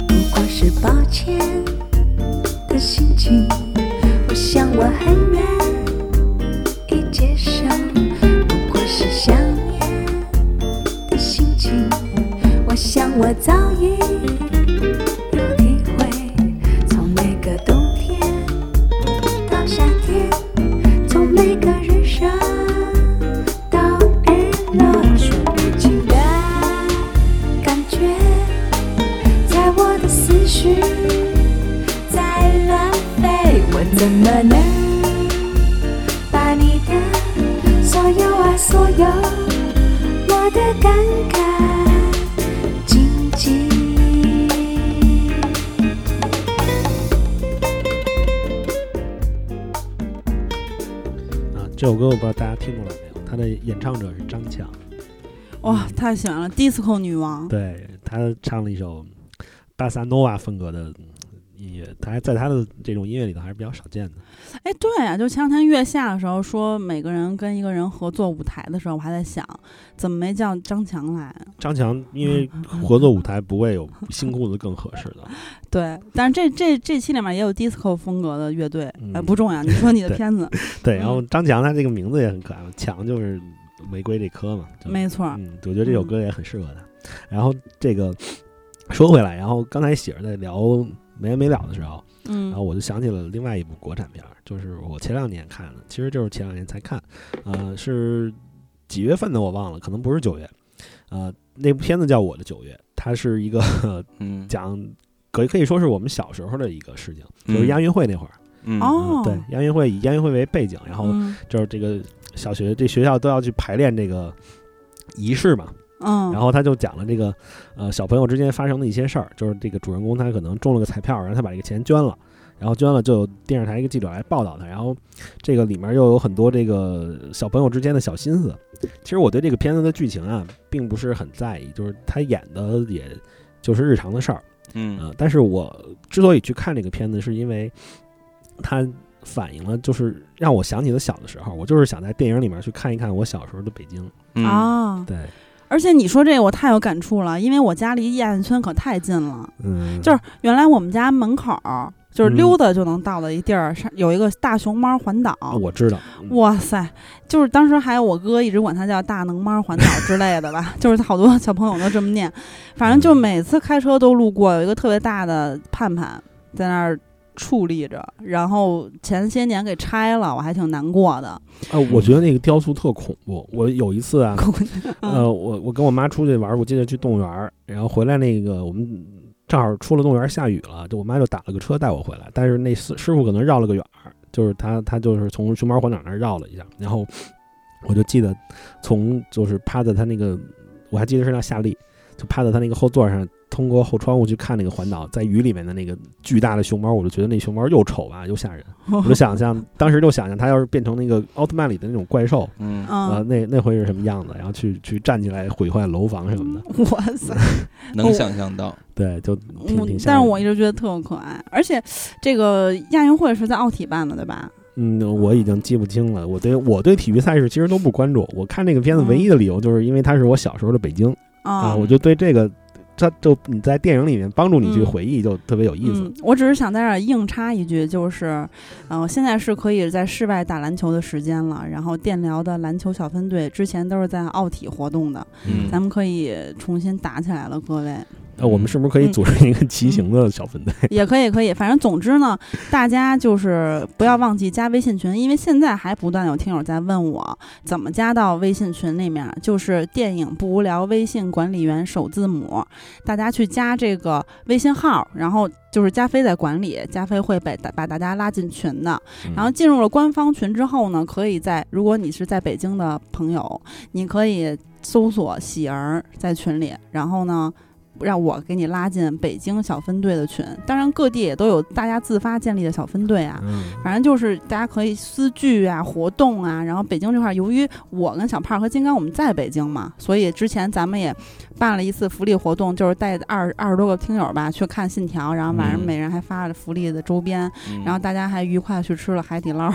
不过是抱歉。的心情，我想我很愿意接受，不过是想念的心情，我想我早已有体会，从每个冬天到夏天，从每个日升到日落，说不清的感觉，在我的思绪。在乱飞，我怎么能把你的所有啊所有，我的尴尬谨记？
啊，这首歌我不知道大家听过来没有？它的演唱者是张强，
哇，太喜欢了，disco 女王。
对他唱了一首巴萨诺瓦风格的音乐，他还在他的这种音乐里头还是比较少见的。
哎，对啊，就前两天月下的时候说，每个人跟一个人合作舞台的时候，我还在想，怎么没叫张强来？
张强因为合作舞台不会有新裤子更合适的，
对，但是这这这期里面也有 disco 风格的乐队，
嗯
呃，不重要。你说你的
对
片子，
对。然后张强他这个名字也很可爱嘛，强就是玫瑰这棵嘛，就
没错儿，
嗯，我觉得这首歌也很适合他。然后这个说回来，然后刚才喜儿在聊没完没了的时候，
嗯，
然后我就想起了另外一部国产片儿，就是我前两年看的，其实就是前两年才看，呃，是几月份的我忘了，可能不是九月，呃，那部片子叫《我的九月》，它是一个
嗯，
讲，可以可以说是我们小时候的一个事情，就
嗯
是亚运会那会儿，
嗯
哦，
对，亚运会以亚运会为背景，然后
嗯
就是这个小学这学校都要去排练这个仪式嘛，
嗯，
然后他就讲了这个呃小朋友之间发生的一些事儿，就是这个主人公他可能中了个彩票，然后他把这个钱捐了，然后捐了就有电视台一个记者来报道他，然后这个里面又有很多这个小朋友之间的小心思。其实我对这个片子的剧情啊，并不是很在意，就是他演的也就是日常的事儿，
嗯
呃，但是我之所以去看这个片子，是因为它反映了，就是让我想起了小的时候，我就是想在电影里面去看一看我小时候的北京。
嗯
啊，
对，
而且你说这个我太有感触了，因为我家离亚运村可太近了。
嗯，
就是原来我们家门口儿就是
嗯
溜达就能到的一地儿，上有一个大熊猫环岛。
啊我知道，
哇塞！就是当时还有我哥一直管它叫大能猫环岛之类的吧， 就是好多小朋友都这么念。反正
嗯
就每次开车都路过，有一个特别大的盼盼在那儿矗立着，然后前些年给拆了，我还挺难过的。
啊，我觉得那个雕塑特恐怖。我有一次啊，
嗯
呃，我我跟我妈出去玩儿，我记得去动物园儿，然后回来那个我们正好出了动物园儿，下雨了，就我妈就打了个车带我回来，但是那师师傅可能绕了个远儿，就是他他就是从熊猫广场那儿绕了一下，然后我就记得从就是趴在他那个，我还记得是叫夏利，就趴在他那个后座上。通过后窗户去看那个环岛，在雨里面的那个巨大的熊猫，我就觉得那熊猫又丑啊又吓人，我就想象当时就想象它要是变成那个奥特曼里的那种怪兽，
嗯，
嗯
呃，，那那会是什么样子？然后去去站起来毁坏楼房什么的，
哇塞！
能想象到，
对，就嗯挺
我
挺
嗯
吓
但是
人
我一直觉得特可爱，而且这个亚运会是在奥体办的，对吧？
嗯，我已经记不清了。我对我对体育赛事其实都不关注。我看这个片子唯
嗯
一的理由就是因为它是我小时候的北京啊，
啊
我就对这个，它就你在电影里面帮助你去
嗯
回忆，就特别有意思
嗯。，我只是想在这儿硬插一句，就是，呃，现在是可以在室外打篮球的时间了。然后电疗的篮球小分队之前都是在奥体活动的，
嗯
咱们可以重新打起来了，各 位
那我们是不是
嗯
可以组织一个骑行的小分队？
也可以，可以。反正总之呢，大家就是不要忘记加微信群，因为现在还不断有听友在问我怎么加到微信群里面，啊就是电影不无聊微信管理员首字母，大家去加这个微信号，然后就是加菲在管理，加菲会把把大家拉进群的。然后进入了官方群之后呢，可以在如果你是在北京的朋友，你可以搜索喜儿在群里，然后呢。让我给你拉进北京小分队的群，当然各地也都有大家自发建立的小分队啊。
嗯，
反正就是大家可以私聚啊、活动啊。然后北京这块儿，由于我跟小胖和金刚我们在北京嘛，所以之前咱们也办了一次福利活动，就是带二二十多个听友吧去看《信条》，然后晚上
嗯
每人还发了福利的周边，
嗯
然后大家还愉快地去吃了海底捞儿，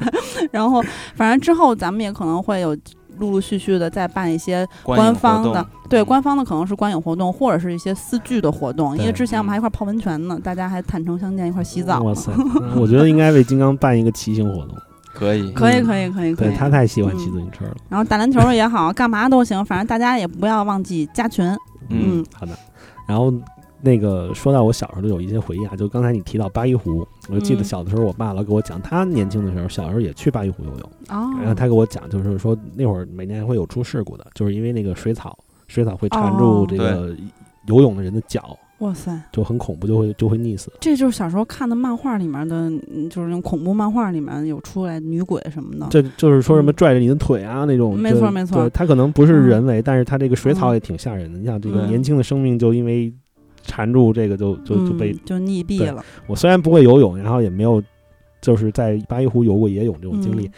然后反正之后咱们也可能会有陆陆续续的再办一些
影
官
活
方
动
的，对
嗯
官方的可能是观影活动或者是一些私剧的活动，因为
对
之前我们
嗯
还一块儿泡温泉呢，大家还坦诚相见一块儿洗澡
哇
呢。
塞！那我觉得应该为金刚办一个骑行活动，
可以，
可以可以可以可
嗯对
以，
他太喜欢骑自
嗯
行车了。
然后打篮球也好，干嘛都行，反正大家也不要忘记加群。嗯，
好的。然后那个说到我小时候的有一些回忆啊，就刚才你提到八一湖，我就记得
嗯
小的时候，我爸老给我讲，他年轻的时候，小时候也去八一湖游泳，
哦，
然后他给我讲，就是说那会儿每年会有出事故的，就是因为那个水草，水草会缠住
哦
这个游泳的人的脚，
哇塞，
就很恐怖，就会就会溺死。
这就是小时候看的漫画里面的，嗯就是那种恐怖漫画里面有出来女鬼什么的。
这就是说什么
嗯
拽着你的腿啊那种，
没错
就
没错
对他可能不是人为，但是他这个水草也挺吓人的。你想这个
嗯
年轻的生命就因为缠住这个就就就被
嗯、就溺
对
毙了，
我虽然不会游泳，然后也没有就是在八一湖游过野泳这种经历，
嗯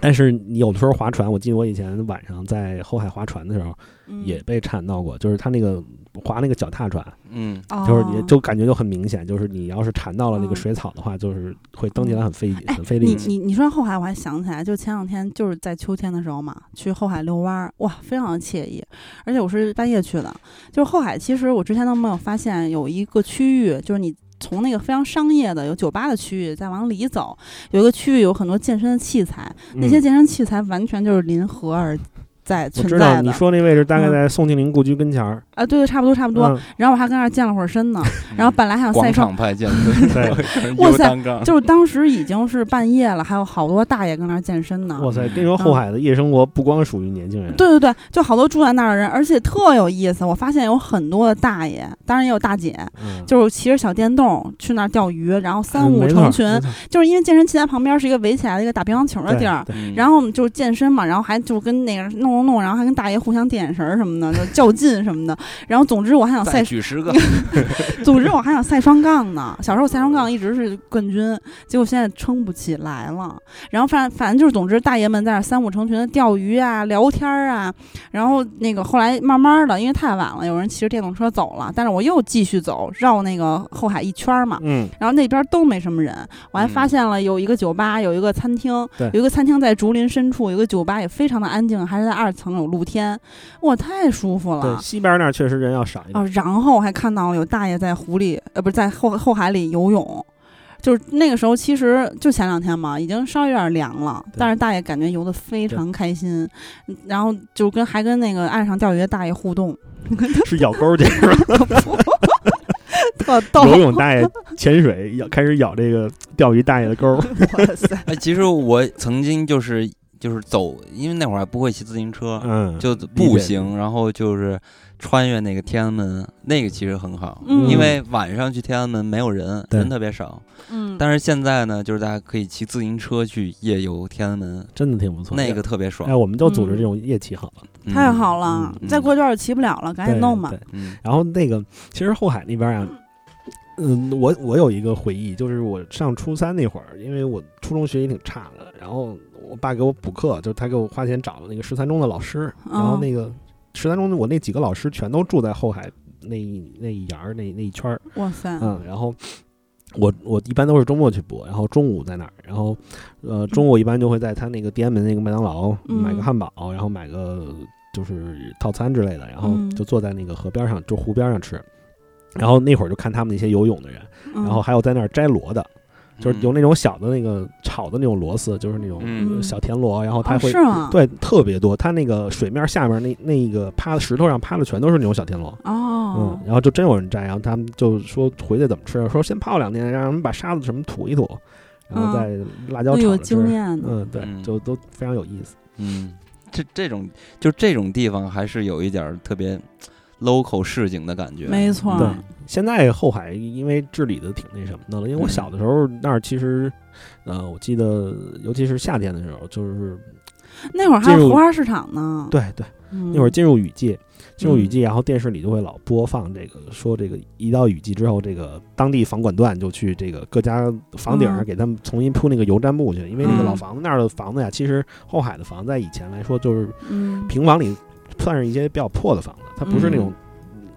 但是你有的时候划船，我记得我以前晚上在后海划船的时候
嗯
也被缠到过，就是他那个划那个脚踏船，
嗯，
就是你
哦
就感觉就很明显，就是你要是缠到了那个
嗯
水草的话，就是会蹬起来很费
哎
很费
你
力气。
你你说后海，我还想起来，就前两天就是在秋天的时候嘛，去后海遛弯儿，哇，非常的惬意。而且我是半夜去的，就是后海，其实我之前都没有发现有一个区域，就是你。从那个非常商业的有酒吧的区域，再往里走，有一个区域有很多健身的器材，那些
嗯
健身器材完全就是临河而在
我
存
知道
在
你
的。
说那位置大概在宋庆龄故居跟前儿，
啊，对对，差不多差不多。
嗯
然后我还跟那儿健了会儿身 呢，然后本来还想赛
嗯广
车，
场派健身，
对哇
有
塞
单杠，
就是当时已经是半夜了，还有好多大爷跟那儿健身呢。
哇塞，跟你说后海的夜生活不光属于年轻人，
嗯对对对，就好多住在那儿的人，而且特有意思。我发现有很多的大爷，当然也有大姐，
嗯，
就是骑着小电动去那儿钓鱼，然后三五
没错嗯
成群，
没错
就是因为健身器材旁边是一个围起来的一个打乒乓球的
对
地儿。
对
嗯
然后我们就健身嘛，然后还就跟那个弄弄弄，然后还跟大爷互相点眼神儿什么的，就较劲什么的。然后总之我还想
再
赛，
举 十个，
总之我还想赛双杠呢。小时候赛双杠一直是冠军，结果现在撑不起来了。然后反反正就是，总之大爷们在那儿三五成群的钓鱼啊、聊天儿啊。然后那个后来慢慢的，因为太晚了，有人骑着电动车走了，但是我又继续走，绕那个后海一圈儿嘛。
嗯，
然后那边都没什么人，我还
嗯
发现了有一个酒吧，有一个餐厅
对，
有一个餐厅在竹林深处，有一个酒吧也非常的安静，还是在二二层有露天，哇，太舒服
对，
了。
西边那儿确实人要少一
啊
点，，
然后我还看到了有大爷在湖里，呃，不是在后后海里游泳，就是那个时候其实就前两天嘛，已经稍微有点凉了，
对
但是大爷感觉游得非常开心，嗯然后就跟还跟那个岸上钓鱼的大爷互 动，
是咬钩去是吧？
特逗。
游泳 大爷潜水咬开始咬这个钓鱼大爷的钩儿，
哇塞，
哎，其实我曾经就是就是走，因为那会儿还不会骑自行车，
嗯，
啊就步行，然后就是穿越那个天安门，那个其实很好，
嗯
因为晚上去天安门没有人，
对
人特别少。
嗯，
但是现在呢，就是大家可以骑自行车去夜游天安门，
真的挺不错。
那个特别爽
哎，，我们就组织这种夜骑好了，
嗯
太好了，
嗯嗯
再过一段儿骑不了了，赶紧
对
弄吧
对。
嗯
然后那个，其实后海那边啊，嗯，我我有一个回忆，就是我上初三那会儿，因为我初中学习挺差的，然后我爸给我补课，就是他给我花钱找了那个十三中的老师，
嗯
然后那个十三中的我那几个老师全都住在后海那一那一沿儿那那一圈儿，
哇塞，
嗯，然后。我我一般都是周末去补，然后中午在哪儿？然后，呃，中午一般就会在他那个天安门那个麦当劳
嗯
买个汉堡，然后买个就是套餐之类的，然后
嗯
就坐在那个河边上，就湖边上吃。然后那会儿就看他们那些游泳的人，
嗯
然后还有在那儿摘螺的，就是有那种小的那个炒的那种螺丝，就是那种
嗯
小田螺，然后它
哦
会
是吗？，
对特别多，它那个水面下面那那个趴石头上趴的全都是那种小田螺。嗯
哦，，
然后就真有人摘，然后他们就说回去怎么吃，说先泡两天，让他们把沙子什么吐一吐，然
嗯
后再辣
都
椒炒
有
着吃。
经验的，
嗯，对，
嗯
就都非常有意思。
嗯，这这种就这种地方还是有一点儿特别 local 市井的感觉，
没错
对
儿，
现在后海因为治理的挺那什么的了，因为我
嗯
小的时候那儿其实，呃，我记得尤其是夏天的时候，就是
那会儿还
进
有
入
荷花市场呢，
对对，
嗯，
那会儿进入雨季，进入雨季，然后电视里就会老播放这个，说这个一到雨季之后，这个当地房管段就去这个各家房顶上
嗯
给他们重新铺那个油毡布去，因为那个
嗯
老房子那儿的房子呀，其实后海的房子在以前来说就是
嗯
平房里算是一些比较破的房子，它不是那种
嗯。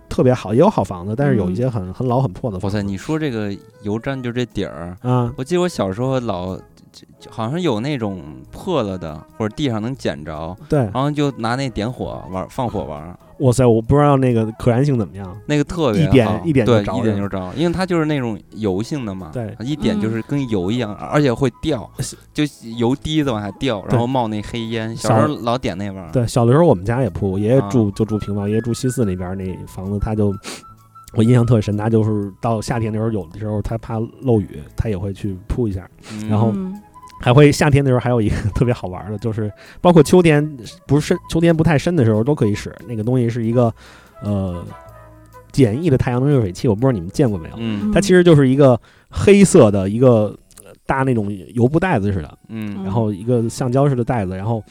特别好，也有好房子，但是有一
嗯
些很很老很破的
哇
房子。
塞，你说这个油毡就这底儿，
啊，
我记得我小时候老就就好像有那种破了的，或者地上能捡着，
对，
啊
然后就拿那点火玩放火玩，
哇塞，我不知道那个可燃性怎么样。
那个特别
一点
好
一点就
对
着
一点
了
就着，因为它就是那种油性的嘛，
对，呃
一点就是跟油一样，
嗯
而且会掉，就油滴子往下掉，然后冒那黑烟。小时候老点那玩意儿，
对，小的时候我们家也铺，我爷爷
啊
住就住平房，爷爷住西四那边儿那房子，他就我印象特深，他就是到夏天的时候，有的时候他怕漏雨，他也会去铺一下，
嗯
然后
嗯
还会夏天的时候还有一个 特别好玩儿的，就是包括秋天不是深，秋天不太深的时候都可以使那个东西，是一个呃简易的太阳能热水器，我不知道你们见过没有，
嗯
它其实就是一个黑色的一个呃大那种油布袋子似的，
嗯
嗯
然后一个橡胶式的袋子，然后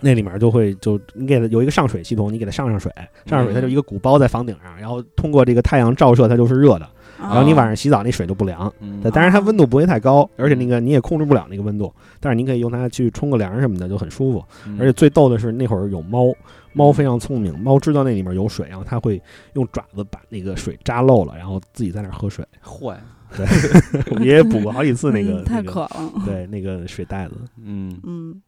那里面就会就你给它有一个上水系统，你给它上上水，上上水它就一个鼓包在房顶上，然后通过这个太阳照射，它就是热的，
然
然后你
把
晚上洗澡那水就不凉。
嗯
对，当然它温度不会太高，而且那个你也控制不了那个温度，但是你可以用它去冲个凉什么的，就很舒服。
嗯
而且最逗的是那会儿有猫，猫非常聪明，猫知道那里面有水，然后它会用爪子把那个水扎漏了，然后自己在那儿喝水。
坏，
我爷爷补过好几次那个
嗯太
那个
渴了，
对那个水袋子，
嗯
嗯。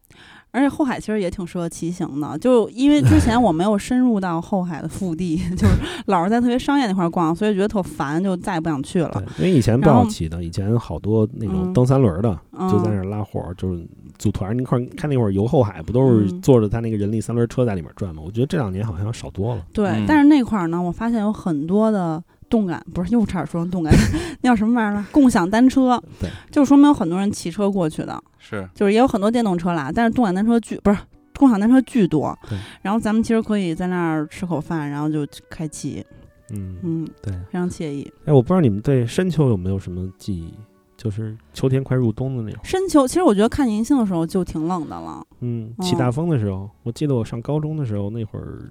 而且后海其实也挺适合骑行的，就因为之前我没有深入到后海的腹地， 就是老是在特别商业那块儿逛，所以觉得特烦，就再也不想去了
对。，因为以前不
啊然
好
后
骑的，以前好多那种
嗯
蹬三轮儿的，
嗯，
就在那儿拉活儿，就是组团儿一块儿。看那会儿游后海，不都是
嗯
坐着他那个人力三轮车在里面转吗？我觉得这两年好像少多了。
对，
嗯
但是那块儿呢，我发现有很多的动感，不是又差点说成动感， 那叫什么玩意儿了？共享单车，
对，
就说明有很多人骑车过去的，
是
就是也有很多电动车啦，但是动感单车巨不是。共享单车巨多
对，
然后咱们其实可以在那儿吃口饭，然后就开骑，
嗯，
嗯，
对。
非常惬意。
哎，我不知道你们对深秋有没有什么记忆？就是秋天快入冬的那会儿，
深秋，其实我觉得看银杏的时候就挺冷的了，
嗯，起
哦
大风的时候，我记得我上高中的时候，那会儿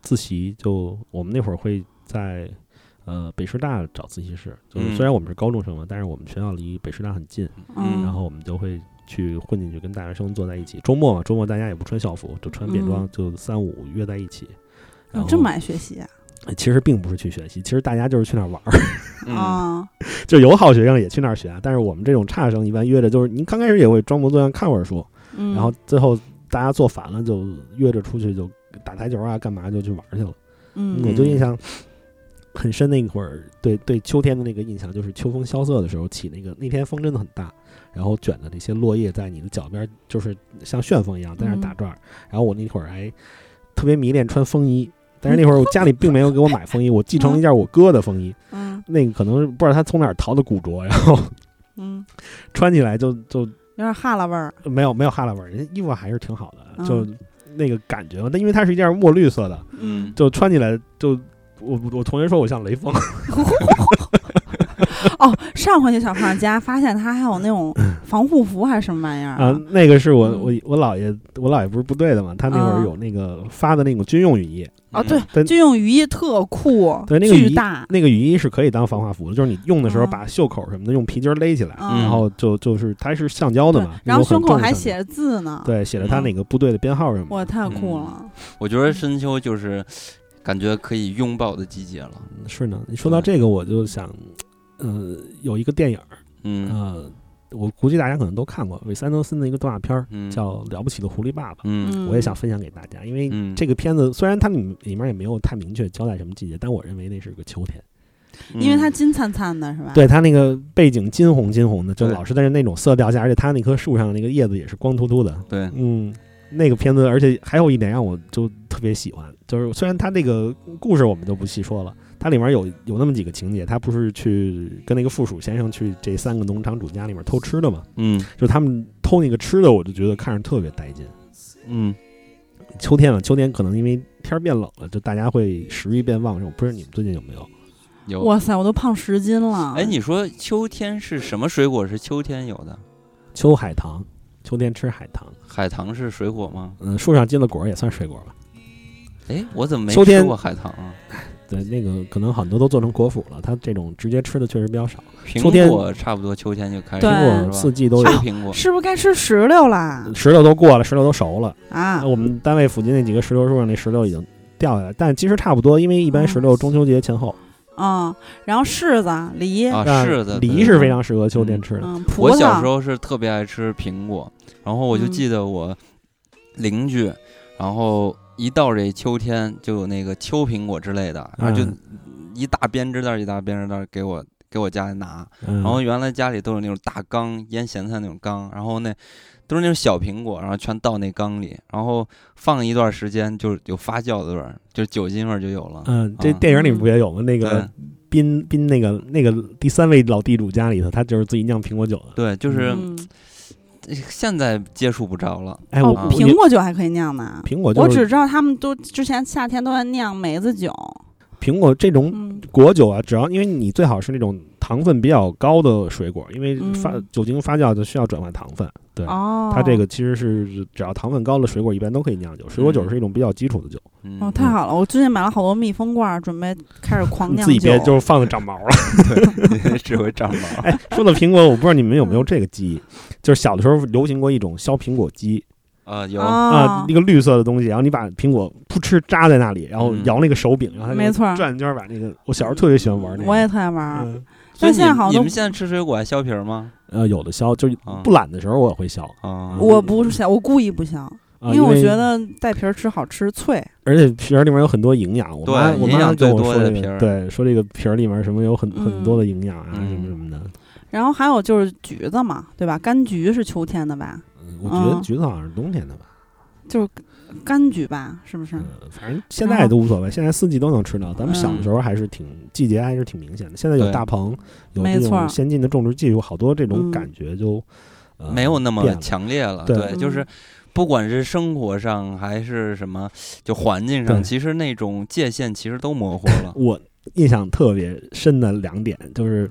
自习就我们那会儿会在呃北师大找自习室，就是
嗯
虽然我们是高中生嘛，但是我们学校离北师大很近，
嗯
然后我们就会去混进去，跟大学生坐在一起。周末嘛，周末大家也不穿校服，就穿便装，
嗯
就三五约在一起。然
哦
后
这么爱学习啊！
哎其实并不是去学习，其实大家就是去那儿玩儿。
嗯
啊
就有好学生啊也去那儿学，但是我们这种差生一般约着就是，您刚开始也会装模作样看会儿书，
嗯，
然后最后大家做反了就约着出去就打台球啊，干嘛就去玩去了。
嗯
我就印象很深，那会儿对对秋天的那个印象就是秋风萧瑟的时候起那个那天风真的很大，然后卷的那些落叶在你的脚边儿，就是像旋风一样在那儿打
嗯
转儿。然后我那会儿还特别迷恋穿风衣，但是那会儿我家里并没有给我买风衣，我继承了一件我哥的风衣，
嗯
那个可能不知道他从哪儿淘的古着，然后
嗯，
穿起来就就
有点哈喇味儿，
没有没有哈喇味儿，人家衣服还是挺好的，
嗯
就那个感觉嘛。但因为它是一件墨绿色的，
嗯，
就穿起来就。我我同学说我像雷锋，
哦，上回去小胖家发现他还有那种
嗯
防护服还是什么玩意儿
啊
啊，
那个是我
嗯
我我姥爷，我姥爷不是部队的嘛，他那会
啊
儿有那个发的那种军用雨衣，
哦，对
嗯，
但
军用雨衣特酷，
对那个
巨
雨衣
大，
那个雨衣是可以当防化服的，就是你用的时候
啊
把袖口什么的用皮筋儿勒起来，
嗯
然后就就是它是橡胶的
对
嘛，，
然后
有很
胸口
重的
还
橡胶
写着字呢，，
对写着他
嗯
哪个部队的编号什么
哇，
的，
太酷了，
我觉得深秋就是感觉可以拥抱的季节了。
是呢。你说到这个，我就想，呃，有一个电影儿，
嗯
呃，我估计大家可能都看过韦斯安德森的一个动画片儿，
嗯，
叫《了不起的狐狸爸爸》。
嗯
嗯，
我也想分享给大家，因为
嗯
这个片子虽然它里里面也没有太明确交代什么季节，但我认为那是个秋天。嗯
嗯
因为它金灿灿的是吧？，
对它那个背景金红金红的，就
对
老是在那种色调下，而且它那棵树上那个叶子也是光秃秃的。
对
嗯，那个片子，而且还有一点让我就特别喜欢，就是虽然它这个故事我们就不细说了，它里面有有那么几个情节，他不是去跟那个附属先生去这三个农场主家里面偷吃的嘛，
嗯
就是他们偷那个吃的，我就觉得看着特别带劲。
嗯
秋天了，秋天可能因为天儿变冷了，就大家会食欲变旺盛。不知道你们最近有没有？
有。
哇塞，我都胖十斤了，
哎，你说秋天是什么水果是秋天有的？
秋海棠，秋天吃海棠，
海棠是水果吗？
嗯，树上结了果儿也算水果吧。
哎，我怎么没
秋天
吃过海棠啊？
对，那个可能很多都做成果脯了，它这种直接吃的确实比较少。秋
苹
天
果差不多秋天就开始
对
了，
苹
是
果
吧
四季都有
吃，苹果，
是不是该吃石榴啊啦？
石榴都过了，石榴都熟了。
啊
呃那，我们单位附近那几个石榴树上那石榴已经掉下来，但其实差不多，因为一般石
哦
榴中秋节前后，
嗯，然后柿子、梨，
啊，
那
柿子、
梨
对
是非常适合秋天吃的。
嗯，葡萄。
我小时候是特别爱吃苹果，然后我就
嗯
记得我邻居，然后一到这秋天就有那个秋苹果之类的，然后就
嗯
一大编织袋儿一大编织袋儿给我给我家拿，
嗯，
然后原来家里都有那种大缸腌咸菜那种缸，然后那都是那种小苹果，然后全倒那缸里，然后放一段时间就有发酵的味儿，就是酒精味儿就有了。
嗯，这
啊嗯
电影里不也有吗？那个嗯
对
斌斌那个那个第三位老地主家里头，他就是自己酿苹果酒的。
对，就是
嗯，
现在接触不着了。
哎，
哦
我，
苹果酒还可以酿呢。
苹果
我
就
只
是
知道他们都之前夏天都在酿梅子酒，
苹果这种
嗯，
果酒啊，只要因为你最好是那种糖分比较高的水果，因为发、
嗯
酒精发酵就需要转换糖分。对，
哦，
它这个其实是只要糖分高的水果一般都可以酿酒，水果酒是一种比较基础的酒，
嗯，
哦太好了，我最近买了好多密封罐儿，准备开始狂
你
嗯酿
自己别
酒
就是放的长 毛了。
只会长毛。
哎，说到苹果，我不知道你们有没有这个记忆，就是小的时候流行过一种削苹果机
啊，有
啊、
啊
一，个绿色的东西，然后你把苹果噗嗤扎在那里，然后
嗯
摇那个手柄，然后它就
没错儿
转一圈儿把那个。我小时候特别喜欢玩那个，
我也特爱玩儿，
嗯
所以
但现在
你
好像
你
都
们现在吃水果还削皮儿吗？
呃有的削，就是
啊
不懒的时候我也会削
啊，
我不是削，我故意不削，
啊，
因为
为
我觉得带皮儿吃好吃脆，
而且皮儿里面有很多营养，我
对
妈我
营
妈
养
跟
最
我
多
说
的
这
皮
个，
儿
对，说这个皮儿里面什么有很
嗯
很多的营养啊，
嗯
什么什么的。
然后还有就是橘子嘛，对吧？柑橘是秋天的吧？
嗯我觉得
嗯
橘子好像是冬天的吧，
就是柑橘吧，是不是？
嗯，反正现在都无所谓，现在四季都能吃到。咱
嗯
们小的时候还是挺季节还是挺明显的，现在有
对
大棚，有
没
这
错
种
儿
先进的种植技术，好多这种
嗯
感觉就呃
没有那么
变了
强烈了。
对
对，就
嗯
是不管是生活上还是什么，就环境上，
对。
其实那种界限其实都模糊了
我印象特别深的两点，就是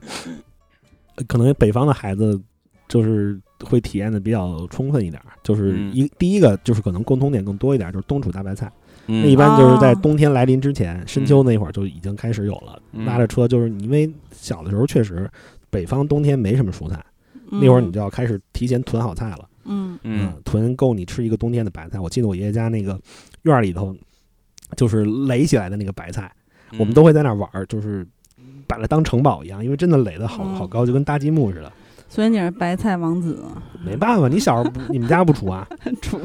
呃可能北方的孩子就是会体验的比较充分一点儿，就是
嗯
一、第一个就是可能共同点更多一点儿，就是冬储大白菜，那一
嗯，
般就是在
哦
冬天来临之前，深秋那会儿就已经开始有了，
嗯
拉着车就是因为小的时候确实北方冬天没什么蔬菜，
嗯
那会儿你就要开始提前囤好菜了。呃
嗯
嗯，
囤够你吃一个冬天的白菜。我记得我爷爷家那个院儿里头，就是垒起来的那个白菜，我们都会在那儿玩儿，就是把它当城堡一样，因为真的垒的好
嗯
好高，就跟搭积木似的。
所以你是白菜王子，
没办法，你小时候不你们家不煮啊？
煮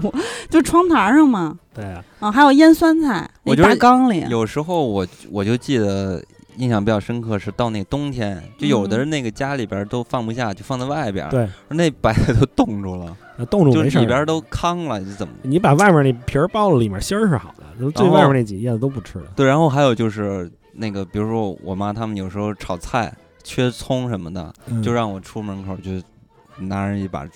就窗台上嘛，
对啊，
啊，还有腌酸菜，
我
一
觉得
大缸里，
有时候我我就记得印象比较深刻是到那冬天，就有的人那个家里边都放不下，就放在外边，
嗯对，啊
那白菜都冻住了，
那冻住
就
没事
里边
儿。
都糠了，你怎么？
你把外面那皮儿剥了，里面芯儿是好的，就最
然后
外面那几叶子都不吃了。
对，然后还有就是那个，比如说我妈他们有时候炒菜缺葱什么的，
嗯
就让我出门口就拿人一把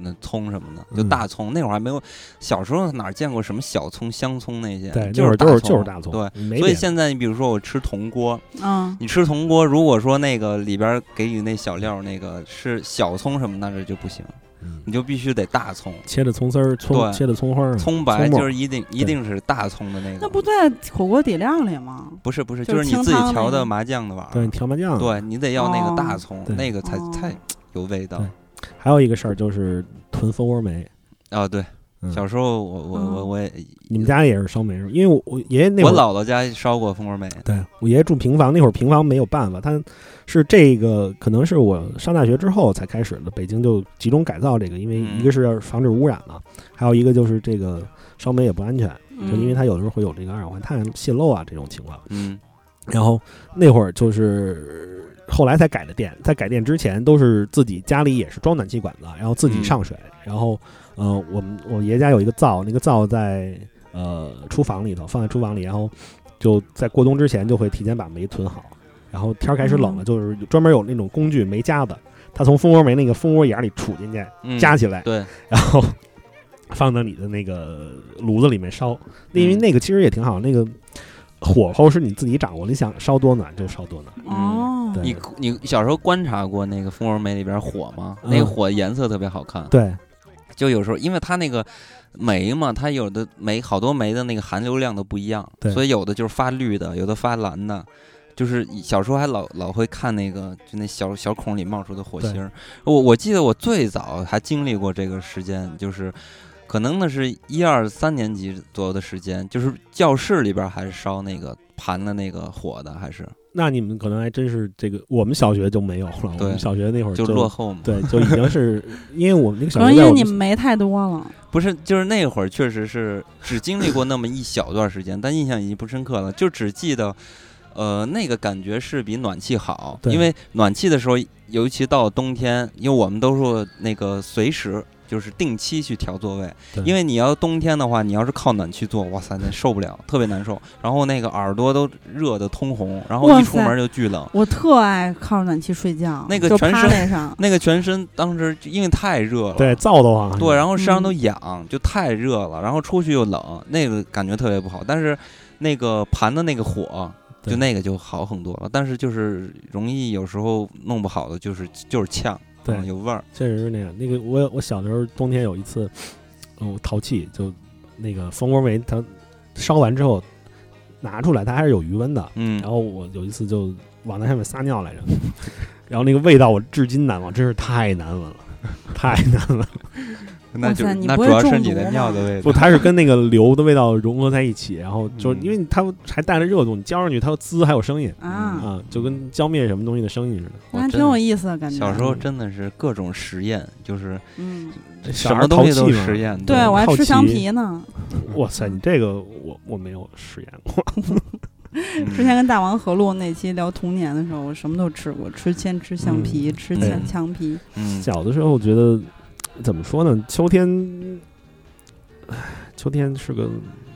那葱什么的，就
嗯
大葱。那会儿还没有，小时候哪见过什么小葱、香葱那些？
对，那
就
会儿
是
就是
葱
就是大葱，
对，
对
所以现在你比如说我吃铜锅，
嗯，
你吃铜锅，如果说那个里边给你那小料那个是小葱什么，那这就不行，
嗯
你就必须得大葱。
切的葱丝儿、葱
对
切的嗯葱花儿啊嘛、
葱白
末
就
儿
是一定一
对
定是大葱的那个，
那不在火锅底料里吗？
不是不是，
就
就是是你
清
自己
汤那
调
个
的麻酱的玩意儿。
对，你调麻酱。，啊
对你得要那个大
哦
葱，
对
那个才
哦
才有味道
对还有一个事儿就是囤蜂窝煤。
啊。对，
嗯
小时候我我我
嗯
我也，
你们家也是烧煤是吧？因为我我爷爷那会
我
儿，
姥姥家烧过蜂窝煤，
对我爷爷住平房，那会儿平房没有办法，他是这个可能是我上大学之后才开始的，北京就集中改造这个，因为
嗯
一个是要防止污染了，还有一个就是这个烧煤也不安全，就
嗯
因为它有的时候会有这个二氧化碳泄漏啊这种情况。
嗯，
然后那会儿就是后来才改的电，在改电之前都是自己家里也是装暖气管子，然后自己
嗯
上水，然后呃，我们我爷家有一个灶，那个灶在呃厨房里头，放在厨房里，然后就在过冬之前就会提前把煤囤好，然后天儿开始冷了，
嗯
就是专门有那种工具煤夹子，它从蜂窝煤那个蜂窝眼儿里杵进去，
嗯
夹起来，
对，
然后放到你的那个炉子里面烧，因为
嗯
那个其实也挺好，那个火候是你自己掌握，你想烧多暖就烧多暖。
哦，
对
你你小时候观察过那个蜂窝煤里边火吗？那
嗯
个火颜色特别好看，
对，
就有时候因为它那个煤嘛，它有的煤好多煤的那个含硫量都不一样
对，
所以有的就是发绿的，有的发蓝的。就是小时候还老老会看那个，就那小小孔里冒出的火星儿。我我记得我最早还经历过这个时间，就是可能那是一二三年级左右的时间，就是教室里边还是烧那个盘的那个火的，还是
那你们可能还真是这个，我们小学就没有了。我
对
们小学那会儿
就落后嘛。
对，就已 经是因为我们那个
可
小
能
学
因
在
为
我
你
们
们煤太多了，
不是，就是那会儿确实是只经历过那么一小段时间，但 印象已经不深刻了，就只记得，呃，那个感觉是比暖气好，
对
因为暖气的时候，尤其到冬天，因为我们都是那个随时。就是定期去调座位
对，
因为你要冬天的话，你要是靠暖气坐，哇塞，那受不了，特别难受。然后那个耳朵都热得通红，然后
哇
一出
塞
门就巨冷。
我特爱靠着暖气睡觉，
那个
就
全
趴
身
那上，啊
那个全身当时就因为太热了，
对燥得慌。
啊对，然后身上都
嗯
痒，就太热了，然后出去又冷，那个感觉特别不好。但是那个盘的那个火，
对
就那个就好很多了。但是就是容易有时候弄不好的就是就是呛，
对
嗯有味儿。
确实是那样。那个我我小的时候冬天有一次，哦，淘气就那个蜂窝煤它烧完之后拿出来，它还是有余温的。
嗯
然，后我有一次就往那上面撒尿来着，然后那个味道我至今难忘，真是太难闻了，太难闻了。
那就
哇
是
塞你
那
不
主
会
要是
中
你
毒
的
吧
尿的味
不，
道。
它是跟那个硫的味道融合在一起，然后就是
嗯
因为它还带着热度，你浇上去它滋还有声音
嗯
啊，
啊，就跟浇灭什么东西的声音似的。
我
那还挺
真
有
的
意思的感觉。
小时候真的是各种实验，就是
嗯，
小
什
孩
么东西
淘
都
气嘛
实验。
对我还
好
吃香
奇
皮呢，
哇塞，你这个我我没有实验过，
嗯
之前跟大王合录那期聊童年的时候，我什么都吃过，吃铅、吃橡皮、吃
嗯
铅橡皮，
嗯，
小的时候觉得怎么说呢，秋天，唉秋天是个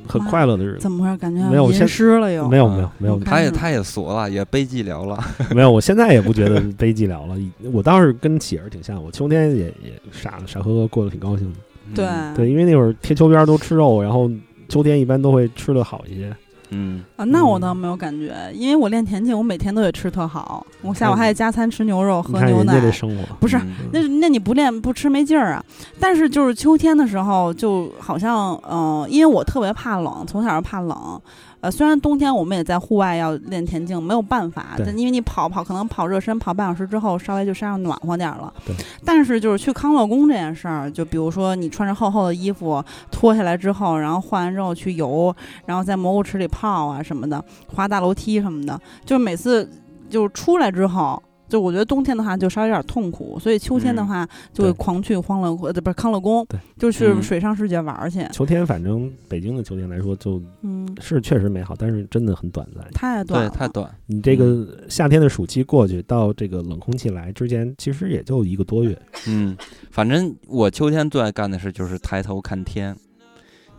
很
妈
快乐的日子。
怎么回事？感觉
没有
要
现
吟诗了又。
没有
啊
没有没有
你，看
他也
着
他也俗了，也悲寂寥了。
没有，我现在也不觉得悲寂寥了。我倒是跟喜儿挺像，我秋天也也傻傻呵呵过得挺高兴的。
对
嗯
对，因为那会儿贴秋边都吃肉，然后秋天一般都会吃的好一些。
嗯，
啊，那我
嗯
倒没有感觉，因为我练田径，我每天都得吃特好，我下午
看
还得加餐吃牛肉
嗯你
喝
看
牛
人家
奶。
这生活，
不是
嗯
那那你不练不吃没劲儿啊。但是就是秋天的时候，就好像嗯、呃因为我特别怕冷，从小就怕冷。呃，虽然冬天我们也在户外要练田径，没有办法，
对
但因为你跑跑可能跑热身跑半小时之后，稍微就身上暖和点儿了。
对。
但是就是去康乐宫这件事儿，就比如说你穿着厚厚的衣服脱下来之后，然后换完之后去游，然后在蘑菇池里泡啊什么的，滑大楼梯什么的，就是每次就是出来之后。就我觉得冬天的话就稍微有点痛苦，所以秋天的
嗯
话就会
对
狂去欢乐谷，呃，不是康乐宫
对，
就去
嗯
水上世界玩儿去。
秋天反正北京的秋天来说，就
嗯，
是确实美好，但是真的很短暂。
太短
对，
了，
太短，
你这
嗯
个夏天的暑期过去，到这个冷空气来之前，其实也就一个多月。
嗯，反正我秋天最爱干的事就是抬头看天，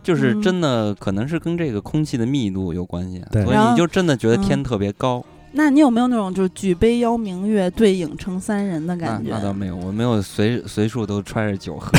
就是
嗯
真的可能是跟这个空气的密度有关系啊，
对
所以
然后
你就真的觉得天
嗯
特别高。
那你有没有那种就是举杯邀明月，对影成三人的
那
感
那
觉？
倒没有，我没有随随处都揣着酒喝，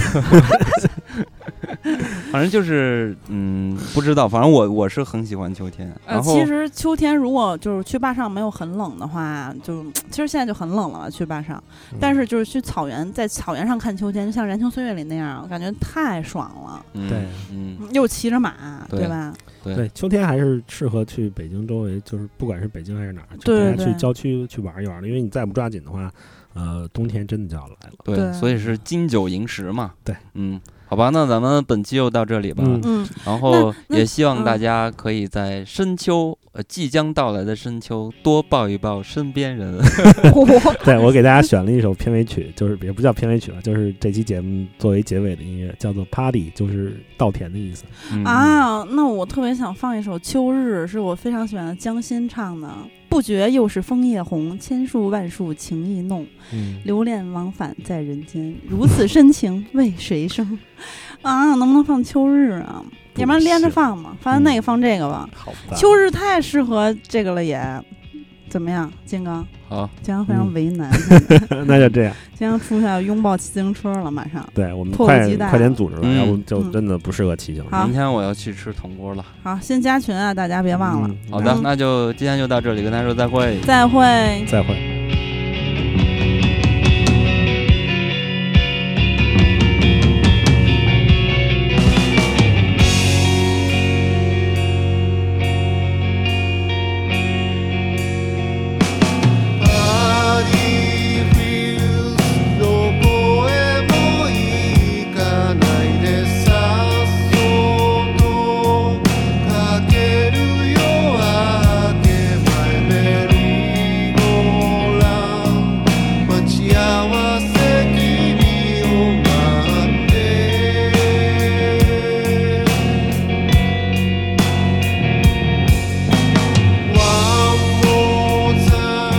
反正就是嗯，不知道，反正我我是很喜欢秋天。
呃，
然后
其实秋天如果就是去坝上没有很冷的话，就其实现在就很冷了吧，去坝上。但是就是去草原，在草原上看秋天，就像《燃情岁月》里那样，我感觉太爽了。
嗯
对
嗯
又骑着马，
对
对吧？
对，秋天还是适合去北京周围，就是不管是北京还是哪儿，
对
就大家
对
去郊区去玩一玩。因为你再不抓紧的话，呃，冬天真的就要来 了。
对，
对
所以是金九银十嘛。
对，
嗯，好吧，那咱们本期就到这里吧。
嗯
嗯，
然后
那
也希望大
嗯
家可以在深秋，呃，即将到来的深秋，多抱一抱身边人。
对我给大家选了一首片尾曲，就是也不叫片尾曲吧，就是这期节目作为结尾的音乐，叫做《Party》，就是稻田的意思。
嗯，
啊，那我特别想放一首《秋日》，是我非常喜欢的江心唱的。不觉又是枫叶红，千树万树情意浓，
嗯，
留恋往返在人间，如此深情为谁生？ 啊，能不能放《秋日》啊？
不
要不然连着
行嗯
放吧，放完那个放这个吧。
好吧。
秋日太适合这个了也，怎么样，金刚？
好，
金刚非常
嗯
为难， 现在
那就这样，
金刚出去要拥抱骑自行车了，马上。
对我们
迫不
快
及待
快点组织吧，
嗯
要不就
嗯
真的不适合骑行。
好
明天我要去吃铜锅了。
好，先加群啊，大家别忘了，
嗯，
好的，
嗯
那就今天就到这里，跟大家说再会。
再会。
再会。
「どこへも行かないでさっそうとかける夜明け前メリーゴーラン」「待ち合わせ君を待って」「One more time」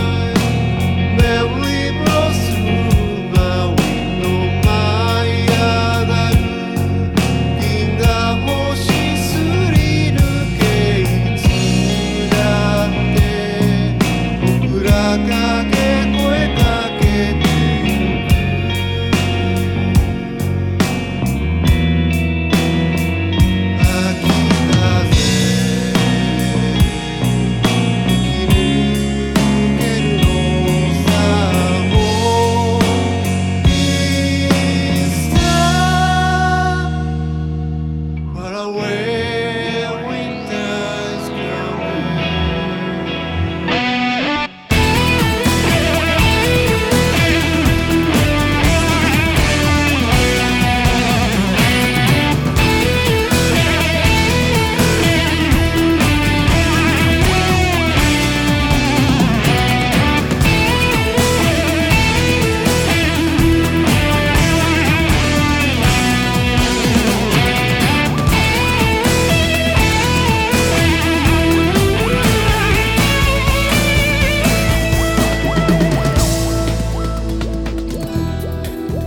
Merry blows through my window, my eyes. In the ocean, slipping away, through the night. We're calling, calling.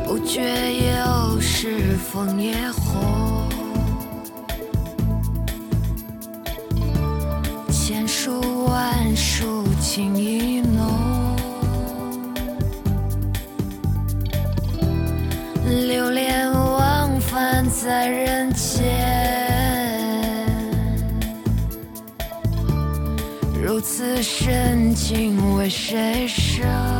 不觉又是枫叶红，千树万树情意浓，流连忘返在人间，如此深情为谁生？